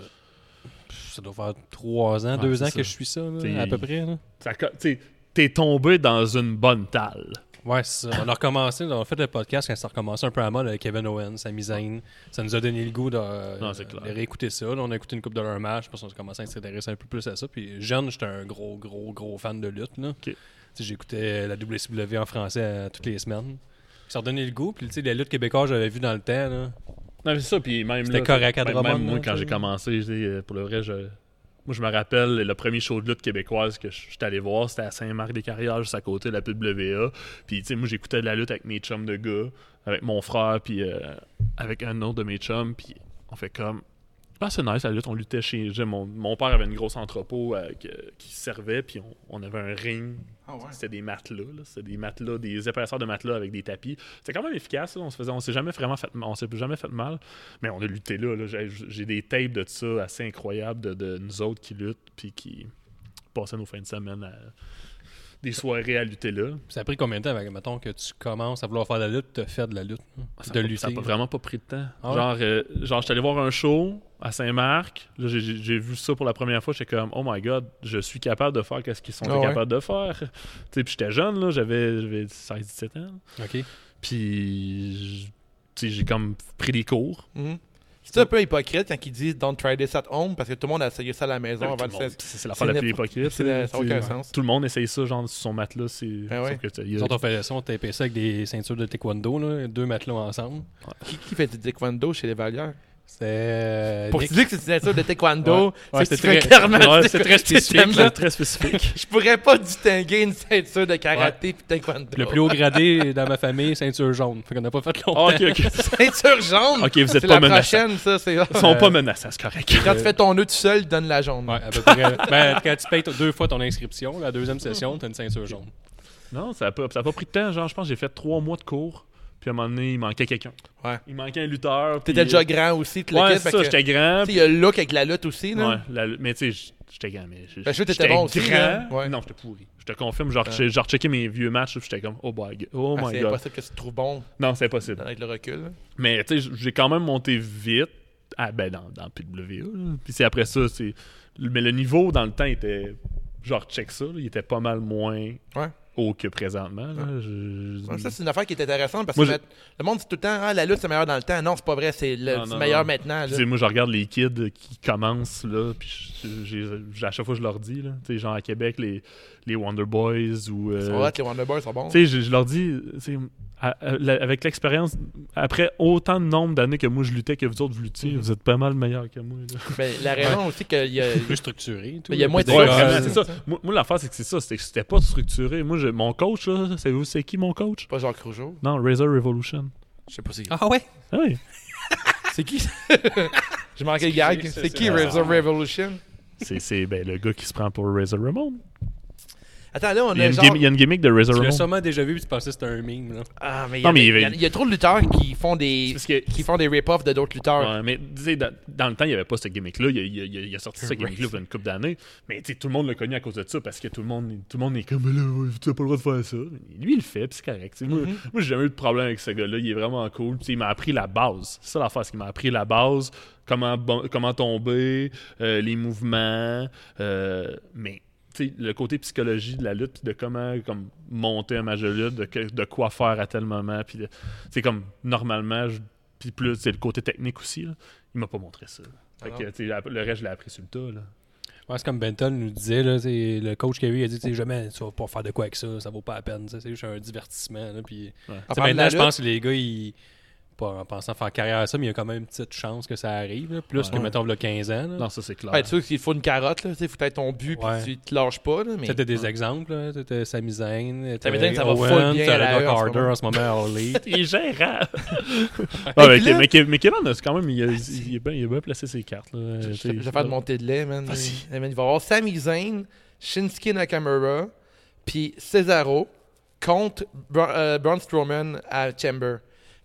F: pff, Ça doit faire trois ans,
E: Ouais,
F: deux
E: c'est
F: ans
E: ça.
F: que je suis ça, là,
E: T'es-
F: à peu près. là.
E: Ça co- tu sais, T'es tombé dans une bonne talle.
F: Ouais, c'est ça. On a recommencé, là, on a fait le podcast quand ça a recommencé un peu à mode avec Kevin Owens, Sami Zayn. Ça nous a donné le goût de, euh,
E: Non, c'est clair.
F: de réécouter ça. Là, on a écouté une coupe de leur match, parce qu'on a commencé à s'intéresser un peu plus à ça. Puis jeune, j'étais un gros, gros, gros fan de lutte. là. Tu sais, J'écoutais la WCW en français euh, toutes les semaines. Puis ça a donné le goût. Puis tu sais, la lutte québécoise, j'avais vu dans le temps. là.
E: Non, mais c'est ça, puis même.
F: C'était
E: là,
F: correct à
E: même-
F: Drummond, hein,
E: Même moi,
F: là,
E: quand
F: tu
E: j'ai
F: sais.
E: commencé, je dis, euh, pour le vrai, je. Moi, je me rappelle, le premier show de lutte québécoise que je- j'étais allé voir, c'était à Saint-Marc-des-Carrières, juste à côté de la PWA. Puis, tu sais, moi, j'écoutais de la lutte avec mes chums de gars, avec mon frère, puis euh, avec un autre de mes chums. Puis, on fait comme. Ah, c'est nice, la lutte, on luttait chez. j'ai- Mon, mon père avait une grosse entrepôt euh, que- qui servait, puis on, on avait un ring. C'était des matelas, là. C'était des matelas, des épaisseurs de matelas avec des tapis. C'était quand même efficace, là. On se faisait, on s'est jamais vraiment fait, on s'est jamais fait mal. Mais on a lutté là. là. J'ai- J'ai des tapes de ça assez incroyables de, de nous autres qui luttent puis qui passaient nos fins de semaine à des soirées à lutter là.
F: Puis ça a pris combien de temps, avec, mettons, que tu commences à vouloir faire de la lutte, tu fait de la lutte, là,
E: Ah, Ça
F: de
E: a pas- Ça
F: lutter.
E: n'a vraiment pas pris de temps.
F: Ah ouais?
E: Genre, euh, genre, je suis allé voir un show à Saint-Marc. Là, j'ai- j'ai j'ai vu ça pour la première fois. J'étais comme, oh my god, je suis capable de faire qu'est-ce qu'ils sont
A: Ah ouais?
E: capables de faire. Tu sais, puis j'étais jeune, là. J'avais j'avais 16, 17 ans.
F: OK.
E: Puis, je- tu sais, j'ai comme pris des cours.
A: Mhm. C'est un peu hypocrite quand ils disent Don't try this at home parce que tout le monde a essayé ça à la maison
E: Tout
A: avant
E: le
A: le
E: monde.
A: 16.
E: C'est l'affaire la
A: Ah ben, C'est
E: plus hypocrite.
A: c'est la- ça a
E: Tu-
A: aucun sens.
E: Tout le monde essaye ça, genre, sur son matelas. C'est.
A: Ben ouais.
E: sauf que t'as- il y a-
F: Nous autres, on faisait ça, on tapait ça avec des ceintures de taekwondo, là, deux matelots ensemble.
A: Qui, qui fait du taekwondo chez les Valières
F: C'était. euh,
A: Pour
F: Nick-
A: te dire que c'est une nature de taekwondo,
F: Ouais,
A: c'est que tu
F: c'était
A: fais
F: très-
A: clairement du
E: Ouais, c'est très spécifique.
A: taekwondo.
E: là, très spécifique.
A: Je pourrais pas distinguer une ceinture de karaté puis taekwondo.
F: Le plus haut gradé dans ma famille, ceinture jaune. Fait qu'on n'a pas fait longtemps.
E: Ah, ok, ok. Ils
A: Ceinture jaune.
E: Ok, vous êtes
A: C'est
E: pas
A: la
E: menaçants.
A: prochaine, ça. C'est
E: sont pas menaçants, c'est correct.
A: quand tu fais ton nœud tout seul, donne la jaune.
F: Ouais, à peu près. ben, quand tu payes t- deux fois ton inscription, la deuxième session, t'as une ceinture jaune.
E: Non, ça n'a pas, ça a pas pris de temps. Genre, je pense que j'ai fait trois mois de cours. Puis à un moment donné, il manquait quelqu'un.
A: Ouais.
E: Il manquait un lutteur.
A: T'étais
E: puis-
A: déjà grand aussi, tu
E: Ouais, c'est ça, j'étais grand.
A: Il y a le look avec la lutte aussi, là. Ah,
E: Ouais, la- mais tu sais, j- j'étais grand. Mais j-
A: Ben, je sais que t'étais
E: j'étais
A: bon aussi,
E: grand.
A: là. Ouais.
E: Non, j'étais pourri. Je te confirme, genre, j'ai genre checké mes vieux matchs, puis j'étais comme, oh, boy, oh
A: Ah,
E: my
A: c'est
E: god.
A: impossible que tu te trouves bon
E: Non, c'est impossible.
A: avec le recul. là.
E: Mais tu sais, j- j'ai quand même monté vite à, ben, dans, dans PWA. là. Puis c'est après ça, c'est. Mais le niveau dans le temps était. Genre, check ça, là, il était pas mal moins
A: Ouais.
E: haut que présentement. là. Je- je-
A: Ouais, Ça, c'est une affaire qui est intéressante parce
E: Moi,
A: que
E: je-
A: le monde dit tout le temps Ah, la lutte, c'est meilleur dans le temps. Non, c'est pas vrai, c'est le
E: Non,
A: c'est
E: non,
A: meilleur
E: non.
A: maintenant.
E: Tu
A: là.
E: sais, moi, je regarde les kids qui commencent, là, puis je- j'ai- j'ai- à chaque fois, je leur dis, là, tu sais, genre à Québec, les, les Wonder Boys ou...
A: Ils
E: euh,
A: sont hot, Ah, les Wonder Boys sont bons.
E: tu sais, je, je leur dis, tu sais, à- à- la- avec l'expérience, après autant de nombre d'années que moi, je luttais, que vous autres, vous luttiez, vous êtes pas mal meilleurs que moi, là.
A: Ben, la raison aussi qu'il y a.
F: Plus structuré. et tout,
A: Il y a
F: là,
A: moins
F: puis
A: de
E: Ouais,
F: des-
A: choses.
E: vraiment,
F: Ah,
E: c'est ça. Moi, moi, l'affaire, c'est que c'est ça. c'est que C'était pas structuré. Moi, je- mon coach, là, savez-vous c'est qui mon coach?
A: Pas Jacques Rougeau.
E: Non, Razor Revolution.
A: Je sais pas si.
F: Ah ouais?
E: Ah Oui.
A: C'est qui J'ai manqué le gag. C'est qui Razor Revolution
E: C'est- C'est ben, le gars qui se prend pour Razor Ramon.
A: Attends, là, on
E: Il y a
A: a
E: une,
A: genre.
E: gimmick- il y a une gimmick de Razor
F: Tu l'as
E: Ramon.
F: sûrement déjà vu puis tu pensais que c'était un meme. Là.
A: Ah, mais il y,
E: Non,
A: a-
E: mais
A: il y a-
E: il-
A: il y a trop de lutteurs qui font des,
E: Parce que-
A: qui font des rip-offs de d'autres lutteurs.
E: Ouais, mais tu sais, dans, dans le temps, il n'y avait pas ce gimmick-là. Il, il- il- il a sorti ce gimmick-là il y a une couple d'années. Mais tu sais, tout le monde l'a connu à cause de ça parce que tout le monde, tout le monde est comme Mais là, tu n'as pas le droit de faire ça. Lui, il le fait, puis c'est correct. Tu sais, Moi, moi j'ai jamais eu de problème avec ce gars-là. Il est vraiment cool. Tu sais, il m'a appris la base. C'est ça l'affaire, c'est qu'il m'a appris la base, comment, bon- comment tomber, euh, les mouvements. euh, mais tu sais, le côté psychologie de la lutte, puis de comment comme, monter un match de lutte, de, que- de quoi faire à tel moment. Puis de- c'est comme normalement, je- puis plus c'est le côté technique aussi. là. Il m'a pas montré ça.
A: Ah
E: Fait que, tu sais, la- le reste, je l'ai appris sur le tas. là.
F: Ouais, c'est comme Benton nous disait, là, c'est- le coach qu'il y a eu, il a dit tu sais, jamais tu vas pas faire de quoi avec ça, ça vaut pas la peine. tu sais, C'est juste un divertissement. Là, puis, tu sais,
A: À part de la
F: Maintenant, je
A: lutte.
F: pense que les gars, ils, pas en pensant faire carrière à ça, mais il y a quand même une petite chance que ça arrive. là, plus que, mettons, le 15 ans. là.
E: Non, ça, c'est clair.
A: Ouais, Ah. Ben, tu sais qu'il faut une carotte, là. Tu sais, faut être ton but,
F: Ouais.
A: puis tu te lâches pas, là. Mais...
F: Peut-être des exemples, là, t'as Sami Zayn,
A: Sami
F: t'as
A: Zayn, ça va
F: Owen,
A: full bien
F: t'as
A: à la
F: Rock
A: heure en ce
F: Harder
A: moment.
F: en ce moment à Harley.
E: Il est gérable.
A: Et
E: Ah, mais,
A: puis là-
E: mais, Kev- mais Kevin, c'est quand même, il, a- il, est bien, il a bien placé ses cartes. Là,
A: Ah, Je-
E: Tu
A: Je
E: sais,
A: je vais faire de monter de lait, man. Eh, man, Il va y avoir Sami Zayn, Shinsuke Nakamura, puis Cesaro contre Bra- euh, Braun Strowman à Chamber.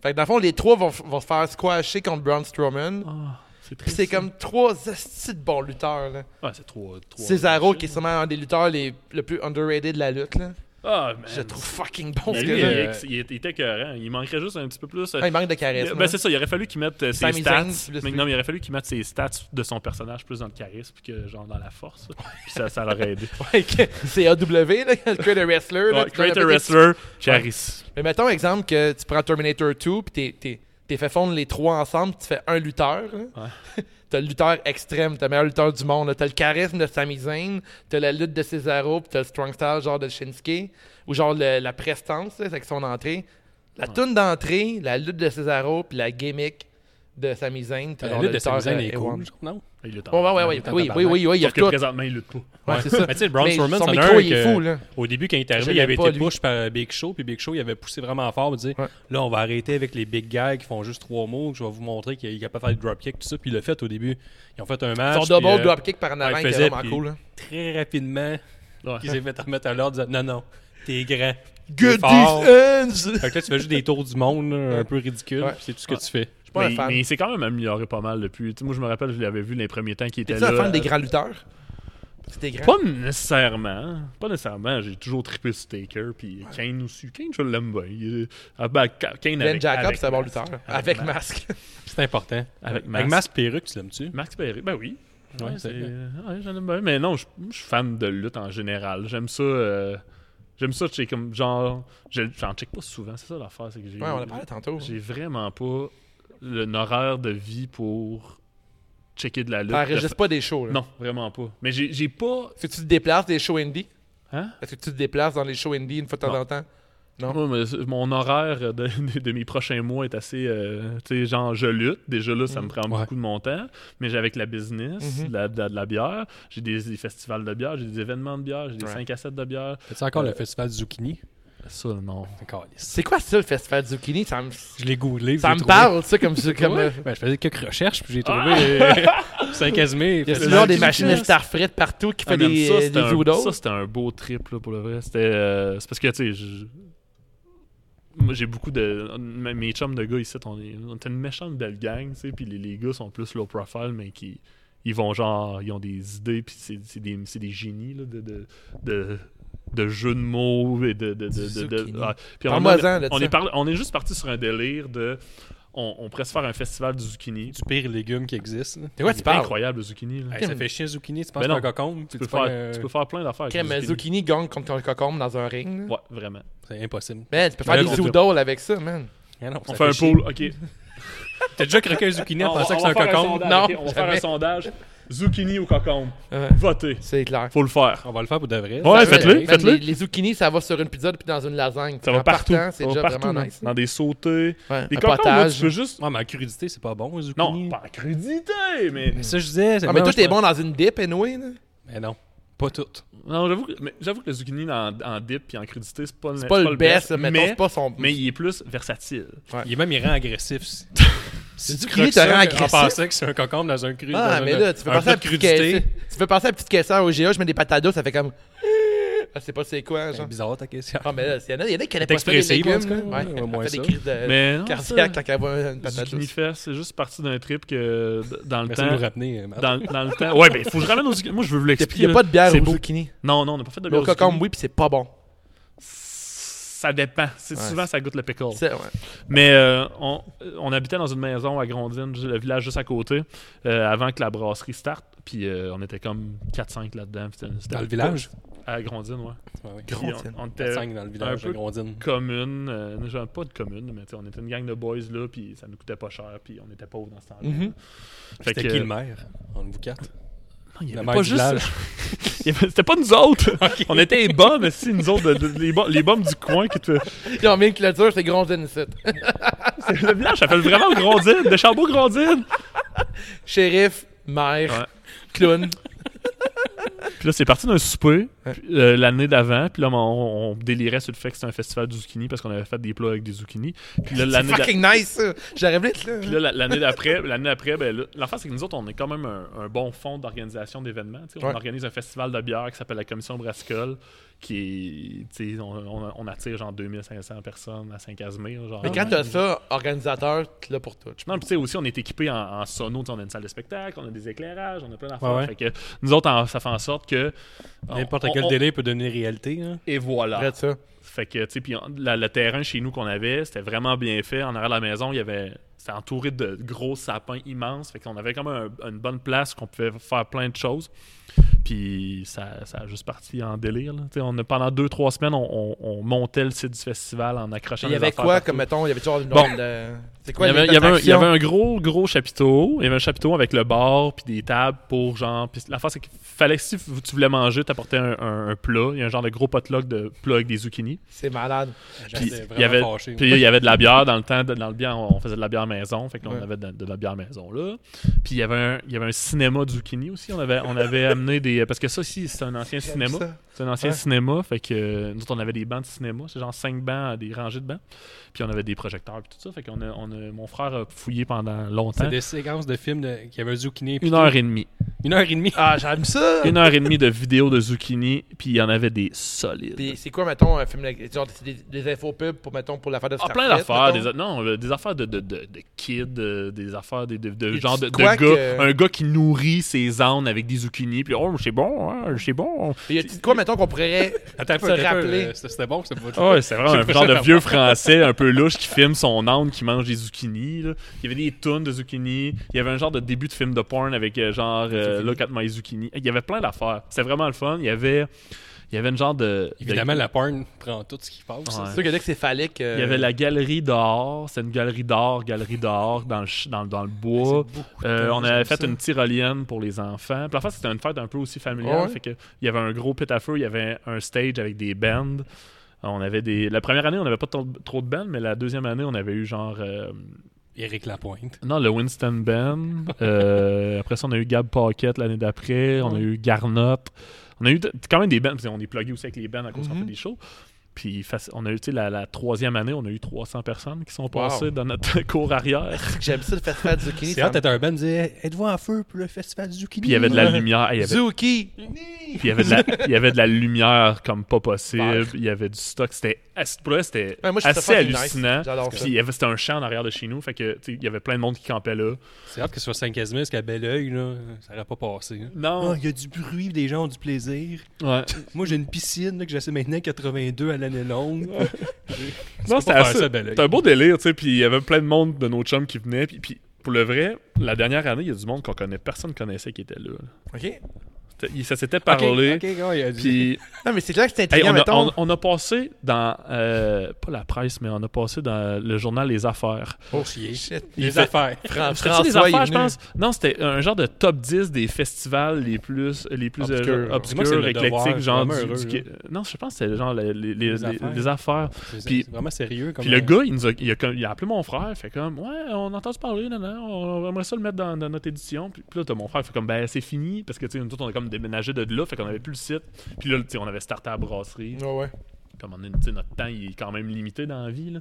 A: Fait que dans le fond, les trois vont, f- vont se faire squasher contre Braun Strowman.
E: Ah, c'est
A: Puis
E: triste.
A: c'est comme trois astis de bons lutteurs. Là.
E: Ouais, c'est trois. trois-
A: Cesaro, qui est sûrement un des lutteurs les, le plus underrated de la lutte. Là.
E: Ah, man. Ben euh,
A: Je le trouve fucking bon
E: Mais
A: ce
E: lui,
F: que
E: il,
A: gars-là.
F: là-
E: est- il est- il était cohérent. Il manquerait juste un petit peu plus. euh,
A: euh, Ah, il manque de charisme.
E: ben,
A: hein.
E: c'est ça, il aurait fallu qu'il mette euh, ses
A: Sami
E: stats.
A: Zayn, c'est plus
E: mais
A: lui.
E: non, mais il aurait fallu qu'il mette ses stats de son personnage plus dans le charisme que genre dans la force. Puis ça, ça l'aurait aidé.
A: Ouais, que- euh, c'est AW, là, le creator wrestler. là,
E: Ouais,
A: tu
E: Create
A: dois
E: a
A: l'appeler-
E: wrestler, charisme.
A: Mais mettons exemple que tu prends Terminator 2 puis t'es, t'es, t'es fait fondre les trois ensemble, tu fais un lutteur. là. t'as le lutteur extrême, t'as le meilleur lutteur du monde. là. T'as le charisme de Sami Zayn, t'as la lutte de Cesaro, puis t'as le strong style genre de Shinsuke, ou genre le- la prestance là, avec son entrée. La toune d'entrée, la lutte de Cesaro, puis la gimmick de Sami Zayn. T'as
F: La
A: genre
F: lutte
A: le
F: de Sami
A: lutteur,
F: Zayn
A: euh,
F: est
A: A1.
F: cool, je trouve, non?
E: Il est en-
A: Ouais, ouais, ouais, ouais,
E: en- en
A: oui, oui,
E: tabarnak.
A: oui, oui, il y a
E: Sauf que
A: tout.
E: présentement, il lutte pas.
A: Ouais, c'est ça.
F: Mais tu sais, Braun
A: Mais
F: Strowman,
A: son
F: c'en a
A: micro,
F: un
A: il est
F: que-
A: fou, là.
F: Au début, quand il est arrivé,
A: l'aime
F: il avait
A: pas,
F: été
A: lui.
F: push par Big Show, puis Big Show, il avait poussé vraiment fort pour dire
A: Ouais.
F: Là, on va arrêter avec les big guys qui font juste trois mots, que je vais vous montrer qu'il est capable de faire des dropkicks, tout ça. Puis il l'a fait au début. Ils ont fait un match.
A: Son
F: puis,
A: double
F: euh,
A: dropkick par en
F: ouais,
A: avant
F: il
A: qui est
F: faisait,
A: vraiment
F: puis
A: cool. là.
F: Très rapidement,
E: Ouais.
F: il s'est fait remettre à l'ordre en disant Non, non, t'es grand.
A: Good
F: Good fort.
A: defense!
F: Fait que là, tu fais juste des tours du monde, là, un peu ridicule,
A: Ouais.
F: puis c'est tout ce que tu fais.
A: pas un
E: mais,
A: fan.
E: mais il s'est quand même amélioré pas mal depuis. Tu sais, moi, je me rappelle, je l'avais vu les premiers temps qu'il était
A: T'es-tu
E: là.
A: un fan des grands lutteurs? C'était grand.
E: Pas nécessairement. Pas nécessairement. J'ai toujours trippé sur Taker. Puis Kane aussi. Kane, je l'aime bien. Il est- Ah ben, Ka- Kane
A: Ben
E: avec,
A: Jacob,
E: avec
A: c'est un bon
E: masque.
A: lutteur. Avec
E: Avec
A: masque.
F: C'est important.
E: Avec
F: Avec
E: masque.
F: Mas Perruque, tu l'aimes-tu
E: Marc Perry. Ben oui. Ouais,
F: Ouais,
E: c'est-
F: c'est-
E: ouais, j'en aime bien. Mais non, je je suis fan de lutte en général. J'aime ça. euh, J'aime ça, c'est comme genre. je- J'en check pas souvent, c'est ça l'affaire. c'est que j'ai-
A: Ouais, on en parlé tantôt.
E: J'ai vraiment pas un horaire de vie pour checker de la lutte. de
A: T'enregistres Ah, pas des shows, là.
E: Non, vraiment pas. Mais j'ai j'ai pas.
A: Est-ce que tu te déplaces des shows indie?
E: Hein?
A: Est-ce que tu te déplaces dans les shows indie une fois de temps
E: Non.
A: en temps? Non.
E: Ah, Moi, mais c'est- mon horaire de, de- de mes prochains mois est assez. euh, tu sais, genre, je lutte. Déjà là, ça me prend
F: Ouais.
E: beaucoup de mon temps. Mais j'ai avec la business, de la, de la- de la bière, j'ai des, des festivals de bière, j'ai des événements de bière, j'ai des
A: Ouais.
E: 5 à 7 de bière.
F: Fais-tu encore le festival Zucchini
E: Ça, non.
A: C'est quoi ça, le festival Zucchini? Ça me,
F: Je l'ai googlé.
A: ça
F: je l'ai
A: me
F: trouvé.
A: parle, ça, comme... ça, comme euh,
F: Ben, je faisais quelques recherches, puis j'ai
E: Ah!
F: trouvé euh, 5 mai.
A: Il y a
E: Le
A: toujours des
E: Zucchini,
A: machines à
E: là,
A: starfrit partout qui font
E: Ah, man,
A: des,
E: ça,
A: euh,
E: c'était
A: des
E: un-
A: zoodles.
E: Ça, c'était un beau trip, là, pour le vrai. C'était. euh, c'est parce que, tu sais, je- Moi, j'ai beaucoup de. m- Mes chums de gars ici, on, est, on était une méchante belle gang, tu sais, puis les, les gars sont plus low profile, mais qui. Ils vont genre. Ils ont des idées, puis c'est c'est des, c'est des génies, là, de. de, de de jeux de mots et de. de, de, de- de-
A: Zucchini.
E: ah, puis on,
A: Parle-moi-en de
E: on,
A: ça.
E: est parlé- on est juste parti sur un délire de on, on pourrait se faire un festival du zucchini.
F: Du pire légume qui existe. là.
A: De quoi
E: C'est
A: tu parles?
E: incroyable le zucchini. là.
F: Hey, ça fait chier zucchini, tu penses
E: Ben
F: que
E: non.
F: c'est un cocon. puis
E: Tu, peux
F: te prends
E: faire,
F: un-
E: tu peux faire plein d'affaires. avec
A: Crème,
E: du
A: mais
E: zucchini.
A: Zucchini gagne contre un cocombe dans un ring. là.
E: Ouais, vraiment.
F: C'est impossible.
A: Man, Ben, tu peux
E: Mais
A: faire
E: là,
A: des
E: on-
A: zoodles avec ça, man.
F: Ah non,
E: On
F: ça
E: Ben fait un
F: chier.
E: pool, ok.
F: T'as déjà croqué un zucchini en
E: On va-
F: pensant que
E: on
F: c'est
E: va
F: un
E: faire
F: cocon?
E: sondage,
A: Non,
E: ok, on va faire
A: jamais.
E: un sondage. Zucchini ou cocombe.
A: Ouais.
E: Votez.
A: C'est clair.
E: Faut le faire.
F: On va le faire pour de vrai.
E: Ouais,
F: Ça,
E: faites-le,
F: c'est-
A: Man,
E: faites-le.
A: Les, les zucchini, ça va sur une pizza puis dans une lasagne.
E: Ça va
A: En
E: partout.
A: partant, C'est
E: Ça va
A: déjà
E: partout,
A: vraiment
E: là.
A: nice.
E: Dans des sautés.
A: Ouais,
E: Des
A: un
E: cocombes, là,
A: potage.
E: tu peux juste.
F: Ouais, Ah, mais en crudité, c'est pas bon, un zucchini.
E: Non, pas en crudité, mais.
F: Ça, je disais. c'est
A: Ah, mais
F: non,
A: toi,
F: je
A: t'es
F: pense-
A: bon dans une dip, anyway. là.
F: Mais non, pas toutes.
E: Non, j'avoue que, mais j'avoue que le zucchini en, en dip et en crudité, c'est pas,
A: C'est pas le best, mais
E: mais,
A: c'est pas son.
E: mais il est plus versatile.
F: Il est même, il rend agressif. Si, si tu
A: zucchini
F: croques
A: te rend
F: ça,
A: agressif?
F: en pensant que c'est un cocombe dans un cru.
A: Ah,
F: dans
A: mais
F: un-
A: là, tu fais
F: un
A: penser
F: plat
A: à
F: de
A: petite caissière.
F: crudité.
A: Tu fais penser à petite caissière au GA, je mets des patates douces, ça fait comme. Ah, c'est pas c'est quoi,
F: C'est
A: genre.
F: bizarre ta question.
A: Ah, mais là, il y en a, y en a qui n'aiment
F: T'es
A: pas ça, les
F: expressive, en tout
A: légumes.
F: cas,
A: là.
F: ouais,
A: Ouais,
F: au moins
A: elle fait des
F: ça.
A: crises de
E: Mais non,
A: Euh, cardiaque
E: ça,
A: quand elle voit une patate
E: zucchini
A: douce.
E: fest, c'est juste parti d'un trip que d- dans le
F: Merci de nous
E: temps.
F: rappeler. euh, Marc.
E: Dans, dans le temps. Ouais, mais faut que je ramène aux zucchini. Moi, je veux vous l'expliquer.
A: Il n'y a
E: là.
A: pas de bière
E: C'est
A: au
E: beau.
A: zucchini.
E: Non, non, on n'a pas fait de
A: Le
E: bière. au zucchini.
A: cocombe, oui, puis c'est pas bon.
E: Ça dépend. C'est
A: Ouais.
E: Souvent, ça goûte le pickle.
A: C'est- ouais.
E: Mais euh, on, on habitait dans une maison à Grondine, ju- le village juste à côté, euh, avant que la brasserie starte. Puis euh, on était comme 4-5 là-dedans. puis c'était- c'était-
F: Dans le village?
E: À Grondine, ouais.
F: Ouais, ouais.
E: Puis
A: Grondine.
E: On, on était
F: 5 dans le village
E: peu
F: de Grondine.
E: commune, euh, genre pas de commune, mais tu sais, on était une gang de boys là, puis ça nous coûtait pas cher, puis on était pauvres dans ce temps-là.
A: Mhm.
E: Fait
F: C'était
E: que,
F: qui le
E: euh,
F: maire? On vous quatre.
E: il y
F: Le
E: avait
F: maire
E: pas
F: du
E: juste-
F: village.
E: il y avait- C'était pas nous autres. On était les bombes, aussi, nous autres, de- de- les, bums, les bombes du coin qui te.
A: Puis en mille clôture, c'est Grondine ici.
E: Le village s'appelle vraiment Grondine, de Chambaud-Grondine.
A: Shérif, maire,
E: Ouais.
A: clown.
E: Puis là, c'est parti d'un souper puis, euh, l'année d'avant. Puis là, on, on délirait sur le fait que c'était un festival du zucchini parce qu'on avait fait des plats avec des zucchini. Puis là,
A: C'est
E: l'année d'a-
A: fucking nice, ça. J'arrive vite, là.
E: puis là, la- l'année d'après, l'année d'après, ben là, l'affaire, c'est que nous autres, on est quand même un, un bon fonds d'organisation d'événements. tu sais. On
A: Ouais.
E: organise un festival de bière qui s'appelle la Commission Brascole, qui est, tu sais, on, on- on attire genre 2500 personnes à Saint-Casimir. genre.
A: Mais quand t'as ça, organisateur, t'es là pour tout.
E: Non, puis tu sais, aussi, on est équipé en, en sono. tu sais, On a une salle de spectacle, on a des éclairages, on a plein d'affaires.
F: Ouais, ouais.
E: Fait que nous autres, en- ça fait en sorte que.
F: N'importe
E: on-
F: quel
E: on-
F: délai peut devenir réalité. hein.
E: Et voilà.
A: Arrête ça.
E: Fait que, tu sais, puis on- la- le terrain chez nous qu'on avait, c'était vraiment bien fait. En arrière de la maison, il y avait. C'était entouré de gros sapins immenses. Fait qu'on avait comme un- une bonne place qu'on pouvait faire plein de choses. Puis ça, ça a juste parti en délire. là. Tu sais, On a, pendant deux, trois semaines, on, on- on montait le site du festival en accrochant
A: Il y
E: des
A: avait
E: affaires
A: quoi,
E: partout.
A: comme mettons, il y avait toujours une
E: Bon.
A: norme de. C'est quoi
E: il, y avait,
A: les
E: il y avait un, il y
A: attractions?
E: avait un gros, gros chapiteau. Il y avait un chapiteau avec le bar puis des tables pour genre. Puis l'affaire, c'est qu'il fallait, si tu voulais manger, t'apportais un, un- un plat. Il y a un genre de gros potluck de plat avec des zucchini.
A: C'est malade.
E: Puis
F: J'étais
E: il y avait,
F: Ben, vraiment fâché.
E: puis il y avait de la bière dans le temps, de- dans le bière, on faisait de la bière maison, fait que là,
A: Ouais.
E: on avait de, de la bière maison là. Puis il y avait un, il y avait un cinéma zucchini aussi, on avait, on avait amené des, parce que ça aussi c'est un ancien cinéma,
A: ça.
E: c'est un ancien
A: Ouais.
E: cinéma, fait que euh, nous autres, on avait des bancs de cinéma, c'est genre cinq bancs, euh, des rangées de bancs, puis on avait des projecteurs puis tout ça, fait qu'on a, on a- mon frère a fouillé pendant
F: C'est
E: longtemps,
F: des séquences de films de- qui avaient un zucchini. puis
E: Hein? une
F: tout.
E: heure et demie,
F: Une heure et demie.
A: Ah, j'aime ça.
E: une heure et demie de vidéos de zucchini, puis il y en avait des solides.
A: Puis c'est quoi, mettons, un film. de- Genre, c'est des, des infos pubs pour, mettons, pour l'affaire de
E: Ah,
A: Starfleet,
E: plein d'affaires.
A: mettons.
E: Des, non, euh, des affaires de, de, de, de kids, euh, des affaires de, de, de
A: Des
E: genre de,
A: petites
E: de gars.
A: couacs, euh.
E: Un gars qui nourrit ses ânes avec des zucchini. Puis, oh, c'est bon, hein, c'est bon.
A: Puis y a-t-il de quoi, mettons, qu'on pourrait
F: Attends, un peu,
A: se
F: attends un peu,
A: rappeler?
F: euh, c'était- C'était bon, c'était pas
E: Ah ouais, c'est vraiment
F: J'ai
E: un
F: pas
E: genre
F: ça
E: de
F: à
E: vieux français un peu louche qui filme son âne qui mange des zucchini. là. Il y avait des tonnes de zucchini. Il y avait un genre de début de film de porn avec euh, genre euh, Look at my zucchini. Il y avait plein d'affaires. C'était vraiment le fun. Il y avait, il y avait une genre de.
F: Évidemment,
E: de-
F: la porn prend tout ce qui passe.
E: Ouais.
A: C'est sûr qu'il y a que c'est phallique. euh,
E: Il y avait la galerie d'or, c'est une galerie d'or, galerie d'or dans le, ch- dans, le- dans le bois. Euh, on avait fait une tyrolienne pour les enfants. Puis l'enfant, c'était une fête un peu aussi familiale.
A: Ouais.
E: Fait que, il y avait un gros pit à feu, il y avait un stage avec des bands. On avait des... La première année, on n'avait pas trop, trop de bands, mais la deuxième année, on avait eu genre... euh,
F: Éric Lapointe.
E: Non, le Winston Band. Euh, après ça, on a eu Gab Pocket l'année d'après. On a eu Garnotte. On a eu t- quand même des bands. parce qu'on est plugué aussi avec les bands à cause qu'on fait
A: Mhm.
E: des shows. Puis faci- on a eu, tu sais, la, la troisième année, on a eu 300 personnes qui sont passées dans notre cours arrière.
A: c'est que J'aime ça, le festival du zucchini.
F: C'est
A: ça
F: hot, t'étais un band, disait Êtes-vous en feu pour le festival du zucchini
E: Puis il y avait de la lumière. Hey, il y
A: me-
E: avait-
A: Zuki!
E: puis il y avait de la, il y avait de la lumière comme pas possible. Il y avait du stock. C'était assez, pour vrai, c'était
A: Ouais, moi, je trouve
E: assez
A: ça fucking nice.
E: hallucinant.
A: J'adore ça.
E: Puis il y avait- c'était un champ en arrière de chez nous. Fait que, tu sais, il y avait plein de monde qui campait là.
F: C'est hâte que sur Saint-Casimir, parce qu'à Belleuil, là, ça aurait pas passé. hein.
E: Non.
F: Ah, il y a du bruit, des gens ont du plaisir.
E: Ouais.
F: Moi, j'ai une piscine là, que j'essaie maintenant à 82 à la l'année longue.
E: Non,
F: peux
E: c'était
F: pas faire
E: assez-
F: ça, Belleuil.
E: c'était un beau délire, tu sais. Puis il y avait plein de monde de nos chums qui venaient. Puis, puis pour le vrai, la dernière année, il y a du monde qu'on connaît, personne connaissait qui était là. là.
A: OK?
E: C'était- il- Ça s'était parlé.
F: Ok, ok, gars, il a dit.
E: Puis
A: Non, mais c'est clair que c'est
E: hey,
A: intriguant,
E: on, a,
A: mettons.
E: on- on a passé dans. euh, pas la presse, mais on a passé dans le journal Les Affaires.
F: Oh, chier.
A: Shit.
F: Les
E: fait-
F: affaires.
A: Fran-
E: C'était-tu les
A: François, il est
E: affaires, je
A: venu.
E: pense. Non, c'était un genre de top 10 des festivals les plus, les plus euh,
F: Obscurs.
E: obscurs,
F: Moi, c'est le
E: éclectiques,
F: devoir,
E: genre
F: je
E: du,
F: suis vraiment
E: du-
F: heureux,
E: Non, je pense que c'était genre les, les- les-
F: affaires.
E: les affaires.
F: C'est
E: Puis-
F: c'est vraiment sérieux. Comme
E: Puis le gars, il, nous a, il, a, comme- il a appelé mon frère, fait comme Ouais, on entend se parler, nan, nan, on aimerait ça le mettre dans, dans notre édition. Puis, puis là, t'as mon frère, fait comme Ben, c'est fini, parce que tu sais, nous autres, on a comme déménagé de là, fait qu'on avait plus le site. Puis là, tu sais, on avait starté à la brasserie.
A: Ouais, ouais.
E: Comme on est, tu sais, notre temps, il est quand même limité dans la vie, là.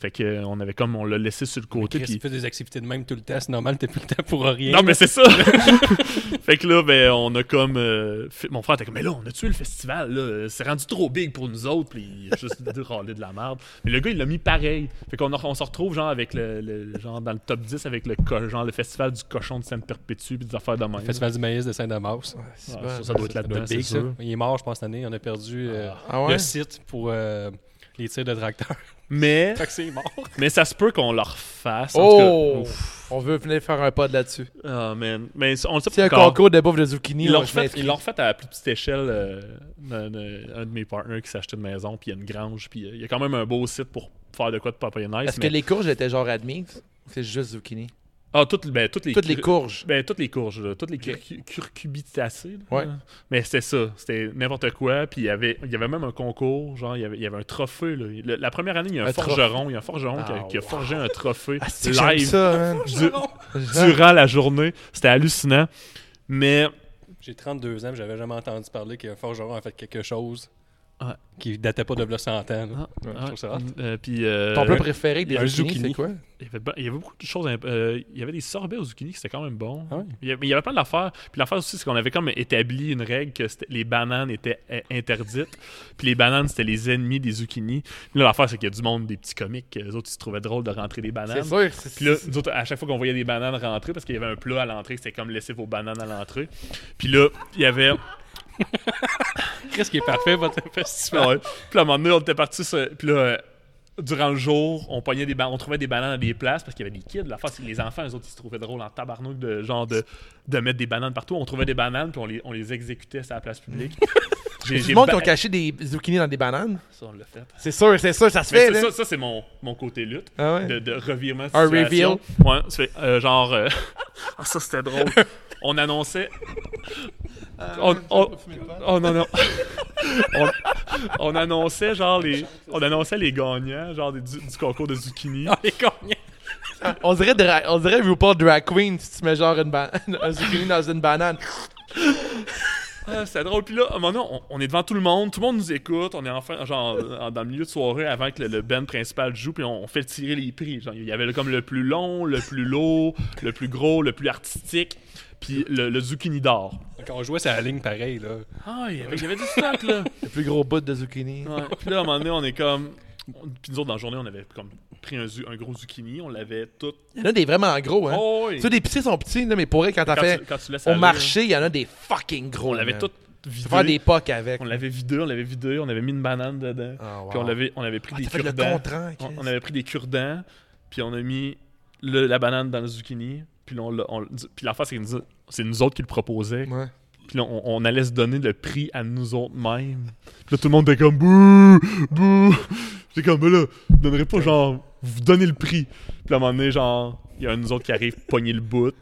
E: Fait que, euh, on avait comme, on l'a laissé sur le côté.
F: Chris,
E: Puis
F: il fait des activités de même tout le temps. C'est normal, t'as plus le temps pour rien.
E: Non, mais c'est ça! fait que là, ben, on a comme. euh, fait- mon frère était comme, mais là, on a tué le festival, là. Euh, C'est rendu trop big pour nous autres, puis il a juste dit, râler de la merde. Mais le gars, il l'a mis pareil. Fait qu'on a- on se retrouve, genre, avec le, le- Genre, dans le top 10 avec le. co- Genre, le festival du cochon de Sainte-Perpétue, puis des affaires de même.
F: Le Festival du maïs de Saint-Damas.
E: Ouais, ça, ça doit être là-dedans, c'est
F: big, ça.
E: sûr.
F: Il est mort, je pense, cette année. On a perdu euh,
A: Ah ouais?
F: le site pour euh, les tirs de tracteur.
E: Mais,
F: fait que c'est mort.
E: mais ça se peut qu'on le refasse. En tout
A: Oh!
E: cas, Ouf.
A: On veut venir faire un pod là-dessus.
E: Ah, man. Mais on le sait
A: C'est un
E: pas encore.
A: concours de bouffe de zucchini.
E: Ils
A: là,
E: l'ont
A: je
E: refait,
A: m'inscris.
E: ils l'ont refait à la plus petite échelle. euh, d'un- d'un- un de mes partenaires qui s'est acheté une maison, puis il y a une grange, puis euh, il y a quand même un beau site pour faire de quoi de papa nice.
A: Est-ce
E: mais-
A: que les courges étaient genre admises? C'est juste zucchini.
E: Ah, toutes, ben, toutes les
A: Toutes les courges.
E: Ben, toutes les courges, là, toutes les curcu- curcubitacées. là.
A: Ouais.
E: Mais c'était ça, c'était n'importe quoi. Puis il y avait, il y avait même un concours, genre il y avait, il y avait un trophée. là. Le- la première année, il y a un,
A: Un trophée.
E: forgeron, il y a un forgeron qui a,
A: Ah,
E: qui a forgé un trophée
A: C'est j'aime
E: live
A: ça, hein. man.
E: du- durant la journée. C'était hallucinant. Mais
F: J'ai 32 ans, mais j'avais jamais entendu parler qu'un forgeron a fait quelque chose
E: Ouais.
F: qui datait pas de là 100 ans. là.
E: Ah, ah,
F: trouve ça hot.
E: euh, puis, euh,
A: Ton plat préféré
F: il y a
A: des
F: un
A: zucchini,
F: zucchini.
A: c'est quoi?
E: Il y, avait, ben- il y avait beaucoup de choses. imp- euh, il y avait des sorbets aux zucchini qui c'était quand même bon.
F: Ah oui?
E: Il y avait, mais il y avait plein d'affaires. Puis l'affaire aussi, c'est qu'on avait comme établi une règle que c'était- les bananes étaient euh, interdites. Puis les bananes, c'était les ennemis des zucchini. Puis là, l'affaire, c'est qu'il y a du monde, des petits comiques. Les autres, ils se trouvaient drôle de rentrer des bananes.
A: C'est sûr. c'est-
E: Puis là, nous autres, à chaque fois qu'on voyait des bananes rentrer, parce qu'il y avait un plat à l'entrée, c'était comme laisser vos bananes à l'entrée. Puis là, il y avait.
F: Qu'est-ce qui est parfait, votre festival?
E: Ouais. Puis là, à un moment donné, on était parti. sur- Puis là, euh, durant le jour, on, pognait des ba- on trouvait des bananes à des places parce qu'il y avait des kids. La face, les enfants, eux autres, ils se trouvaient drôles en tabarnouche de genre de, de mettre des bananes partout. On trouvait des bananes, puis on les, on les exécutait sur la place publique. J'ai
A: Du monde qui
E: ba-
A: ont caché des zucchini dans des bananes.
E: Ça, on l'a fait.
A: C'est sûr, c'est sûr, ça se
E: Mais
A: fait,
E: ça,
A: là.
E: ça, ça, c'est mon, mon côté lutte.
A: Ah ouais?
E: de, de revirement de
A: Un
E: situation. Ouais, ça fait, euh, genre. euh, Ah, ça, c'était drôle. Euh, on annonçait. on, on- Oh non, non. on, on annonçait, genre, les, on annonçait les gagnants, genre, des- du, du concours de zucchini.
F: les cognants!
A: On dirait, dra- on dirait RuPaul Drag Queen si tu mets genre une ba- un zucchini dans une banane.
E: Ah, c'était drôle. Puis là, à un moment donné, on, on est devant tout le monde, tout le monde nous écoute. On est enfin, genre, en- dans le milieu de soirée avant que le, le band principal joue, puis on, on fait tirer les prix. Genre, il y avait le- comme le plus long, le plus lourd, le plus gros, le plus artistique, puis le, le zucchini d'or.
F: Quand on jouait, c'est la ligne pareil. là.
E: Ah, il y avait, il y avait du stock, là.
A: Le plus gros bout de zucchini.
E: Ouais. Puis là, à un moment donné, on est comme. on- Puis nous autres, dans la journée, on avait comme pris un, zu- un gros zucchini, on l'avait tout.
A: Il y en a des vraiment gros, hein.
E: Oh, oui.
A: Tu sais, des petits sont petits, là, mais pour vrai, quand t'as
E: Quand
A: fait
E: tu- quand tu laisses
A: au
E: aller,
A: marché, il y en a des fucking gros.
E: on l'avait
A: man.
E: tout
A: Tu peux faire
E: vidé.
A: des pocs avec.
E: On l'avait vidé, on l'avait vidé, on avait mis une banane dedans.
A: Ah, wow.
E: Puis on, l'avait, on avait pris
A: Ah,
E: des
A: t'as fait le
E: cure-dents.
A: contrat,
E: On,
A: Chris.
E: on avait pris des cure-dents, puis on a mis le- la banane dans le zucchini. Puis là, on, l'a- on- puis l'affaire, c'est que nous- c'est nous autres qui le proposaient.
A: Ouais.
E: Puis là, on, on allait se donner le prix à nous autres mêmes. Puis là, tout le monde était comme bouh, bouh. J'étais comme, ben là, vous donnerez pas, genre, vous donnez le prix. Puis à un moment donné, genre, il y a un de nous autres qui arrive, pogner le bout.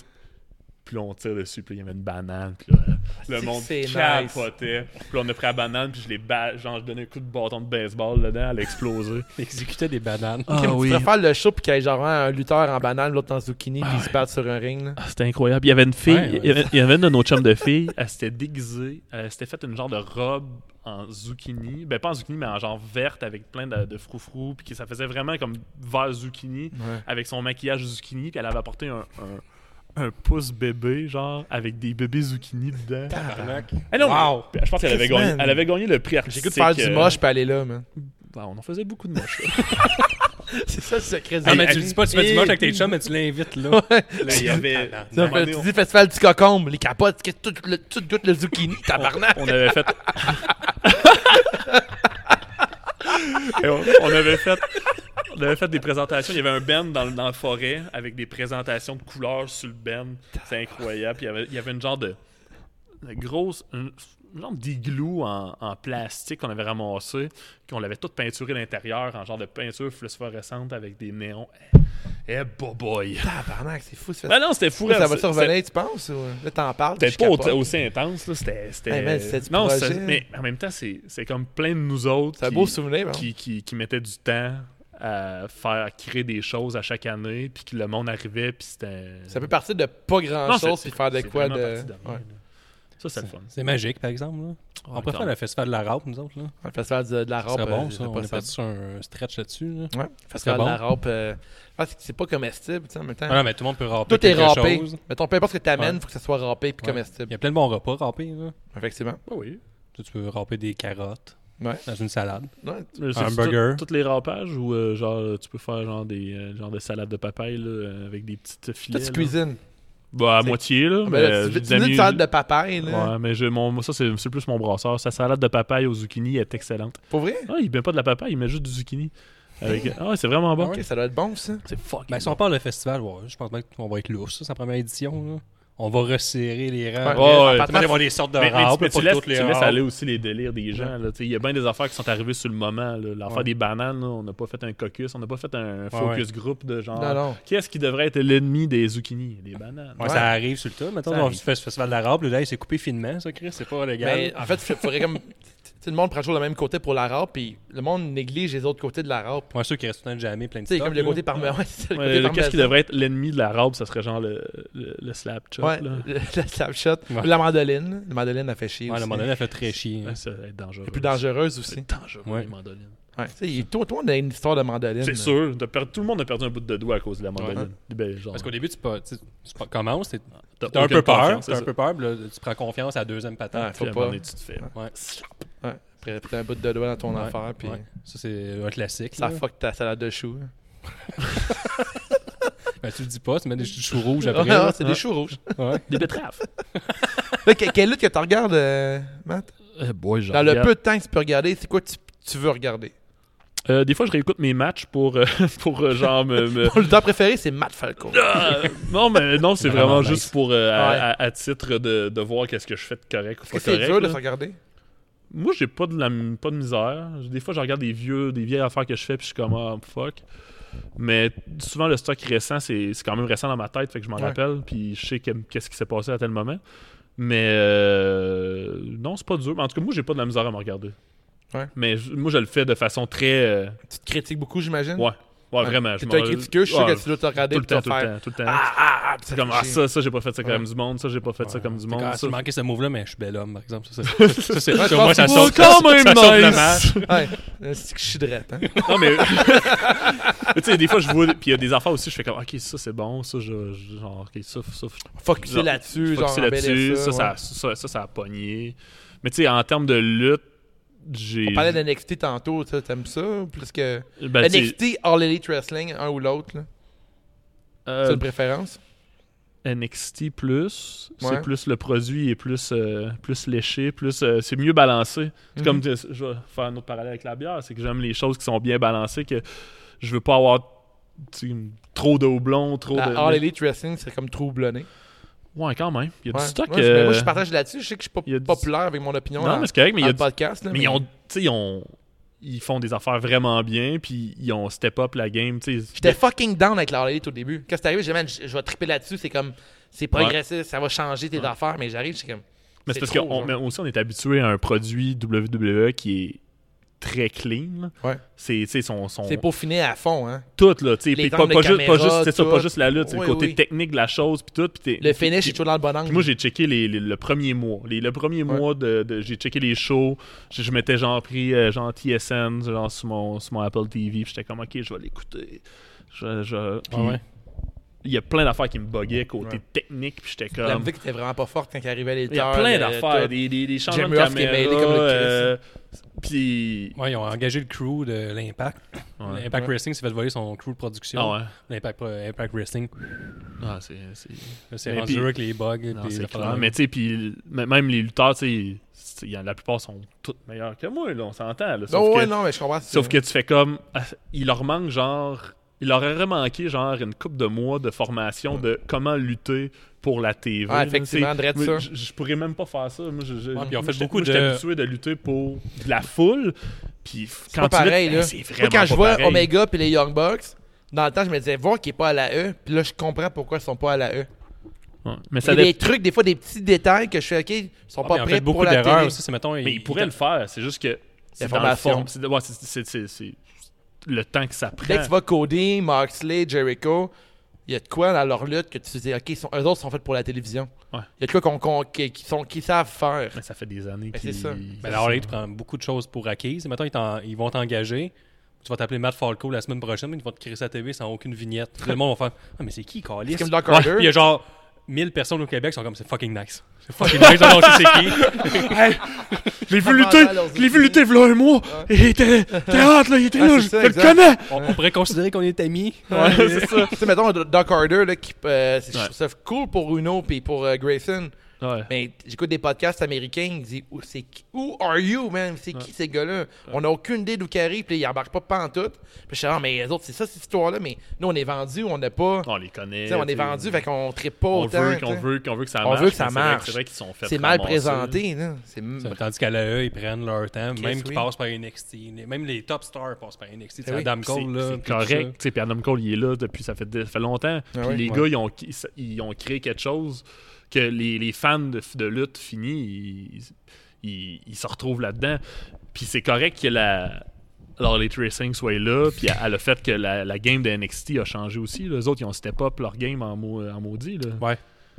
E: Puis là, on tire dessus, puis là, il y avait une banane. Puis là, le
A: Ah, c'est
E: monde
A: que c'est
E: capotait. Puis là, on a pris la banane, puis je l'ai ba... genre, je donnais un coup de bâton de baseball dedans, elle a explosé.
F: Ah Exécutait des bananes.
E: Ah
A: Tu pourrais faire le show puis qu'il y ait genre un lutteur en banane, l'autre en zucchini, puis ils se battent sur un ring. là.
E: Ah, C'était incroyable. Il y avait une fille,
F: Ouais, ouais.
E: Il, y avait, il y avait une de nos chums de fille, elle s'était déguisée, elle s'était faite une genre de robe en zucchini. Ben, pas en zucchini, mais en genre verte avec plein de, de froufrous. Puis que ça faisait vraiment comme vert zucchini avec son maquillage zucchini. Puis elle avait apporté un, un, un pouce bébé, genre avec des bébés zucchini dedans. Ah non,
A: Wow.
E: mais- Je pense qu'elle avait, gagné,
A: Man.
E: elle avait gagné le prix artistique.
A: J'écoute faire du
E: euh,
A: moche puis aller là, man.
E: ben, on en faisait beaucoup de moche.
A: C'est ça le secret
F: Ah, mais
E: Hey,
F: tu dis pas, tu fais du
E: hey.
F: moche avec tes chums, mais tu l'invites là.
E: Là, il y avait.
A: Ça fait- Tu dis festival du cocombe, les capotes, que tout, le, tout goûte le zucchini, tabarnak.
E: On avait fait. Et on, on avait fait. On avait fait des présentations. Il y avait un band dans, le- dans la forêt avec des présentations de couleurs sur le band. C'est incroyable. Puis il y avait, il y avait une genre de, de grosse. Une, une genre d'igloo en, en plastique qu'on avait ramassé. Qu'on l'avait toute peinturé à l'intérieur en genre de peinture phosphorescente avec des néons. Eh, eh, boboy.
A: Tabarnak, c'est fou. Ça, fait...
E: Ben non, c'était fou.
A: ça
E: hein,
A: va
E: c'est-
A: survenir, tu penses? Ou... euh, Là, t'en parles.
E: Peut-être
A: je
E: pas
A: capote.
E: au- aussi intense, là. C'était. c'était-
A: Hey, man, c'était du
E: non,
A: projet.
E: c'était- mais en même temps, c'est c'est comme plein de nous autres.
A: C'est un
E: qui-
A: beau souvenir, hein?
E: qui, qui, qui mettaient du temps à faire à créer des choses à chaque année, puis que le monde arrivait, puis c'était.
A: Ça peut partir de pas
E: Non, c'est-
A: grand-chose puis faire de
E: c'est
A: quoi
E: vraiment
A: de...
E: parti rien,
A: Ouais.
E: là. Ça, c'est le fun.
F: C'est magique, par exemple. là. on préfère
E: attends.
F: le festival de la rape, nous autres. Là.
A: Le festival de, de la
F: C'est
A: rampe.
F: bon,
A: euh,
F: ça. On
A: pas
F: est parti sur un stretch là-dessus. là.
A: Ouais, festival
F: bon.
A: de la rampe. euh, je pense que c'est pas comestible, tu sais, en même temps.
F: Ah non, mais tout le monde peut ramper.
A: Tout est
F: quelque
A: râpé.
F: chose.
A: Mettons, peu importe ce que t'amènes,
F: Ouais.
A: faut que ça soit râpé puis
F: Ouais. Il y
A: comestible.
F: a plein de bons repas râpés. là.
A: Effectivement.
E: Ah oui.
F: Tu tu peux ramper des carottes
A: Ouais.
F: dans une salade.
A: Ouais.
E: Mais c'est-
F: Un
E: c'est
F: burger.
E: tout- Tous les rapages ou euh, genre tu peux faire genre des euh, genre de salades de papaye là, euh, avec des petites filets.
A: Toi, tu
E: là.
A: cuisines.
E: Bah à
A: C'est-
E: moitié là.
A: Ah,
E: mais euh,
A: ben là,
E: j'ai
A: tu veux-
E: des
A: tu veux une
E: amis-
A: salade de papaye, là.
E: Ouais, mais j'ai mon moi, ça c'est c'est plus mon brasseur. Sa salade de papaye aux zucchini est excellente.
A: Pour vrai?
E: Ah, il met pas de la papaye, il met juste du zucchini. Avec... Ah, ouais, c'est vraiment bon.
A: Ok, ça doit être bon, ça.
E: C'est fucking
F: Ben, si on parle de festival, ouais, je pense bien qu'on va être lourd, ça, sa première édition. là. On va resserrer les rangs.
A: Ouais.
F: On
E: Ouais, ouais.
F: va peut-être avoir des sortes de
E: Mais, mais
F: rares,
E: tu, mais
F: pas
E: tu laisses,
F: toutes les
E: tu laisses
F: rares.
E: aller aussi les délires des gens. là, tu sais, Il y a bien des affaires qui sont arrivées sur le moment. là. L'affaire des bananes, là, on n'a pas fait un caucus, on n'a pas fait un focus group de genre.
A: Non, non.
E: Qu'est-ce qui devrait être l'ennemi des zucchini Des bananes.
F: Ouais, Ça arrive sur le tas. Maintenant,
E: Ça
F: on
E: arrive.
F: fait ce festival de la rape. Le gars, il s'est coupé finement, ça, Chris. C'est pas légal.
A: Mais Ben, en fait, il faudrait comme. tu sais, Tout le monde prend toujours le même côté pour la râpe, puis le monde néglige les autres côtés de la râpe.
F: Pour ceux qui restent tout le temps jamais, plein de
A: Tu sais,
F: stock,
A: comme le
F: là.
A: côté par ouais, c'est le
E: Ouais,
A: côté
E: le- Qu'est-ce qui
A: parmesan.
E: devrait être l'ennemi de la robe Ça serait genre le, le, le slap chop.
A: Ouais,
E: là.
A: le- la slap shot.
F: Ouais.
A: Ou La mandoline. La mandoline, elle fait chier.
F: Ouais, à un
A: aussi.
F: moment donné, elle fait très chier. hein.
E: Ouais, ça va être dangereux.
A: Plus dangereuse aussi.
E: C'est dangereux,
F: Ouais.
E: les mandolines.
A: Ouais. Tu sais, il- Tout, tout le monde a une histoire de mandoline.
E: C'est
A: là.
E: sûr. t'as per- Tout le monde a perdu un bout de doigt à cause de la mandoline. Ben, genre,
F: Parce qu'au début, tu, pas, tu, sais, tu pas- commences, t'es-
E: t'as
F: t'as un
E: aucune
F: peu peur,
E: confiance, c'est
F: t'as un
E: ça.
F: peu peur, puis là, tu prends confiance à la deuxième
A: Ouais,
F: patate.
A: faut
E: Puis à un
A: pas.
E: moment donné, tu te fais.
F: Ouais.
A: Ouais. Après, après un bout de doigt dans ton
F: Ouais,
A: affaire, puis
F: Ah, ouais. Ça, c'est un classique.
A: ça
F: là.
A: fuck ta salade de choux. là.
F: Ben, tu le dis pas, tu mets des choux rouges
A: Ah,
F: après.
A: non,
F: là.
A: c'est des choux rouges.
F: Ouais.
E: Des betteraves.
A: Là, que- quelle lutte que tu regardes, euh, Matt
E: Eh boy, j'en
A: Dans le
E: regarde.
A: peu de temps que tu peux regarder, c'est quoi tu, tu veux regarder
E: Euh, des fois, je réécoute mes matchs pour, euh, pour euh, genre me. me-
A: Le temps préféré, c'est Matt Falco.
E: Ah, non, mais non, c'est vraiment,
F: Vraiment nice.
E: juste pour euh, à,
A: Ouais.
E: à- à titre de, de voir qu'est-ce que je fais de correct ou
A: Est-ce que
E: pas
A: c'est
E: correct.
A: dur de
E: là.
A: se regarder
E: Moi, j'ai pas de la pas de misère. Des fois, je regarde des vieux, des vieilles affaires que je fais, puis je suis comme ah, fuck. Mais souvent, le stock récent, c'est c'est quand même récent dans ma tête, fait que je m'en
A: Ouais.
E: rappelle, puis je sais que- qu'est-ce qui s'est passé à tel moment. Mais euh, non, c'est pas dur. En tout cas, moi, j'ai pas de la misère à me regarder.
A: Ouais.
E: Mais je- moi, je le fais de façon très. euh,
A: Tu te critiques beaucoup, j'imagine
E: ouais. ouais. vraiment. je
A: Tu
E: m'en-
A: t'es critiqué, je suis sûr
E: Ouais,
A: que tu dois te regarder
E: tout le
A: puis te
E: temps, tout le
A: faire.
E: temps, tout le temps.
A: Ah, ah,
E: C'est comme ah ça, ça j'ai pas fait ça comme
A: Ouais.
E: du monde, ça j'ai pas fait ça comme du monde.
F: Ah,
E: ça,
F: j'ai manqué ce move-là, mais je suis bel homme, par exemple. Ça, c'est- ça, c'est-
A: Ouais, je
F: sur moi,
A: pense
F: ça
A: que-
F: sort.
A: Oh,
E: quand
F: ça-
E: même
F: ça sort de la
E: nice.
F: marche.
A: Ouais. Euh, C'est que je suis drette, hein.
E: Non, mais. tu sais, des fois, je vois. Puis il y a des affaires aussi, je fais comme, ok, ça c'est bon, ça, je, je- genre, ok, ça, ça.
A: Focusser
E: Genre,
A: là-dessus,
E: faut que
A: genre.
E: c'est
A: embellir
E: là-dessus, ça,
A: ouais.
E: ça, ça, ça, ça a pogné. Mais tu sais, en termes de lutte, j'ai.
A: On parlait de NXT tantôt, tu sais, t'aimes ça ou plus que.
E: Ben, tu sais,
A: NXT, All Elite Wrestling, un ou l'autre, là.
E: euh,
A: C'est une préférence
E: NXT plus,
A: Ouais.
E: c'est plus le produit est plus, euh, plus léché, plus euh, c'est mieux balancé. C'est
A: Mhm.
E: comme tu- je vais faire un autre parallèle avec la bière, c'est que j'aime les choses qui sont bien balancées, que je veux pas avoir tu sais, trop de houblon, trop de.
A: La All Elite Wrestling, c'est comme troublonné.
E: Ouais, quand même. Il y a
A: Ouais.
E: du stock.
A: Ouais, mais Moi,
E: euh,
A: je partage là-dessus. Je sais que je suis pas
E: il y a du-
A: populaire avec mon opinion.
E: Non,
A: dans-
E: mais c'est correct, mais il y
A: dans
E: a
A: le
E: du-
A: podcast. là,
E: Mais ils ont, tu sais, ils ont- ils font des affaires vraiment bien, puis ils ont step up la game, tu sais.
A: J'étais fucking down avec l'All Elite au début. Quand c'est arrivé, j'ai dit, Man, je je vais triper là-dessus. C'est comme. C'est progressif, ça va changer tes affaires. Mais j'arrive, je suis comme.
E: Mais c'est parce
A: trop, hein. genre.
E: qu'on mais aussi on est habitué à un produit WWE qui est très clean.
A: Ouais.
E: C'est, tu sais, son, son
A: C'est peaufiné à fond, hein.
E: tout là, tu sais,
A: Les
E: puis pas,
A: angles de
E: pas juste pas
A: caméra,
E: juste, c'est ça, pas
A: tout.
E: juste la lutte, c'est
A: Oui,
E: le côté
A: oui.
E: technique de la chose puis tout, puis t'es-
A: Le
E: puis-
A: finish
E: puis-
A: est toujours dans le bon angle.
E: puis moi j'ai checké les, les- le premier mois, les, le premier mois de, de- j'ai checké les shows, je, je m'étais genre pris euh, genre TSN genre sur mon sur mon Apple TV, puis j'étais comme OK, je vais l'écouter. Je, je- puis
F: Ah ouais.
E: il y a plein d'affaires qui me buggaient côté technique, puis j'étais
A: La
E: comme.
A: musique était vraiment pas forte quand il arrivait les
E: euh, Il y a
A: turns,
E: plein
A: euh,
E: d'affaires,
A: tout.
E: des, des, des changements de
A: Jamie Ross qui est
E: caméra,
A: mêlé comme le Christ.
E: euh, puis
F: Ouais, ils ont engagé le crew de l'Impact.
E: Ouais.
F: L'Impact Wrestling s'est fait voler son crew de production.
E: Ah ouais.
F: L'Impact, Impact Wrestling,
E: Ah, c'est- c'est
F: là, c'est
E: Mais
F: rendu
E: puis-
F: là avec les
E: Non,
F: bugs. puis les
E: c'est
F: affaires
E: clair.
F: de
E: Mais tu sais, puis l- m- même les lutteurs, tu sais, c'est- y en- la plupart sont toutes meilleurs que moi, là, on s'entend. là. Sauf,
A: Non,
E: que,
A: Oh, ouais, non, mais je comprends. c'est-
E: sauf que tu fais comme. ah, Il leur manque genre. Il leur aurait manqué genre une coupe de mois de formation de comment lutter pour la TV.
A: Ah,
E: là.
A: effectivement,
E: C'est-
A: drette
E: moi,
A: ça.
E: Je je pourrais même pas faire ça. Moi, je, je,
F: Ouais, puis ils ont
E: moi,
F: fait
E: j'étais-
F: beaucoup
E: moi, j'étais
F: de-
E: habitué de lutter pour de la foule. Puis f-
A: C'est pas
E: quand tu luttes,
A: pareil,
E: ben,
A: là.
E: c'est
A: Moi,
E: vraiment
A: quand je
E: pas
A: vois
E: pareil.
A: Omega puis les Young Bucks, dans le temps, je me disais, voir qu'il est pas à la E, puis là, je comprends pourquoi ils sont pas à la E.
E: Ouais. Mais
A: Il y
E: ça
A: a
E: dépend.
A: des trucs, des fois, des petits détails que je fais, OK, ils sont
F: Ah,
A: pas
F: mais en
A: prêts
F: fait, beaucoup
A: pour la
F: d'erreurs
A: télé.
F: aussi. C'est, mettons,
E: Mais il pourrait le faire, c'est juste que c'est dans le
A: formation.
E: forme. C'est ouais, c'est- c'est- c'est- c'est le temps que ça prend.
A: Dès que tu vois Cody, Moxley, Jericho, il y a de quoi dans leur lutte que tu te dis, OK, ils sont, eux autres sont faits pour la télévision.
E: Ouais.
A: Il y a de quoi qu'on, qu'on- qui, qui sont, qui savent faire.
E: Mais Ben, ça fait des années
A: Mais
E: qu'il-
A: Ben, c'est ça.
F: Mais Ben, la Harley, tu prends beaucoup de choses pour acquises. Mettons, ils, t'en- ils vont t'engager. Tu vas t'appeler Matt Falco la semaine prochaine, mais ils vont te créer sa TV sans aucune vignette. Tout le monde va faire Ah, mais c'est qui, Carlis
A: C'est comme Doc
F: Ouais.
A: Harder.
F: Puis il y a genre 1000 personnes au Québec qui sont comme C'est fucking nice. C'est fucking nice, on sait c'est qui.
E: Je l'ai vu lutter, je l'ai vu lutter v'là un mois. Il était, était hot, là, il était
A: Ah,
E: là,
A: c'est
E: je,
A: ça,
E: je le
A: exact.
E: connais.
F: On, on pourrait considérer qu'on est amis.
A: Ouais, c'est ça. tu sais, mettons, Doc Harder, là, qui, euh, c'est- je
E: Ouais.
A: trouve ça cool pour Uno puis pour euh, Grayson. Mais j'écoute des podcasts américains, ils disent Où, c'est qui- Who are you, man C'est qui ces gars-là On n'a aucune idée d'où qu'ils arrivent, puis ils embarquent pas pantoute. Puis je suis ah, mais les autres, c'est ça cette histoire-là, mais nous, on est vendus, on n'a pas.
E: On les connaît.
A: Tu sais, on est
E: t'sais.
A: vendus, fait qu'on tripe pas
E: On
A: autant.
E: veut,
A: tu
E: on
A: sais.
E: veut, on veut que ça
A: On
E: marche.
A: veut que ça
E: mais c'est vrai-
A: marche.
E: C'est vrai qu'ils sont faits
A: C'est mal
E: ramasser.
A: présenté, là. C'est m-
F: Ça, Tandis qu'à l'AE, ils prennent leur temps,
A: Chris,
F: même qu'ils
A: oui. Ben
F: passent par NXT. Les- Même les top stars passent par NXT. C'est
A: oui.
F: Adam
E: Ben C'est-
F: Cole, là.
E: C'est
F: puis tout ça.
E: correct. t'sais, Puis Adam Cole, il est là depuis ça fait, ça fait longtemps. puis
A: Ben oui.
E: les
F: Ouais.
E: gars, ils ont, ils, ils ont créé quelque chose que les, les fans de, de lutte finis, ils, ils- ils se retrouvent là-dedans. Puis c'est correct que la. Alors, les tracing soient là, puis à, à le fait que la, la game de NXT a changé aussi. là. Les autres, ils ont step up leur game en, mau- en maudit. Là.
F: Ouais.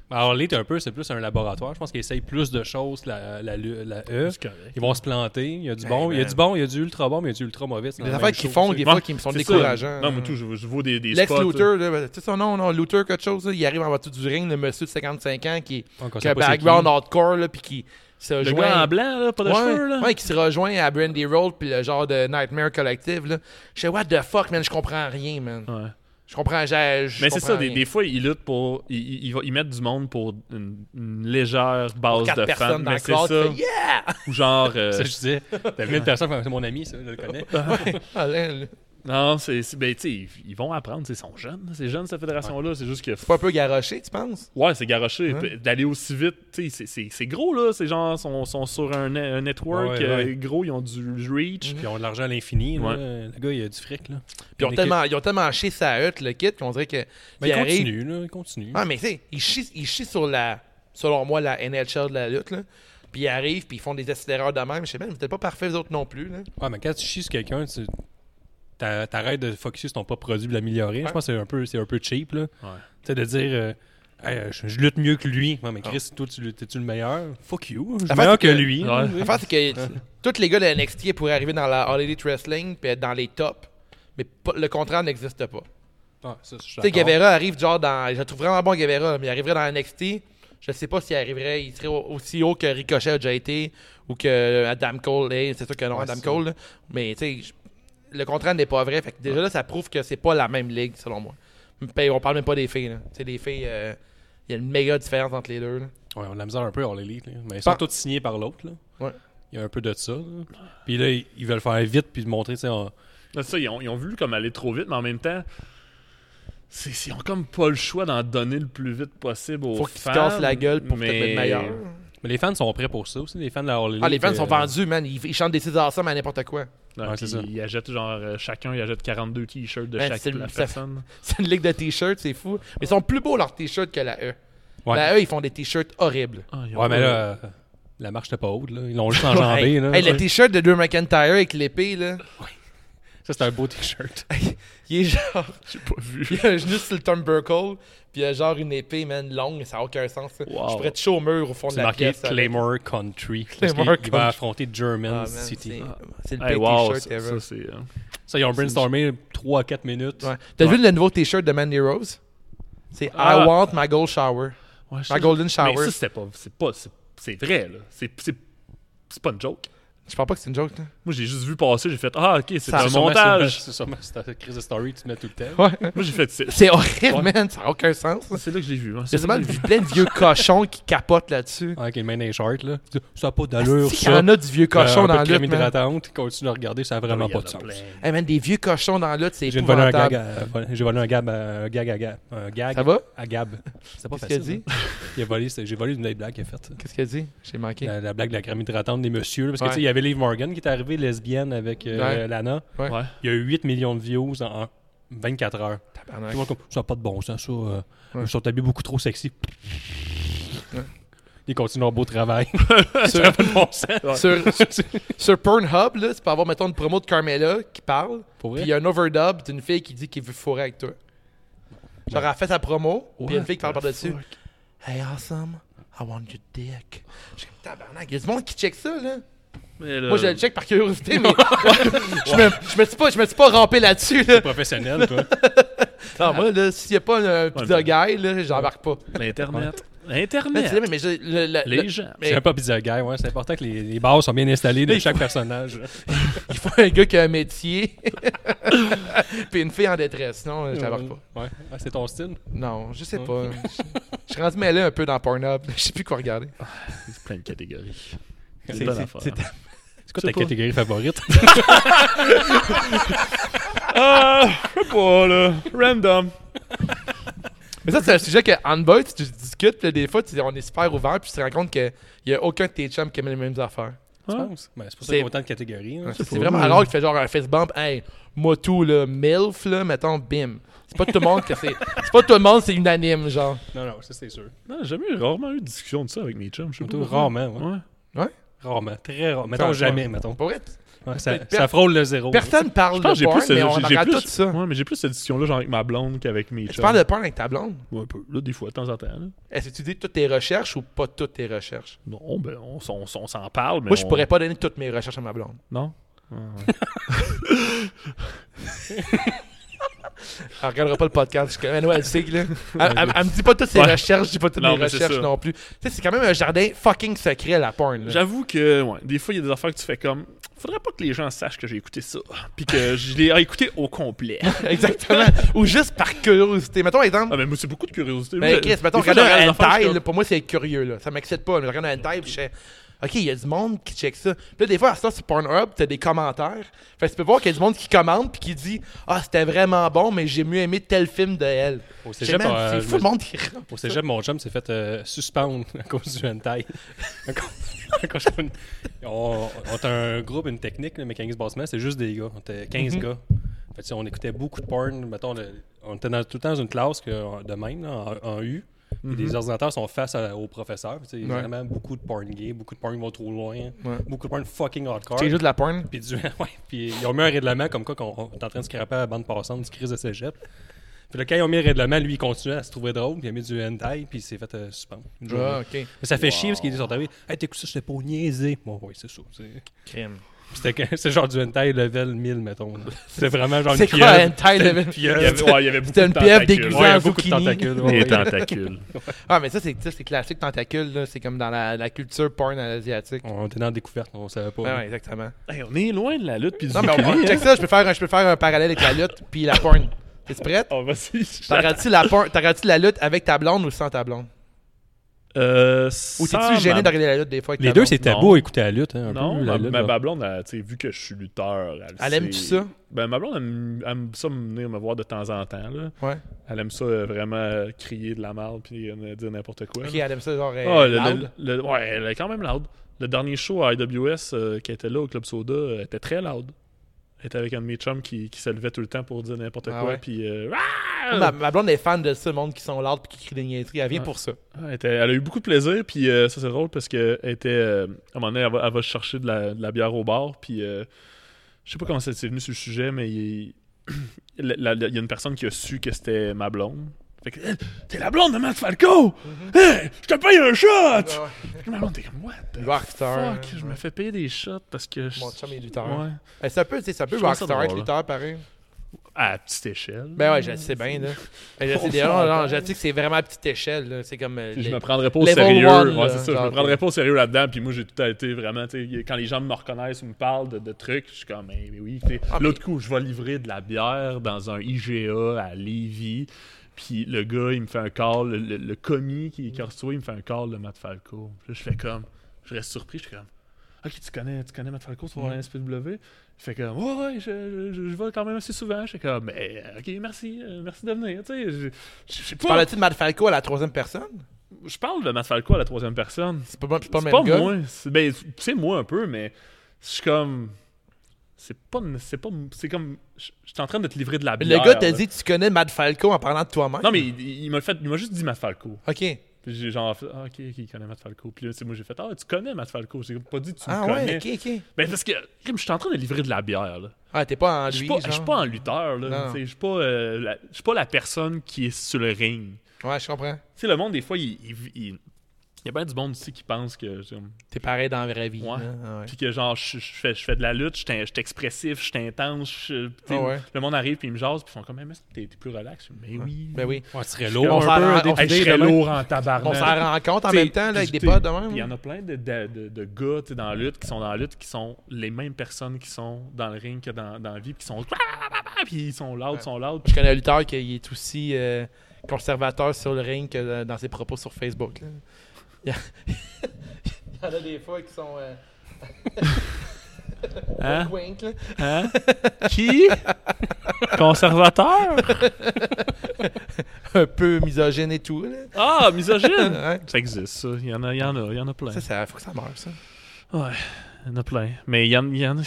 F: Alors, Lee, t'es un peu, c'est plus un laboratoire. Je pense qu'ils essayent plus de choses, la, la, la, E.
E: C'est correct.
F: Ils vont se planter. Il y a du bon, il y a
A: man.
F: du bon, il y a du ultra bon, mais il y a du ultra mauvais. c'est dans
A: Les
F: la
A: affaires
F: même
A: qu'ils
F: chose,
A: font,
F: tu
A: des
F: sais.
A: fois, qui me sont
E: C'est ça.
A: décourageants.
E: Non, moi, tout, je, je vaux des, des
A: Lex
E: spots, là.
A: Luthor, là, tu sais son nom, non, Luthor, quelque chose, là, il arrive en voiture du ring, le monsieur de 55 ans qui,
F: Donc,
A: qui
F: on
A: a
F: sait
A: un
F: pas c'est
A: background
F: qui.
A: hardcore, là, puis qui se
E: Le
A: joint.
E: gars en blanc, là, pas de
A: ouais,
E: cheveux. Là.
A: ouais, qui se rejoint à Brandy Road puis le genre de Nightmare Collective là. Je sais what the fuck man, je comprends rien man.
E: Ouais.
A: Je comprends j'ai- je
E: Mais c'est
A: comprends
E: ça, des,
A: rien.
E: des fois, ils luttent pour. Ils, ils- ils, vont- ils mettent du monde pour une, une légère base
A: quatre
E: de fans.
A: personnes dans
E: Mais
A: le
E: c'est
A: crowd
E: ça.
A: qui fait, yeah.
E: Ou genre. euh,
F: Ça, je disais. T'as vu une personne, c'est mon ami, ça, je le connais.
A: Ah, là, là.
E: non, c'est. c'est- Ben, tu sais, ils- ils vont apprendre. tu sais, Ils sont jeunes. C'est jeune, cette fédération-là. C'est juste que.
A: C'est pas un peu garoché, tu penses
E: Ouais, c'est garoché. Puis D'aller aussi vite, tu sais, c'est- c'est c'est gros, là. Ces gens sont, sont sur un, ne- un network.
F: Ouais, ouais,
E: euh,
F: ouais.
E: Gros, ils ont du reach.
A: Mm-hmm.
F: Puis ils ont de l'argent à l'infini. là.
E: Ouais.
F: Le gars, il a du fric. Là.
A: Puis ils ont
F: Mais
A: tellement ils ont tellement chié sa hutte le kit qu'on dirait que ils
F: Mais il
A: arrivent-
F: continue, là, il continue.
A: Ah mais tu sais, ils chient ils chient sur la selon moi la NHL de la lutte là. Puis ils arrivent, puis ils font des accélérateurs de même. Je sais même, vous êtes pas parfaits, vous autres non plus. Là.
F: Ouais, mais quand tu chies sur quelqu'un, tu t'a- t'arrêtes de focusser sur ton propre produit et de l'améliorer. Je pense que c'est un peu, c'est un peu cheap. Là. Tu sais, de dire euh, Hey, euh, je, je lutte mieux que lui. Ouais, mais Chris, toi, tu es tu le meilleur? Fuck you. Je suis
A: L'affaire,
F: meilleur
A: Ah. c'est
F: que,
A: que-
F: lui.
E: Ouais.
F: là.
A: L'affaire, c'est que t- tous les gars de NXT pourraient arriver dans la All Elite Wrestling puis être dans les tops, mais pas- le contraire n'existe pas.
F: Ah, ça, je suis
A: Tu sais,
F: d'accord.
A: Guevara arrive genre dans. Je le trouve vraiment bon Guevara, mais il arriverait dans NXT. Je sais pas s'il arriverait, il serait au- aussi haut que Ricochet a déjà été ou que Adam Cole est. C'est sûr que non, Adam Cole. là. Mais tu sais, je- le contraire n'est pas vrai. Fait que déjà là, ça prouve que c'est pas la même ligue, selon moi. Puis on parle même pas des filles. là. Tu sais, les filles, euh, il y a une méga différence entre les deux. là.
F: Ouais, on a de la misère un peu hors l'élite. là. Mais ils sont
A: Pas-
F: tous signés par l'autre. là.
A: Ouais.
F: Il y a un peu de ça. là. Puis là, ils ils veulent faire vite puis montrer, tu sais, on-
E: C'est ça, ils ont, ils ont voulu comme aller trop vite, mais en même temps, c'est, ils ont comme pas le choix d'en donner le plus vite possible aux
A: Faut qu'ils se
E: fans.
A: cassent la gueule pour
E: mais...
A: peut-être être meilleur.
F: Mais les fans sont prêts pour ça aussi, les fans de la Harley
A: Ah, les fans sont vendus, man. Ils, ils chantent des César Sam à n'importe quoi.
E: Ouais,
F: Ouais,
E: puis
F: c'est ça.
E: Ils achètent genre euh, chacun, ils achètent 42 t-shirts de
A: Ben,
E: chaque
A: c'est le-
E: la
A: ça-
E: personne.
A: C'est une ligue de t-shirts, c'est fou. Mais ils sont plus beaux leurs t-shirts que la E.
F: Ouais.
A: La E, ils font des t-shirts horribles.
E: Ah, ils ont
F: Ouais, mais
E: pas-
F: là, euh, la marche n'était pas haute. Là. Ils l'ont juste enjambé.
A: hey,
F: là.
A: hey, le t-shirt de Drew McIntyre avec l'épée, là,
F: Ça, c'est un beau t-shirt.
A: il est genre.
E: j'ai pas vu.
A: Il a un genou sur le turnbuckle, puis il a genre une épée, man, longue, ça n'a aucun sens. ça.
E: Wow.
A: Je pourrais te chaud au mur au fond de
F: C'est
A: la
F: marqué
A: pièce. avec-
F: Claymore Country. parce
A: Claymore
F: qu'il- Il va
A: Country.
F: affronter German
A: Ah, man,
F: City.
A: c'est- C'est le
E: Hey,
A: pire
E: wow,
A: t-shirt
E: ça,
A: ever.
E: ça, c'est. euh,
F: Ça, ils ont brainstormé 3 à 4 minutes.
A: Ouais. T'as vu le nouveau t-shirt de Mandy Rose? C'est I
E: Ah.
A: want my gold shower.
E: Ouais, je
A: Ma
E: sais-
A: golden shower.
E: Mais ça, c'était pas. C'est pas. c'est- C'est vrai, là. C'est c'est- c'est pas une joke.
A: Je pense pas que c'est une joke, là.
E: Moi, j'ai juste vu passer, j'ai fait Ah, ok, c'est
A: Ça
E: un
A: ressemble à
E: montage.
F: C'est sûrement c'est ta crise de story que tu mets tout le temps.
A: Ouais.
E: Moi, j'ai fait C'est
A: C'est horrible,
E: Ouais.
A: man. Ça n'a aucun sens.
E: c'est là que je l'ai vu. hein.
A: C'est
E: là
A: sûrement
E: que je l'ai vu.
A: plein de vieux cochons qui capotent là-dessus.
F: Ah, Avec les mains dans les shorts, là. Ça n'a pas d'allure,
A: Il y
F: ça.
A: en a du vieux cochon
F: Euh, un peu
A: dans
F: de
A: l'autre,
F: crème
A: man.
F: hydratante, continue de regarder, ça n'a vraiment
E: Il y en
F: pas
E: a
F: de sens.
E: plein.
A: Hey, man, des vieux cochons dans l'autre, c'est
F: J'ai volé un gag,
A: épouvantable.
F: à- vol- j'ai volé un gab, à- un gag, à gab, un gag
A: Ça va?
F: à Gab. C'était pas
A: Qu'est-ce qu'elle dit?
F: facile. hein. Il a volé, c'est- j'ai volé une des blagues qu'il a faite.
A: Qu'est-ce qu'elle dit? J'ai manqué.
F: La, la blague de la crème hydratante des messieurs. là, parce que
A: Ouais.
F: tu sais, il y avait Liv Morgan qui est arrivée lesbienne avec euh,
A: Ouais.
F: Lana.
A: Ouais.
E: Ouais.
F: Il y a eu 8 millions de views en en 24 heures.
A: Tabarnak.
F: Tout le monde comme, ça n'a pas de bon sens, ça. euh, Ils sont habillés beaucoup trop sexy. Ils continuent leur beau travail. ça n'a pas de bon sens.
A: Sur, sur- sur Pornhub, là, tu peux avoir, mettons, une promo de Carmela qui parle.
F: Pour
A: Puis il
F: vrai?
A: y a un overdub d'une fille qui dit qu'elle veut fourrer avec toi. Genre, elle fait sa promo, puis il y a une fille qui parle par-dessus. Hey, awesome, I want your dick. Je suis comme, tabarnak, il y a du monde qui check ça, là.
E: Mais là-
A: Moi, je le check par curiosité, mais je, me, je, me suis pas, je me suis pas rampé là-dessus, là.
F: Professionnel, toi.
A: Non, moi, là, s'il y a pas un pizza
E: Ah. mais-
A: guy, là, j'embarque pas.
E: L'Internet.
A: Mais tu sais,
E: L'Internet.
A: mais j'ai- le- le- le-
E: Les gens.
A: mais
F: C'est un peu bizarre, gars. Ouais. C'est important que les, les bases soient bien installées de chaque personnage.
A: il faut un gars qui a un métier, puis une fille en détresse, sinon, je l'embarque pas.
F: Ouais. Ah, c'est ton style.
A: Non, je sais pas. Je- Je suis rendu mêlé un peu dans Pornhub. Je sais plus quoi regarder.
E: C'est plein de catégories.
F: C'est-
E: C'est pas l'affaire.
F: c'est- C'est quoi ta
E: pas.
F: catégorie favorite?
E: Ah, je sais pas, là. Random.
A: Mais ça, c'est un sujet que Handboy, tu discutes, puis là, des fois, tu dis, on est super ouvert, puis tu te rends compte qu'il y a aucun de tes chums qui aime les mêmes affaires.
F: tu
E: Ah.
F: penses? Ben, c'est pour
A: C'est-
F: ça qu'il y a autant de catégories. hein.
A: C'est vraiment alors qu'il fait genre un fist bump, hey, moi tout, là, MILF, là, mettons, bim. C'est pas tout le monde que c'est. C'est pas tout le monde, c'est unanime, genre.
F: Non, non, ça c'est sûr.
E: Non, j'ai jamais eu- rarement eu de discussion de ça avec mes chums. Je sais pas.
F: Plutôt rarement, ouais.
E: Ouais.
F: Rarement, très rarement. Mettons jamais, mettons.
A: Pour vrai,
F: Ouais, ça, ça frôle le zéro.
A: personne parle
E: Je pense que
A: de
E: j'ai
A: porn,
E: plus, ce-
A: mais on en
E: j'ai- j'ai
A: regarde
E: plus-
A: tout ça.
E: Ouais, mais j'ai plus cette discussion-là, genre avec ma blonde qu'avec mes chums.
A: Tu parles de porn avec ta blonde?
E: Ouais, un peu, là, des fois, de temps en temps. là.
A: Est-ce que tu dis toutes tes recherches ou pas toutes tes recherches?
E: Non, ben, on, s'en- on s'en- on s'en parle, mais
A: Moi, je
E: on-
A: pourrais pas donner toutes mes recherches à ma blonde.
E: Non?
A: Elle regardera pas le podcast. Je suis comme, Anyway, elle sait que là. Elle, elle- elle me dit pas toutes ses
E: Ouais.
A: recherches, je dis pas toutes
E: Non,
A: mes
E: mais c'est
A: recherches
E: ça.
A: non plus. Tu sais, c'est quand même un jardin fucking secret, la porn. là.
E: J'avoue que, ouais, des fois, il y a des affaires que tu fais comme... Faudrait pas que les gens sachent que j'ai écouté ça, puis que je l'ai écouté au complet.
A: Exactement. Ou juste par curiosité. Mettons, exemple.
E: ah, mais moi, c'est beaucoup de curiosité.
A: Mais
E: Moi,
A: Ben, Chris,
E: des
A: mettons,
E: fois,
A: regarde
E: il y a
A: un
E: des affaires, je suis
A: hentai,
E: comme-
A: là, pour moi, c'est curieux, là. Ça m'excite pas. mais Je regarde un hentai, puis je fais, OK, il y a du monde qui check ça. Puis là, des fois, à ça, sur Pornhub, t'as des commentaires. Fait que tu peux voir qu'il y a du monde qui commente, puis qui dit, Ah, c'était vraiment bon, mais j'ai mieux aimé tel film de elle.
F: Au
A: Je fais,
F: cégep,
A: Man,
F: euh,
A: C'est
F: je
A: fou
F: me-
A: le monde qui
F: Au cégep, mon chum s'est fait euh, suspendre à cause du hentai. Quand- quand je fais une- on, on a un groupe, une technique, le mécanisme bassement, c'est juste des gars. On était 15
A: Mhm.
F: gars. Fait que, on écoutait beaucoup de porn. Mettons, le- on était dans- tout le temps dans une classe que, euh, de même, là, en, en U. Puis Les ordinateurs sont face à- au professeur. Puis, tu sais,
A: Mhm. Ouais.
F: Vraiment beaucoup de porn gay, beaucoup de porn qui vont trop loin,
A: Ouais.
F: beaucoup de porn fucking hardcore.
A: C'est juste de la porn.
F: Puis, du- ouais, puis ils ont mis un règlement comme quoi qu'on on est en train de scraper à la bande passante du crise de cégep. Puis là, quand ils ont mis un règlement, lui, il continuait à se trouver drôle, puis il a mis du hentai, puis il s'est fait euh, suspendre. Une journée.
A: Ah, OK.
F: Mais ça fait chier parce qu'il est sorti avec « Hey, t'écoutes ça, j'étais pas niaisé. Bon, oui, c'est ça. c'est-
A: Crime.
F: Puis C'était quand- c'est genre du hentai level 1000, mettons. C'est vraiment genre une
A: C'est quoi un
F: pieuvre.
A: hentai, là?
E: Il y
A: euh,
E: avait, ouais, il y avait beaucoup de
A: une pieuvre
E: tentacules.
A: déguisée
E: Ouais, il y
A: en
E: avait beaucoup de
A: zucchini.
E: tentacules.
F: ouais.
E: Des tentacules.
A: Ah, mais ça, c'est ça, c'est classique tentacule, là. C'est comme dans la, la culture porn asiatique.
F: On était dans la découverte, on savait pas.
A: Ben Ouais, ouais, exactement.
E: Hey, on est loin de la lutte, puis du
A: Non, mais on,
E: zucchini,
A: check
E: hein.
A: ça, je peux, faire un, je peux faire un parallèle avec la lutte puis la porn. T'es prête?
E: Oh, vas-y.
A: T'as tu la, porn- t'as regardé-tu la lutte avec ta blonde ou sans ta blonde?
E: Euh,
A: Ou
E: sans
A: t'es-tu gêné
E: ma-
A: de regarder la lutte des fois avec
F: Les
A: ta
F: deux,
A: blonde?
F: c'est
E: Non.
F: tabou à écouter la lutte. Hein, un
E: Non,
A: ben,
E: ma,
F: peu, la
E: ma,
F: lutte,
E: ma
F: là.
E: blonde, elle, tu sais, vu que je suis lutteur, elle,
A: Elle
E: sait-
A: aime-tu ça?
E: Ben, ma blonde, elle, m- elle aime ça me venir me voir de temps en temps. Là.
A: Ouais.
E: Elle aime ça euh, vraiment euh, crier de la merde puis euh, dire n'importe quoi.
A: Ok,
E: là.
A: elle aime ça, genre. euh,
E: Ah, le- le-
A: loud.
E: le- ouais, elle est quand même loud. Le dernier show à IWS euh, qui était là au Club Soda euh, était très loud. Elle était avec un de mes chums qui, qui se levait tout le temps pour dire n'importe
A: Ah
E: quoi.
A: ouais?
E: Puis, euh, Ah!
A: Ma, ma blonde est fan de ça, le monde qui sont loud puis qui crient des niaiseries. Elle vient pour ça.
E: Ah, Elle, était- elle a eu beaucoup de plaisir, puis euh, ça c'est drôle parce que elle était, euh, à un moment donné, elle va, elle va chercher de la, de la bière au bar, puis euh, je sais pas comment ça- c'est venu sur le sujet, mais il la- la- la- il y a une personne qui a su que c'était ma blonde. Fait que, Eh, t'es la blonde de Matt Falco!
A: Mm-hmm.
E: Eh, je te paye un
A: Ah.
E: shot! Fait que ma blonde, t'es comme, what the
A: Rockstar.
E: fuck? Je me fais payer des shots parce que. je-
A: Mon chum est lutteur.
E: Ouais.
A: Ben, c'est un peu, tu sais, c'est un peu
E: Je trouve ça
A: rockstar être
E: drôle.
A: lutteur, pareil.
E: à petite échelle.
A: Ben ouais, je le sais bien, là. Ben, je sais déjà, genre, je sais que c'est vraiment à petite échelle, là. C'est comme. euh,
E: je
A: le-
E: me prendrais pas au
A: level
E: sérieux.
A: one,
E: Ouais,
A: là,
E: c'est ça, je
A: genre,
E: me prendrais pas au sérieux là-dedans. Puis moi, j'ai tout à été vraiment. tu sais, Quand les gens me reconnaissent ou me parlent de, de trucs, je suis comme, Eh, mais oui. tu sais. L'autre coup, je vais livrer de la bière dans un IGA à Lévis. Puis le gars, il me fait un call. Le, le- le commis qui est Corso, il me fait un call de Matt Falco. Puis là, je fais comme. Je reste surpris. Je suis comme, OK, tu connais, tu connais Matt Falco, tu
A: Mm.
E: vas voir la SPW. Il fait comme, ouais, ouais, je, je, je, je vais quand même assez souvent. Je fais comme, Mais, euh, OK, merci, euh, merci de venir. Tu sais, je- je- je
A: Tu
E: sais pas.
A: parlais-tu de Matt Falco à la troisième personne?
E: Je parle de Matt Falco à la troisième personne.
A: C'est pas, moi- c'est pas le
E: C'est
A: même
E: pas
A: gars.
E: moi. C'est ben, c'est moi un peu, mais je suis comme. C'est pas. C'est pas. C'est comme. Je je suis en train de te livrer de la
A: Mais
E: bière.
A: le gars t'a
E: là.
A: dit tu connais Matt Falco en parlant de toi-même.
E: Non, mais il, il m'a fait. Il m'a juste dit Matt Falco.
A: OK.
E: Puis j'ai genre fait. Ah, ok, ok, il connaît Matt Falco. Puis là, c'est moi, j'ai fait. Ah, tu connais Matt Falco. J'ai pas dit tu
A: Ah
E: me connais.
A: ouais, ok, ok.
E: Ben, parce que. crime, Je suis en train de livrer de la bière, là.
A: Ah, t'es pas en
E: Je suis
A: lui.
E: pas,
A: genre.
E: je suis pas en lutteur, là.
A: Non.
E: Tu sais, Je suis pas, euh, la- je suis pas la personne qui est sur le ring.
A: Ouais, je comprends.
E: Tu sais, le monde, des fois, il. il- il- il y a bien du monde ici qui pense que. tu sais,
A: T'es pareil dans la vraie vie.
E: Ouais.
A: hein? Ah ouais.
E: Puis que genre, je, je fais, je fais de la lutte, je suis in- je suis expressif, je suis intense. je- tu sais,
A: Ah ouais.
E: Le monde arrive, puis ils me jasent, puis ils font comme, mais t'es t'es plus relax. Je dis, Mais oui.
A: Ben oui.
F: Ouais, tu serais
E: On
F: lourd
A: s'en
F: un
A: rend-
F: peu.
A: on-
F: day-to-day
E: Hey, je serais
F: demain.
E: lourd en tabarnak.
A: On s'en rend compte en
E: T'sais,
A: même temps, là, avec
E: t'sais,
A: des potes de
E: puis Il y en
A: même.
E: a plein de, de, de- de gars tu sais, dans la lutte qui sont dans la lutte qui sont les mêmes personnes qui sont dans le ring que dans, dans la vie, puis qui sont. Puis ils sont loud, ils sont loud.
A: Je connais un lutteur qui est aussi euh, conservateur sur le ring que euh, dans ses propos sur Facebook. là. Il y a- il y en a des fois qui sont. euh,
E: Hein?
A: wink, là.
E: Hein? Qui? Conservateur?
A: Un peu misogyne et tout. là.
E: Ah, misogyne!
A: Ouais.
E: Ça existe, ça. Il y en a, il y en a, il y en a plein.
A: Ça, ça, faut que ça meure, ça.
E: Ouais, il y en a plein. Mais il y en, il y en a,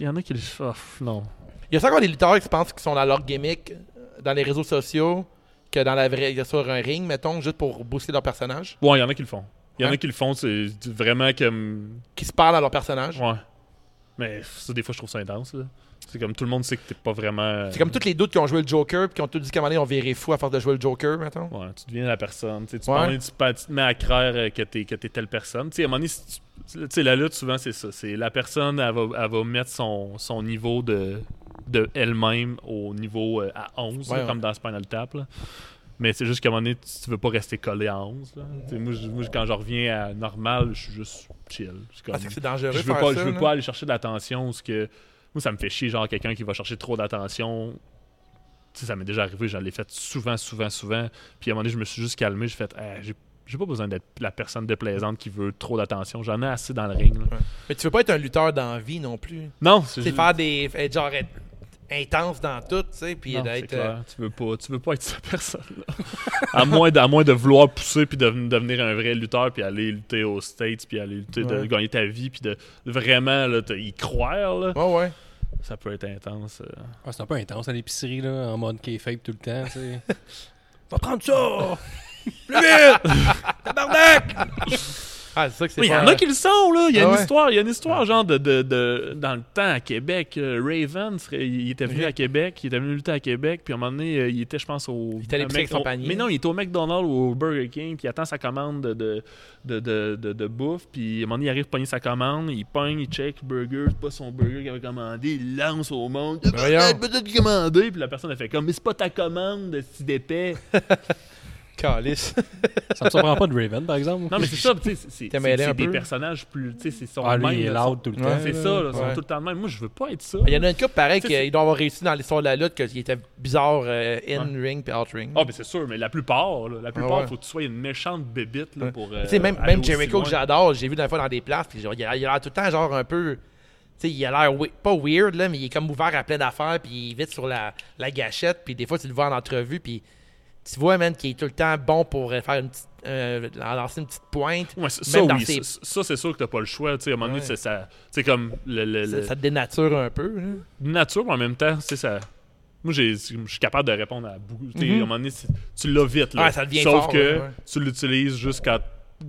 E: il y en a qui le. ah, pff, non.
A: Il y a ça encore des lutteurs qui pensent qu'ils sont dans leur gimmick euh, dans les réseaux sociaux que dans la vraie sur un ring, mettons, juste pour booster leur personnage.
E: Ouais, il y en a qui le font. Il y en a
A: Ouais.
E: qui le font, c'est du- vraiment comme.
A: Qui se parlent à leur personnage.
E: Ouais. Mais ça, des fois, je trouve ça intense. là. C'est comme tout le monde sait que t'es pas vraiment. euh,
A: C'est comme toutes les doutes qui ont joué le Joker puis qui ont tout dit qu'à un moment donné, on verrait fou à force de jouer le Joker, mettons.
E: Ouais, tu deviens la personne. tu sais, tu,
A: Ouais.
E: parles- tu, parles- tu te mets à croire euh, que t'es, que t'es telle personne. Tu sais, à un moment donné, si tu- tu sais, la lutte, souvent, c'est ça. C'est la personne, elle va, elle va mettre son, son niveau de, de elle-même au niveau euh, à 11,
A: Ouais,
E: là,
A: ouais.
E: comme dans Spinal Tap. là. Mais c'est juste qu'à un moment donné, tu, tu veux pas rester collé à 11. là. Tu sais, Moi, je- moi, quand je reviens à normal, je suis juste chill. Je suis comme-
A: Ah, c'est que c'est dangereux
E: je veux
A: faire
E: pas,
A: ça,
E: je veux
A: là.
E: pas aller chercher de l'attention parce que moi ça me fait chier genre quelqu'un qui va chercher trop d'attention. Tu sais, ça m'est déjà arrivé, j'en ai fait souvent, souvent, souvent. Puis à un moment donné, je me suis juste calmé, j'ai fait Ah, j'ai j'ai pas besoin d'être la personne déplaisante qui veut trop d'attention, j'en ai assez dans le ring. là.
A: Mais tu veux pas être un lutteur dans la vie non plus.
E: Non, c'est
A: C'est
E: juste-
A: faire des. être genre être intense dans tout, tu sais, puis
E: non, c'est
A: d'être.
E: clair. euh, Tu veux pas, tu veux pas être cette personne-là. à moins, d- à moins de vouloir pousser puis de devenir un vrai lutteur puis aller lutter aux States puis aller lutter de
A: Ouais.
E: gagner ta vie puis de vraiment là, te- y croire, là.
A: euh, Ouais, ouais.
E: ça peut être intense. euh.
F: Ouais, Ah, c'est un peu intense à l'épicerie, là, en mode K-Fape tout le temps. tu sais.
A: Va prendre ça! Plus vite! Tabarnak! ah, c'est ça que c'est
E: Il y
A: pas-
E: en a qui le sont, là. Il y a
A: Ah
E: une
A: ouais?
E: histoire, il y a une histoire, genre, de, de, de- dans le temps à Québec. euh, Raven, serait- il était venu à Québec, il était venu lutter à Québec, puis à un moment donné, euh, il était, je pense, au.
A: était allé
E: à
A: pisser avec son
E: au-
A: panier.
E: Mais non, il était au McDonald's ou au Burger King, puis il attend sa commande de, de, de, de, de- de bouffe, puis à un moment donné, il arrive pogner sa commande, il pogne, il check burger, c'est pas son burger qu'il avait commandé, il lance au monde. Ah,
A: voyons.
E: Peut-être commandé, puis la personne, elle fait comme, mais c'est pas ta commande, si d'épais.
A: Calice.
F: Ça me surprend pas de Raven, par exemple.
E: Non, mais c'est ça, tu sais, c'est- c'est
A: T'es mêlé
E: c'est
A: un
E: des
A: peu.
E: personnages plus. Tu sais, c'est son
F: Ah, lui,
E: même,
F: il est
E: là,
F: loud tout le
A: Ouais.
F: temps.
E: C'est
F: là.
E: ça, là, ils sont
A: Ouais.
E: tout le temps de même. Moi, je veux pas être ça.
A: Il y en a un cas pareil
E: Tu sais,
A: qu'il doit avoir réussi dans l'histoire de la lutte qu'il était bizarre euh, in-ring puis out-ring.
E: Ah, ben c'est sûr, mais la plupart, là, la plupart,
A: ouais.
E: faut que tu sois une méchante bébite là, pour. euh,
A: tu sais, même,
E: aller
A: même
E: aussi
A: Jericho
E: loin.
A: que j'adore, j'ai vu des fois dans des places, puis genre, il a il a l'air tout le temps genre un peu. Tu sais, il a l'air we- pas weird, là, mais il est comme ouvert à plein d'affaires, puis il est vite sur la, la gâchette, puis des fois tu le vois en entrevue, puis tu vois, man, qu'il est tout le temps bon pour euh, faire une petite. euh, lancer une petite pointe.
E: Ouais, ça, ça,
A: même dans
E: oui,
A: ses-
E: ça, ça, c'est sûr que t'as pas le choix. Tu sais, à un moment donné,
A: Ouais.
E: c'est ça. Tu sais, comme le, le-
A: Ça,
E: le-
A: ça te dénature un peu. là.
E: nature, mais en même temps, tu sais, ça. Moi, j'ai- je suis capable de répondre à beaucoup. Tu sais, à un moment donné, c'est- tu l'as vite. Là.
A: Mm-hmm. Ouais, ça devient
E: Sauf
A: fort,
E: que
A: ouais, ouais.
E: tu l'utilises juste quand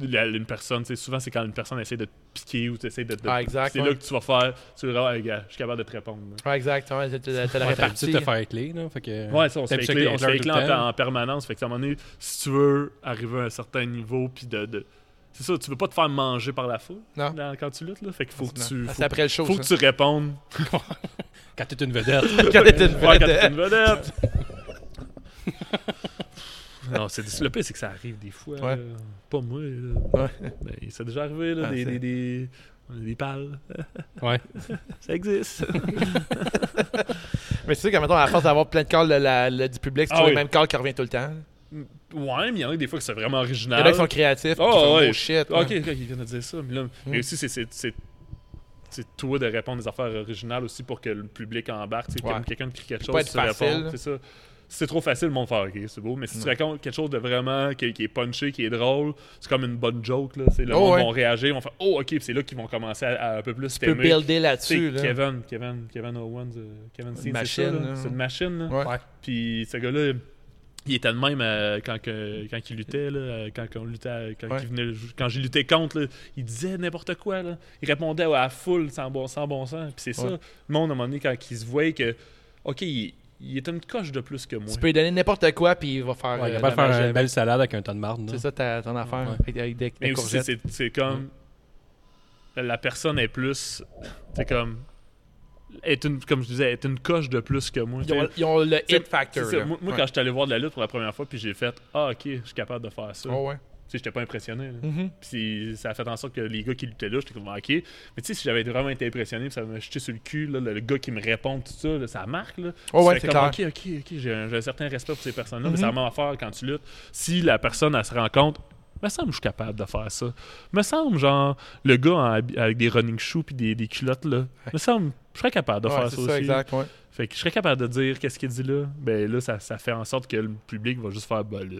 E: la- une personne. tu sais, Souvent, c'est quand une personne essaie de te piquer ou t'essaies de. de
A: Ah, exact,
E: c'est
A: ouais.
E: là que tu vas faire. Tu vas dire, Ah, gars, je suis capable de te répondre. là.
A: Ouais, exact. Ouais, t'as- t'as- t'as la
F: Ouais, t'as l'habitude
A: répartie.
F: de te faire éclairer, là. Fait que,
E: Ouais, ça, on se
F: t'as
E: fait
F: l'habitude
E: éclairer-
F: d'être
E: on se
F: là
E: fait
F: tout le
E: éclairer en,
F: temps.
E: en permanence. Fait que, à un moment donné, si tu veux arriver à un certain niveau, puis de. de- C'est ça, tu veux pas te faire manger par la foule
A: Non.
E: dans- quand tu luttes, là. Fait qu'il faut que
A: Non.
E: tu.
A: Ah,
E: Faut,
A: c'est après le show.
E: faut
A: ça.
E: que tu répondes.
F: Quand t'es une vedette.
A: Quand t'étais une
E: Ouais, quand
A: vedette.
E: t'es une vedette. non, c'est le pire, c'est que ça arrive des fois.
A: Ouais.
E: là. Pas moi. Là.
A: Ouais.
E: Ben, ça a déjà arrivé, là,
A: Ah,
E: des,
A: c'est-
E: des, des, on a des pales.
F: Ouais.
E: Ça existe.
A: Mais c'est sûr qu'à mettons, à force d'avoir plein de calls le- la- le- du public, c'est
E: Ah
A: toujours
E: oui.
A: le même call qui revient tout le temps.
E: ouais, mais il y en a des fois que c'est vraiment
A: Il
E: original.
A: y en a qui sont créatifs, puis qui
E: Oh,
A: font
E: ouais.
A: oh shit.
E: Ok, ok,
A: ouais.
E: ils viennent de dire ça. Mais, là, mais
A: Mm.
E: aussi, c'est- c'est- c'est c'est toi de répondre des affaires originales aussi pour que le public embarque. C'est
A: Ouais.
E: Comme quelqu'un qui crie quelque
A: Faut
E: chose,
A: pas être
E: tu réponds,
A: facile.
E: C'est ça. Si c'est trop facile, le monde fait OK, c'est beau. Mais si tu racontes quelque chose de vraiment qui, qui est punché, qui est drôle, c'est comme une bonne joke. Là. C'est, le
A: Oh,
E: monde
A: ouais.
E: vont réagir, vont faire Oh, OK, puis c'est là qu'ils vont commencer à, à un peu plus
A: Tu peux
E: t'aimer.
A: builder
E: Tu sais,
A: là-dessus. Là.
E: Kevin, Kevin, Kevin Owens, euh, Kevin Steen,
A: machine,
E: c'est ça, là.
A: là.
E: C'est une machine. là.
A: Ouais.
E: Puis ce gars-là, il était de même euh, quand, que- quand il luttait, là, euh, quand, qu'on luttait, euh, quand,
A: Ouais.
E: qu'il venait- quand j'ai lutté contre, là, il disait n'importe quoi. là. Il répondait à la foule sans bon, sans bon sens. Puis c'est
A: Ouais.
E: ça, le monde, à un moment donné, quand il se voyait que, OK, il, il est une coche de plus que moi.
A: Tu peux lui donner n'importe quoi, puis il va faire.
F: Ouais,
A: euh,
F: capable de faire
A: dommage,
F: une
A: euh,
F: belle salade avec un tas de marde. là.
A: C'est ça ta, ton affaire,
F: Ouais.
A: avec, avec des,
E: Mais
A: des
E: aussi,
A: courgettes.
E: c'est c'est comme. La personne est plus. C'est comme. Est une, comme je disais, est une coche de plus que moi.
A: Ils ont,
E: T'sais,
A: ils ont le
E: C'est-
A: hit factor.
E: c'est ça.
A: là.
E: Moi, moi,
A: Ouais.
E: quand je suis allé voir de la lutte pour la première fois, puis j'ai fait Ah, ok, je suis capable de faire ça.
A: Oh, ouais.
E: Tu sais, j'étais pas impressionné. là.
A: Mm-hmm.
E: Puis ça a fait en sorte que les gars qui luttaient là, j'étais comme Ah, ok. Mais tu sais, si j'avais vraiment été impressionné, puis ça m'a jeté sur le cul, là, le, le gars qui me répond, tout ça, là, ça marque. Là.
A: Oh,
E: Tu
A: ouais,
E: fais
A: c'est Mm-hmm.
E: comme, Ok, ok, ok, j'ai un, j'ai un certain respect pour ces personnes-là, mais ça m'a affaire quand tu luttes. Si la personne, elle se rend compte, me semble que je suis capable de faire ça. Me semble, genre, le gars en hab- avec des running shoes puis des, des culottes, là, me semble, je serais capable de
A: Ouais,
E: faire
A: c'est
E: ça,
A: ça,
E: aussi.
A: exact. Ouais.
E: Fait que je serais capable de dire qu'est-ce qu'il dit là. Ben là, ça, ça fait en sorte que le public va juste faire bah là.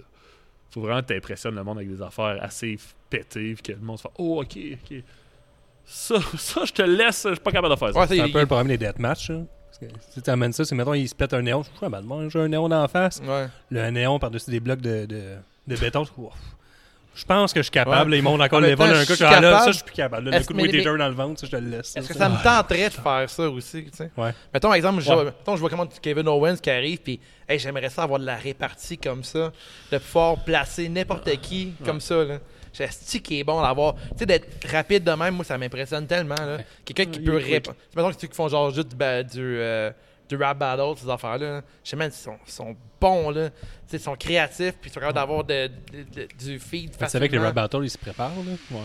E: Faut vraiment que t'impressionnes le monde avec des affaires assez f- pétées, puis que le monde se fait Oh, ok, ok. Ça, ça je te laisse, je suis pas capable de faire ça.
A: Ouais,
F: C'est
A: il-
F: un peu le problème des deathmatchs. hein. Parce que Si tu amènes ça, c'est mettons, il se pète un néon. Je suis pas mal, moi, j'ai un néon d'en face.
A: Ouais.
F: Le néon par-dessus des blocs de, de, de béton. je- ouf. Je pense que je suis capable. là, Ils montent encore
A: En
F: les
A: même temps,
F: vols d'un
A: je suis
F: gars. je fais, ah, là,
A: capable.
F: Ça, je suis plus capable. là. Le
A: Est-ce-
F: coup de
A: mais-
F: Weed
A: mais-
F: Eater dans le ventre, ça, je te le laisse.
A: Est-ce que
F: ça.
A: ça me tenterait de faire ça aussi, tu sais?
F: Ouais.
A: Mettons, exemple, je,
E: Ouais.
A: mettons, je vois comment Kevin Owens qui arrive, puis hey, j'aimerais ça avoir de la répartie comme ça, de pouvoir placer n'importe qui comme ça, là. J'ai ce qui est bon d'avoir. Tu sais, d'être rapide de même, moi, ça m'impressionne tellement, là. Quelqu'un qui
E: il
A: peut
E: est quick.
A: répondre. Mettons que ceux qui font genre juste du, ba- du, euh, du rap battle, ces affaires-là, là. je sais même, ils sont, ils sont bons, là. Tu sais, ils sont créatifs, puis ils sont capables d'avoir de, de- de- du feed
F: Tu savais que Ben, les
A: facilement.
F: rap battles, ils se préparent. Là. Ouais.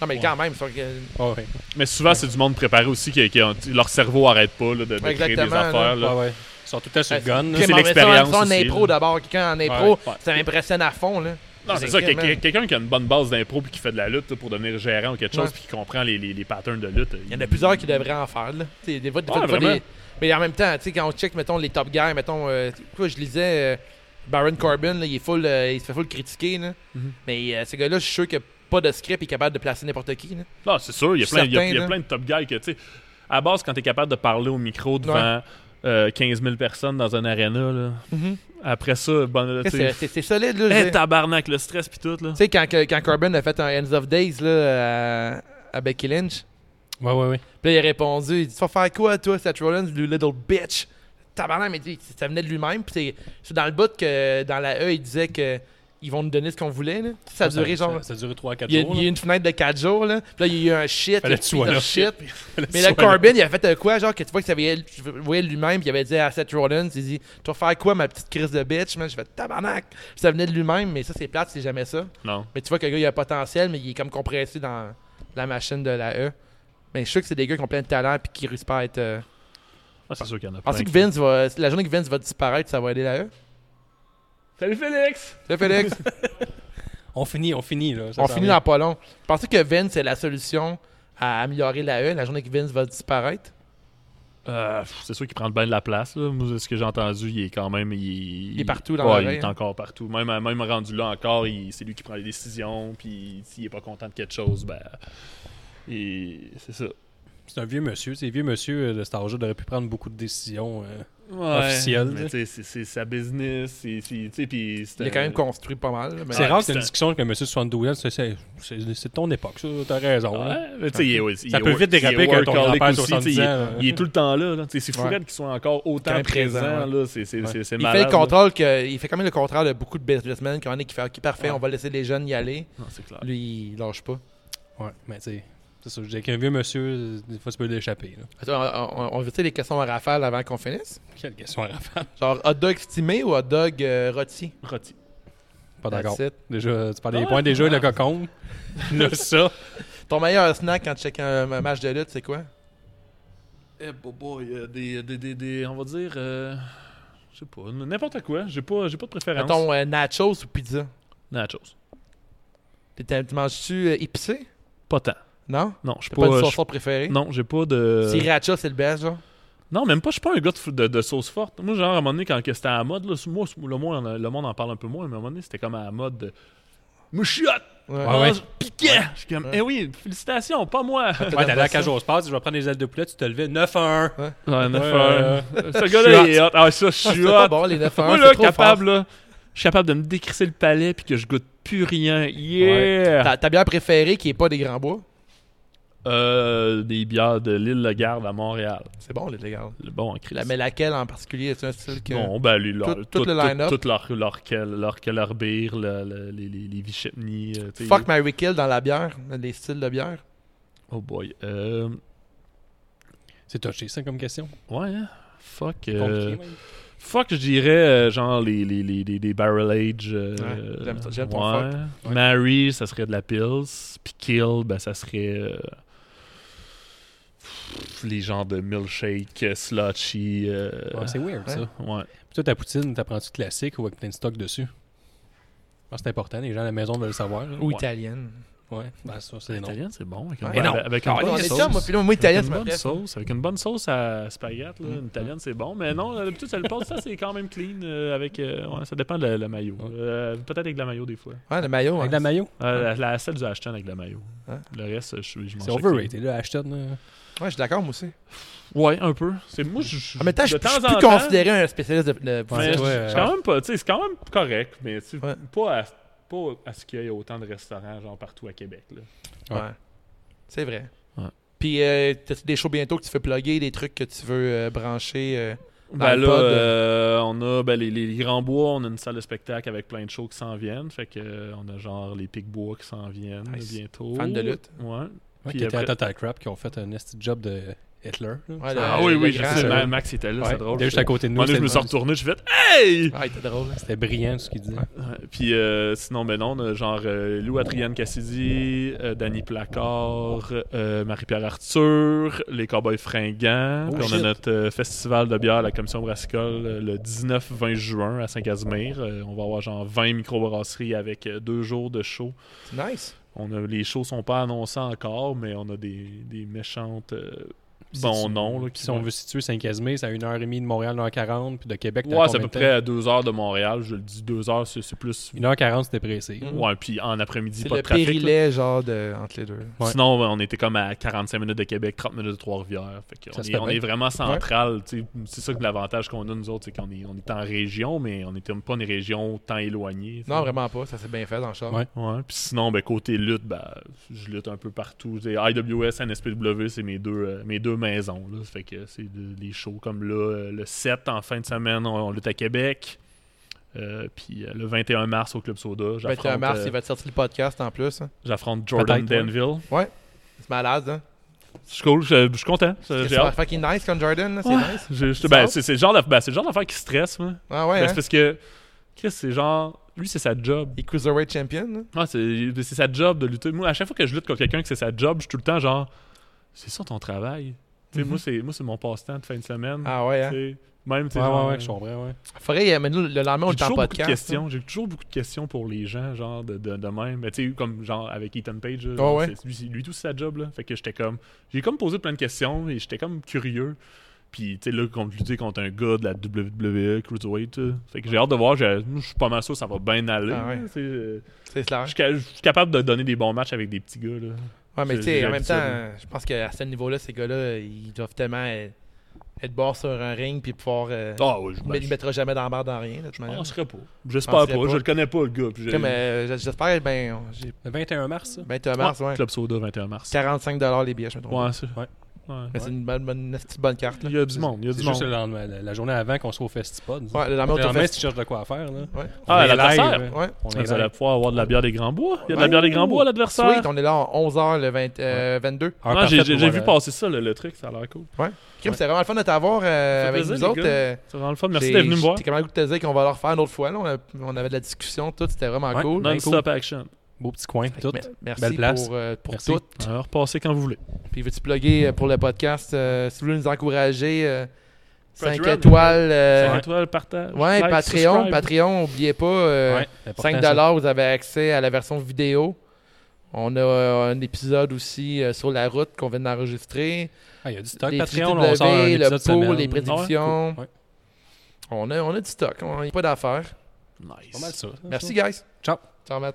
A: Non, mais quand même, ils sont. euh,
F: Ah ouais.
E: Mais souvent, c'est du monde préparé aussi, qui, qui ont- leur cerveau arrête pas là, de, de
A: Ouais,
E: créer des
A: exactement, là.
E: affaires. là.
F: Ouais, ouais. Ils sont tout le temps sur le gun. là.
E: c'est
A: Puis, mais
E: l'expérience
A: ça, En
E: aussi,
A: impro
E: là.
A: d'abord, quelqu'un en impro,
E: Ouais, ouais.
A: ça m'impressionne à fond. Là.
E: Non, c'est ça. quel- quel- Quelqu'un qui a une bonne base d'impro puis qui fait de la lutte là, pour devenir gérant ou quelque chose
A: Ouais.
E: puis qui comprend les, les, les patterns de lutte.
A: Il y en a plusieurs qui devraient en faire. Là. Tu sais, Des fois, des fois-
E: Ouais,
A: des fois, des-
E: vraiment.
A: Mais en même temps, tu sais, quand on check, mettons, les top guys, mettons, euh, quoi, je lisais euh, Baron Corbin, là, il, est full, euh, il se fait full critiquer. Là.
E: Mhm.
A: Mais euh, ce gars-là, je suis sûr que pas de script, il est capable de placer n'importe qui. Là.
E: Non, c'est sûr, il y a
A: Je suis
E: plein, il y a-
A: certain,
E: il y a
A: là.
E: plein de top guys que, tu sais, à base, quand t'es capable de parler au micro devant euh, 15 000 personnes dans un aréna, là, après ça, bon, tu
A: Mhm. C'est
E: sais,
A: c'est- c'est solide. Là, je
E: hey,
A: dis.
E: tabarnak, le stress pis tout, là.
A: Tu sais, quand, que- quand Corbin a fait un Ends of Days là, à, à Becky Lynch,
F: Ouais, ouais, ouais.
A: Puis là, il a répondu, il dit, tu vas faire quoi, toi, Seth Rollins, you little bitch? Tabarnak, mais dit, ça venait de lui-même. Puis c'est- c'est dans le bout que, dans la E, il disait que ils vont nous donner ce qu'on voulait. Là. Ça a duré genre.
F: Ça, ça a duré 3-4
A: il, y a,
F: jours.
A: il y a
F: là.
A: eu une fenêtre de 4 jours, là. Puis là, il y a eu un shit.
F: Fallait
A: un
F: que tu sois
A: piece
F: là.
A: of shit. Mais
F: Soit
A: là, Corbin, il a fait euh, quoi, genre, que tu vois que ça voyait, tu voyais lui-même, puis il avait dit à Seth Rollins, il dit, tu vas faire quoi, ma petite crise de bitch, man? J'ai fait tabarnak. Puis ça venait de lui-même, mais ça, c'est plate, c'est jamais ça.
E: Non.
A: Mais tu vois que le gars, il a un potentiel, mais il est comme compressé dans la machine de la E. Mais je suis sûr que c'est des gars qui ont plein de talent et qui réussissent pas à être. Euh...
E: Ah, c'est sûr qu'il y en a plein.
A: Pensez que Vince va. La journée que Vince va disparaître, ça va aider la E.
E: Salut Félix!
A: Là, Félix,
F: On finit, on finit. Là. Ça
A: on
F: s'en
A: finit
F: vient.
A: dans pas long. Pensez que Vince c'est la solution à améliorer la E la journée que Vince va disparaître?
E: Euh, pff, c'est sûr qu'il prend bien de la place, là. Moi, de ce que j'ai entendu, il est quand même. Il,
A: Il est partout dans
E: ouais,
A: la
E: il est
A: veine.
E: encore partout. Même, même rendu là encore, il- c'est lui qui prend les décisions, puis s'il est pas content de quelque chose, ben. il- C'est ça.
F: C'est un vieux monsieur. Ces vieux monsieur euh, de cet âge-là devrait pu prendre beaucoup de décisions. euh,
E: Ouais,
F: officiel,
E: mais
F: tu sais.
E: tu sais, c'est- C'est sa business. c'est- c'est- tu sais, puis c'est
A: Il a
E: un-
A: quand même construit pas mal. là, mais-
F: C'est rare
E: c'est
F: que une
E: un-
F: discussion avec un monsieur de 72 ans, c'est- c'est- c'est c'est de ton époque, ça, t'as raison.
E: Ouais,
F: hein.
E: mais tu sais, il est- il
F: Ça
E: est-
F: peut vite
E: il est
F: déraper quand ton
E: workaholic
F: grand-père a
E: aussi, tu sais,
F: 70
E: il est-
F: ans.
E: Il est tout le temps là. là. Tu sais, C'est fou
A: Ouais.
E: raide qu'ils soient encore autant
A: Quand présent,
E: présents. là. C'est- C'est c'est- c'est
A: Il
E: malade,
A: fait, le
E: là.
A: contrôle que, il fait quand même le contraire de beaucoup de businessmen qui en est qui fait OK, parfait, on va laisser les jeunes y aller.
E: Non, c'est clair.
A: Lui, il lâche pas.
F: Ouais, mais tu sais, c'est ça, je dis qu'un vieux monsieur, euh, des fois, tu peux l'échapper. là.
A: Attends, on, on- on veut-tu les questions à rafale avant qu'on finisse
F: Quelle question à faire.
A: Genre hot dog stimé ou hot dog euh, rôti
E: Rôti.
F: Pas d'accord.
A: That's it.
F: Déjà, tu parles des points, déjà, le cocon. Là, ça.
A: Ton meilleur snack quand tu checkes un, un match de lutte, c'est quoi
E: Eh, bo- boy, euh, des, des, des, des- On va dire. euh, je sais pas, n- n'importe quoi. J'ai pas, j'ai pas de préférence.
A: Mettons euh, nachos ou pizza
E: Nachos.
A: T'es- t'as- Tu manges-tu euh, épicé
E: Pas tant.
A: Non
E: Non, je suis
A: T'as
E: pas.
A: pas, une
F: euh,
E: je-
A: sauce forte préférée
E: Non, j'ai pas de.
A: Sriracha, c'est le best, genre.
E: Non, même pas. Je suis pas un gars de, f- de- de sauce forte. Moi, genre, à un moment donné, quand que c'était à la mode, là, moi, le, monde, en- le monde en parle un peu moins, mais à un moment donné, c'était comme à la mode de. Mouchiotte!
A: Ouais.
E: Ah,
F: ouais.
E: je piquais! Je suis comme, eh oui, félicitations, pas moi!
F: Ouais, t'allais à la
A: ça?
F: cage au sport, tu vas prendre les ailes de poulet, tu te levais 9 à 1.
E: Ouais, neuf
F: Ouais,
E: heures. Ce gars-là, il est hot. Ah, ouais, ça, je
A: C'est
E: suis
A: pas
E: hot.
A: bon, les 9
E: Moi,
A: heures,
E: là,
A: c'est trop
E: capable,
A: fort.
E: là. Je suis capable de me décrisser le palais puis que je goûte plus rien. Yeah!
A: Ta, ta bière préférée qui est pas des grands bois
E: Euh, des bières de l'île Lagarde à Montréal.
A: C'est bon, les gars.
E: Le bon en Christ.
A: La, mais laquelle en particulier est un style que.
E: Bon, ben, lui, leur,
A: Tout- tout le line-up.
E: Tout, tout leur, leur, quel- leur Keller Beer, le- le- les, les, les Vichepny. euh, tu sais.
A: Fuck Mary Kill dans la bière, les styles de bière.
E: Oh boy. Euh,
F: C'est touché, ça, comme question.
E: ouais, hein? Fuck. euh,
F: Compliqué, même.
E: fuck, je dirais, euh, genre, les, les, les, les, les Barrel Age. euh,
A: Ouais, j'aime ça- j'aime ton
E: ouais.
F: Ouais.
E: Mary, ça serait de la Pils. Puis Kill, ben, ça serait. euh, pff, les genres de milkshake, euh, slushy. euh,
F: Ouais, c'est weird, ça.
E: ouais.
F: Puis toi, ta poutine, t'apprends-tu classique ou avec plein de stock dessus? Je pense que c'est important, les gens à la maison veulent le savoir. là.
A: Ou
F: Ouais.
A: italienne.
F: Ouais, ben ça, c'est non.
E: Italienne, c'est bon. Avec,
A: Ouais.
E: une-
F: Mais non.
E: avec une
F: Ah,
E: bonne
F: ouais,
A: c'est
E: sauce.
A: ça, moi, puis là, moi, italienne,
E: avec
A: c'est Mm.
E: une
A: ma
E: bonne
A: préf.
E: sauce, avec une bonne sauce à spaghette, là, une italienne c'est bon, mais non, d'habitude ça le passe, ça c'est quand même clean euh, avec, euh, ouais, ça dépend de la maillot, Euh, peut-être avec de la maillot des fois,
A: Ouais, le maillot.
F: Avec
A: hein.
F: la mayo,
E: Euh, la, la- celle du Ashton avec de la maillot,
A: Hein?
E: le reste je suis, je mange
F: c'est
E: avec
F: overrated, là, Ashton. euh,
A: Ouais, je suis d'accord, moi aussi.
E: les- Ouais, un peu, c'est moi je, Ah, je-
A: En même temps, Ah, je
E: de
A: je suis
E: en
A: plus
E: temps,
A: considéré un spécialiste de. de-
E: mais
F: Ouais,
E: je- je
F: ouais,
E: suis
F: ouais.
E: quand même pas, tu sais, c'est quand même correct, mais tu sais,
A: Ouais.
E: pas à, pas à ce qu'il y ait autant de restaurants genre partout à Québec là.
F: Ouais.
A: Ouais. C'est vrai.
E: Ouais.
A: Puis, euh, t'as des shows bientôt que tu fais plugger, des trucs que tu veux euh, brancher. euh. Dans
E: Ben
A: le
E: là,
A: pod,
E: euh, on a ben, les, les- les grands bois, on a une salle de spectacle avec plein de shows qui s'en viennent. Fait que euh, on a genre les pics bois qui s'en viennent
A: Nice.
E: bientôt.
A: Fan de lutte.
E: Ouais.
F: Ouais,
E: Puis
F: qui était à
E: après-
F: Total Crap, qui ont fait un esti job de Hitler. là.
A: Ouais, le-
E: Ah
A: le-
E: oui,
A: le
E: oui, je
A: grand-
E: sais.
F: ça.
E: Ma- Max était là,
F: Ouais,
E: c'est drôle.
F: il est juste à côté de nous,
E: Moi, je
F: c'est
E: me
F: le
E: suis
F: fun.
E: retourné, je fait Hey!
A: Ah, t'es drôle.
F: C'était brillant ce qu'il disait.
E: Ouais, Puis euh, sinon, ben non, on a genre euh, Lou Adrienne Cassidy, euh, Danny Placard, euh, Marie-Pierre Arthur, les Cowboys Fringants.
F: Oh
E: Puis on a
F: shit.
E: notre euh, festival de bière à la Commission Brassicole euh, le 19-20 juin à Saint-Casimir. Euh, on va avoir genre 20 microbrasseries avec euh, deux jours de show.
A: C'est nice.
E: On a, les shows sont pas annoncés encore, mais on a des, des méchantes euh, bons
F: Si-
E: noms. là, qui
F: Si on
E: vont-
F: veut situer Saint-Casimir, c'est à 1h30 de Montréal, 1h40, puis de Québec, t'as
E: Ouais, c'est à peu
F: combien de temps?
E: près à 2 heures de Montréal. Je le dis, 2 heures, c'est c'est plus.
F: 1h40, c'était pressé.
E: Ouais, puis en après-midi,
A: C'est
E: pas
A: le
E: de trafic. là.
A: périlet, genre, de, entre les deux.
F: Ouais.
E: Sinon, on était comme à 45 minutes de Québec, 30 minutes de Trois-Rivières. Fait qu'on
F: Ça se
E: est,
F: fait
E: on
F: bien.
E: est vraiment central. tu sais. C'est ça que l'avantage qu'on a, nous autres, c'est qu'on est, on est en région, mais on n'était pas une région tant éloignée. tu sais.
A: Non, vraiment pas. Ça s'est bien fait dans le char.
F: Ouais.
E: Ouais. Puis sinon, ben, côté lutte, ben, je lutte un peu partout. C'est IWS, NSPW, c'est mes deux, euh, mes deux maisons. là. Fait que c'est de- des shows comme là, euh, le 7 en fin de semaine, on, on lutte à Québec. Euh, puis euh, le 21 mars au Club Soda,
A: 21
E: j'affronte
A: mars,
E: euh,
A: il va te sortir le podcast en plus. hein.
E: j'affronte Jordan
F: Peut-être, ouais.
E: Danville.
A: C'est malade, hein?
E: C'est cool, je je suis content. Euh, J'ai
A: C'est
E: hâte.
A: fucking nice comme Jordan, là, c'est
E: Ouais.
A: nice.
E: Je- je-
A: Tu
E: ben,
A: sors?
E: c'est c'est le genre de- ben, c'est le genre d'affaire qui stresse, moi.
A: Ah ouais,
E: Ben,
A: hein?
E: c'est parce que Chris, c'est genre. Lui, c'est sa job.
A: Il est Cruiserweight Champion, là.
E: Ah, c'est c'est sa job de lutter. Moi, à chaque fois que je lutte contre quelqu'un que c'est sa job, je suis tout le temps genre. C'est ça ton travail. Tu sais,
F: Mm-hmm.
E: Moi, c'est moi, c'est mon passe-temps de fin de semaine.
A: Ah ouais, hein?
E: Tu sais, Même, tu sais,
F: Ouais, ouais,
E: genre,
F: ouais, je comprends, ouais.
A: Faudrait, euh, mais nous, le lendemain, on
E: J'ai
A: est en
E: toujours beaucoup de
A: podcast. hein.
E: questions. J'ai toujours beaucoup de questions pour les gens, genre de, de, de même. Mais tu sais, comme genre avec Ethan Page, là,
A: Ah
E: genre,
A: ouais.
E: c'est- lui, c'est- lui tout c'est sa job là. Fait que j'étais comme, j'ai comme posé plein de questions et j'étais comme curieux. Puis tu sais là, contre lutter contre un gars de la WWE Cruiserweight, là. fait que j'ai hâte de voir. j'ai- moi, Je suis pas mal sûr que ça va bien aller.
A: Ah ouais.
E: là, tu sais, euh,
A: C'est clair.
E: Je suis ca- je suis capable de donner des bons matchs avec des petits gars là.
A: Ouais, mais
E: J'ai-
A: tu sais,
E: j'ai
A: en même
E: l'habitude,
A: temps,
E: hein.
A: je pense qu'à ce niveau-là, ces gars-là, ils doivent tellement euh, être bord sur un ring puis pouvoir. euh,
E: Ah oui, je
A: mais il ne mettra jamais dans la barre dans rien, de toute
E: ne
A: manière.
E: penserais pas. J'espère pas.
A: Penserais pas.
E: Je le connais pas, le gars. puis j'ai-
A: Comme, euh, j- J'espère, ben, j'ai
F: Le 21 mars, ça?
A: 21
E: Ouais,
A: mars, ouais.
E: Club Soda, 21 mars.
A: 45 les billets, je me trompe.
E: Ouais, c'est- ouais. Ouais.
A: Mais c'est une bonne, bonne, une petite bonne carte. Là.
E: Il y a du monde. Il y a
F: C'est
E: du
F: juste
E: monde.
F: le lendemain, la, la journée avant qu'on soit au Festipod. disons.
A: Ouais, le lendemain,
F: le
A: on
F: lendemain,
A: fait-
F: si tu cherches de quoi faire, là. Ah,
A: Ouais.
E: Ah,
F: On est
E: l'adversaire.
F: live.
A: Ouais.
F: On est
E: Vous allez
F: live.
E: pouvoir avoir de la bière des Grands Bois. Il y a de la bière des Grands Bois à l'adversaire.
A: Sweet, on est là en 11h le 20, euh, 22.
F: Heure
E: Non, j'ai
F: parfaite
E: j'ai-
F: Ah, pour euh,
E: j'ai
F: voir
E: vu
F: la-
E: passer ça, le, le truc. Ça a l'air cool.
A: Ouais. Kim, c'était vraiment le fun de t'avoir euh,
E: Ça fait
A: avec
E: plaisir,
A: nous
E: les
A: autres.
E: gars.
A: euh,
E: C'est vraiment le fun. Merci
A: j'ai-
E: d'être venu me voir.
A: J'étais quand même le goût de te dire qu'on va le refaire une autre fois. là. On, a- on avait de la discussion, tout. C'était vraiment
F: Ouais,
A: cool.
F: ben
E: Non-stop action.
F: Beau petit coin, tout.
A: Me- Merci
F: Belle place.
A: pour, euh, pour
F: Merci.
A: tout.
E: Alors, repassez quand vous voulez.
A: Puis veux-tu plugger euh, pour le podcast euh, Si vous voulez nous encourager, 5
E: Patreon.
A: étoiles. euh,
E: Cinq étoiles, partage.
A: ouais,
E: like,
A: Patreon.
E: subscribe.
A: Patreon, n'oubliez pas. euh,
F: Ouais, c'est important,
A: 5
F: ça.
A: dollars, vous avez accès à la version vidéo. On a euh, un épisode aussi euh, sur la route qu'on vient d'enregistrer.
F: Ah, il y a du stock
A: Les
F: Patreon,
A: fruits
F: là, on sort un
A: levés, le
F: épisode
A: pot,
F: semaine.
A: les prédictions. On a, on a du stock, on n'a pas d'affaires.
F: Pas mal ça.
A: Merci, guys.
F: Ciao.
A: Ciao, Matt.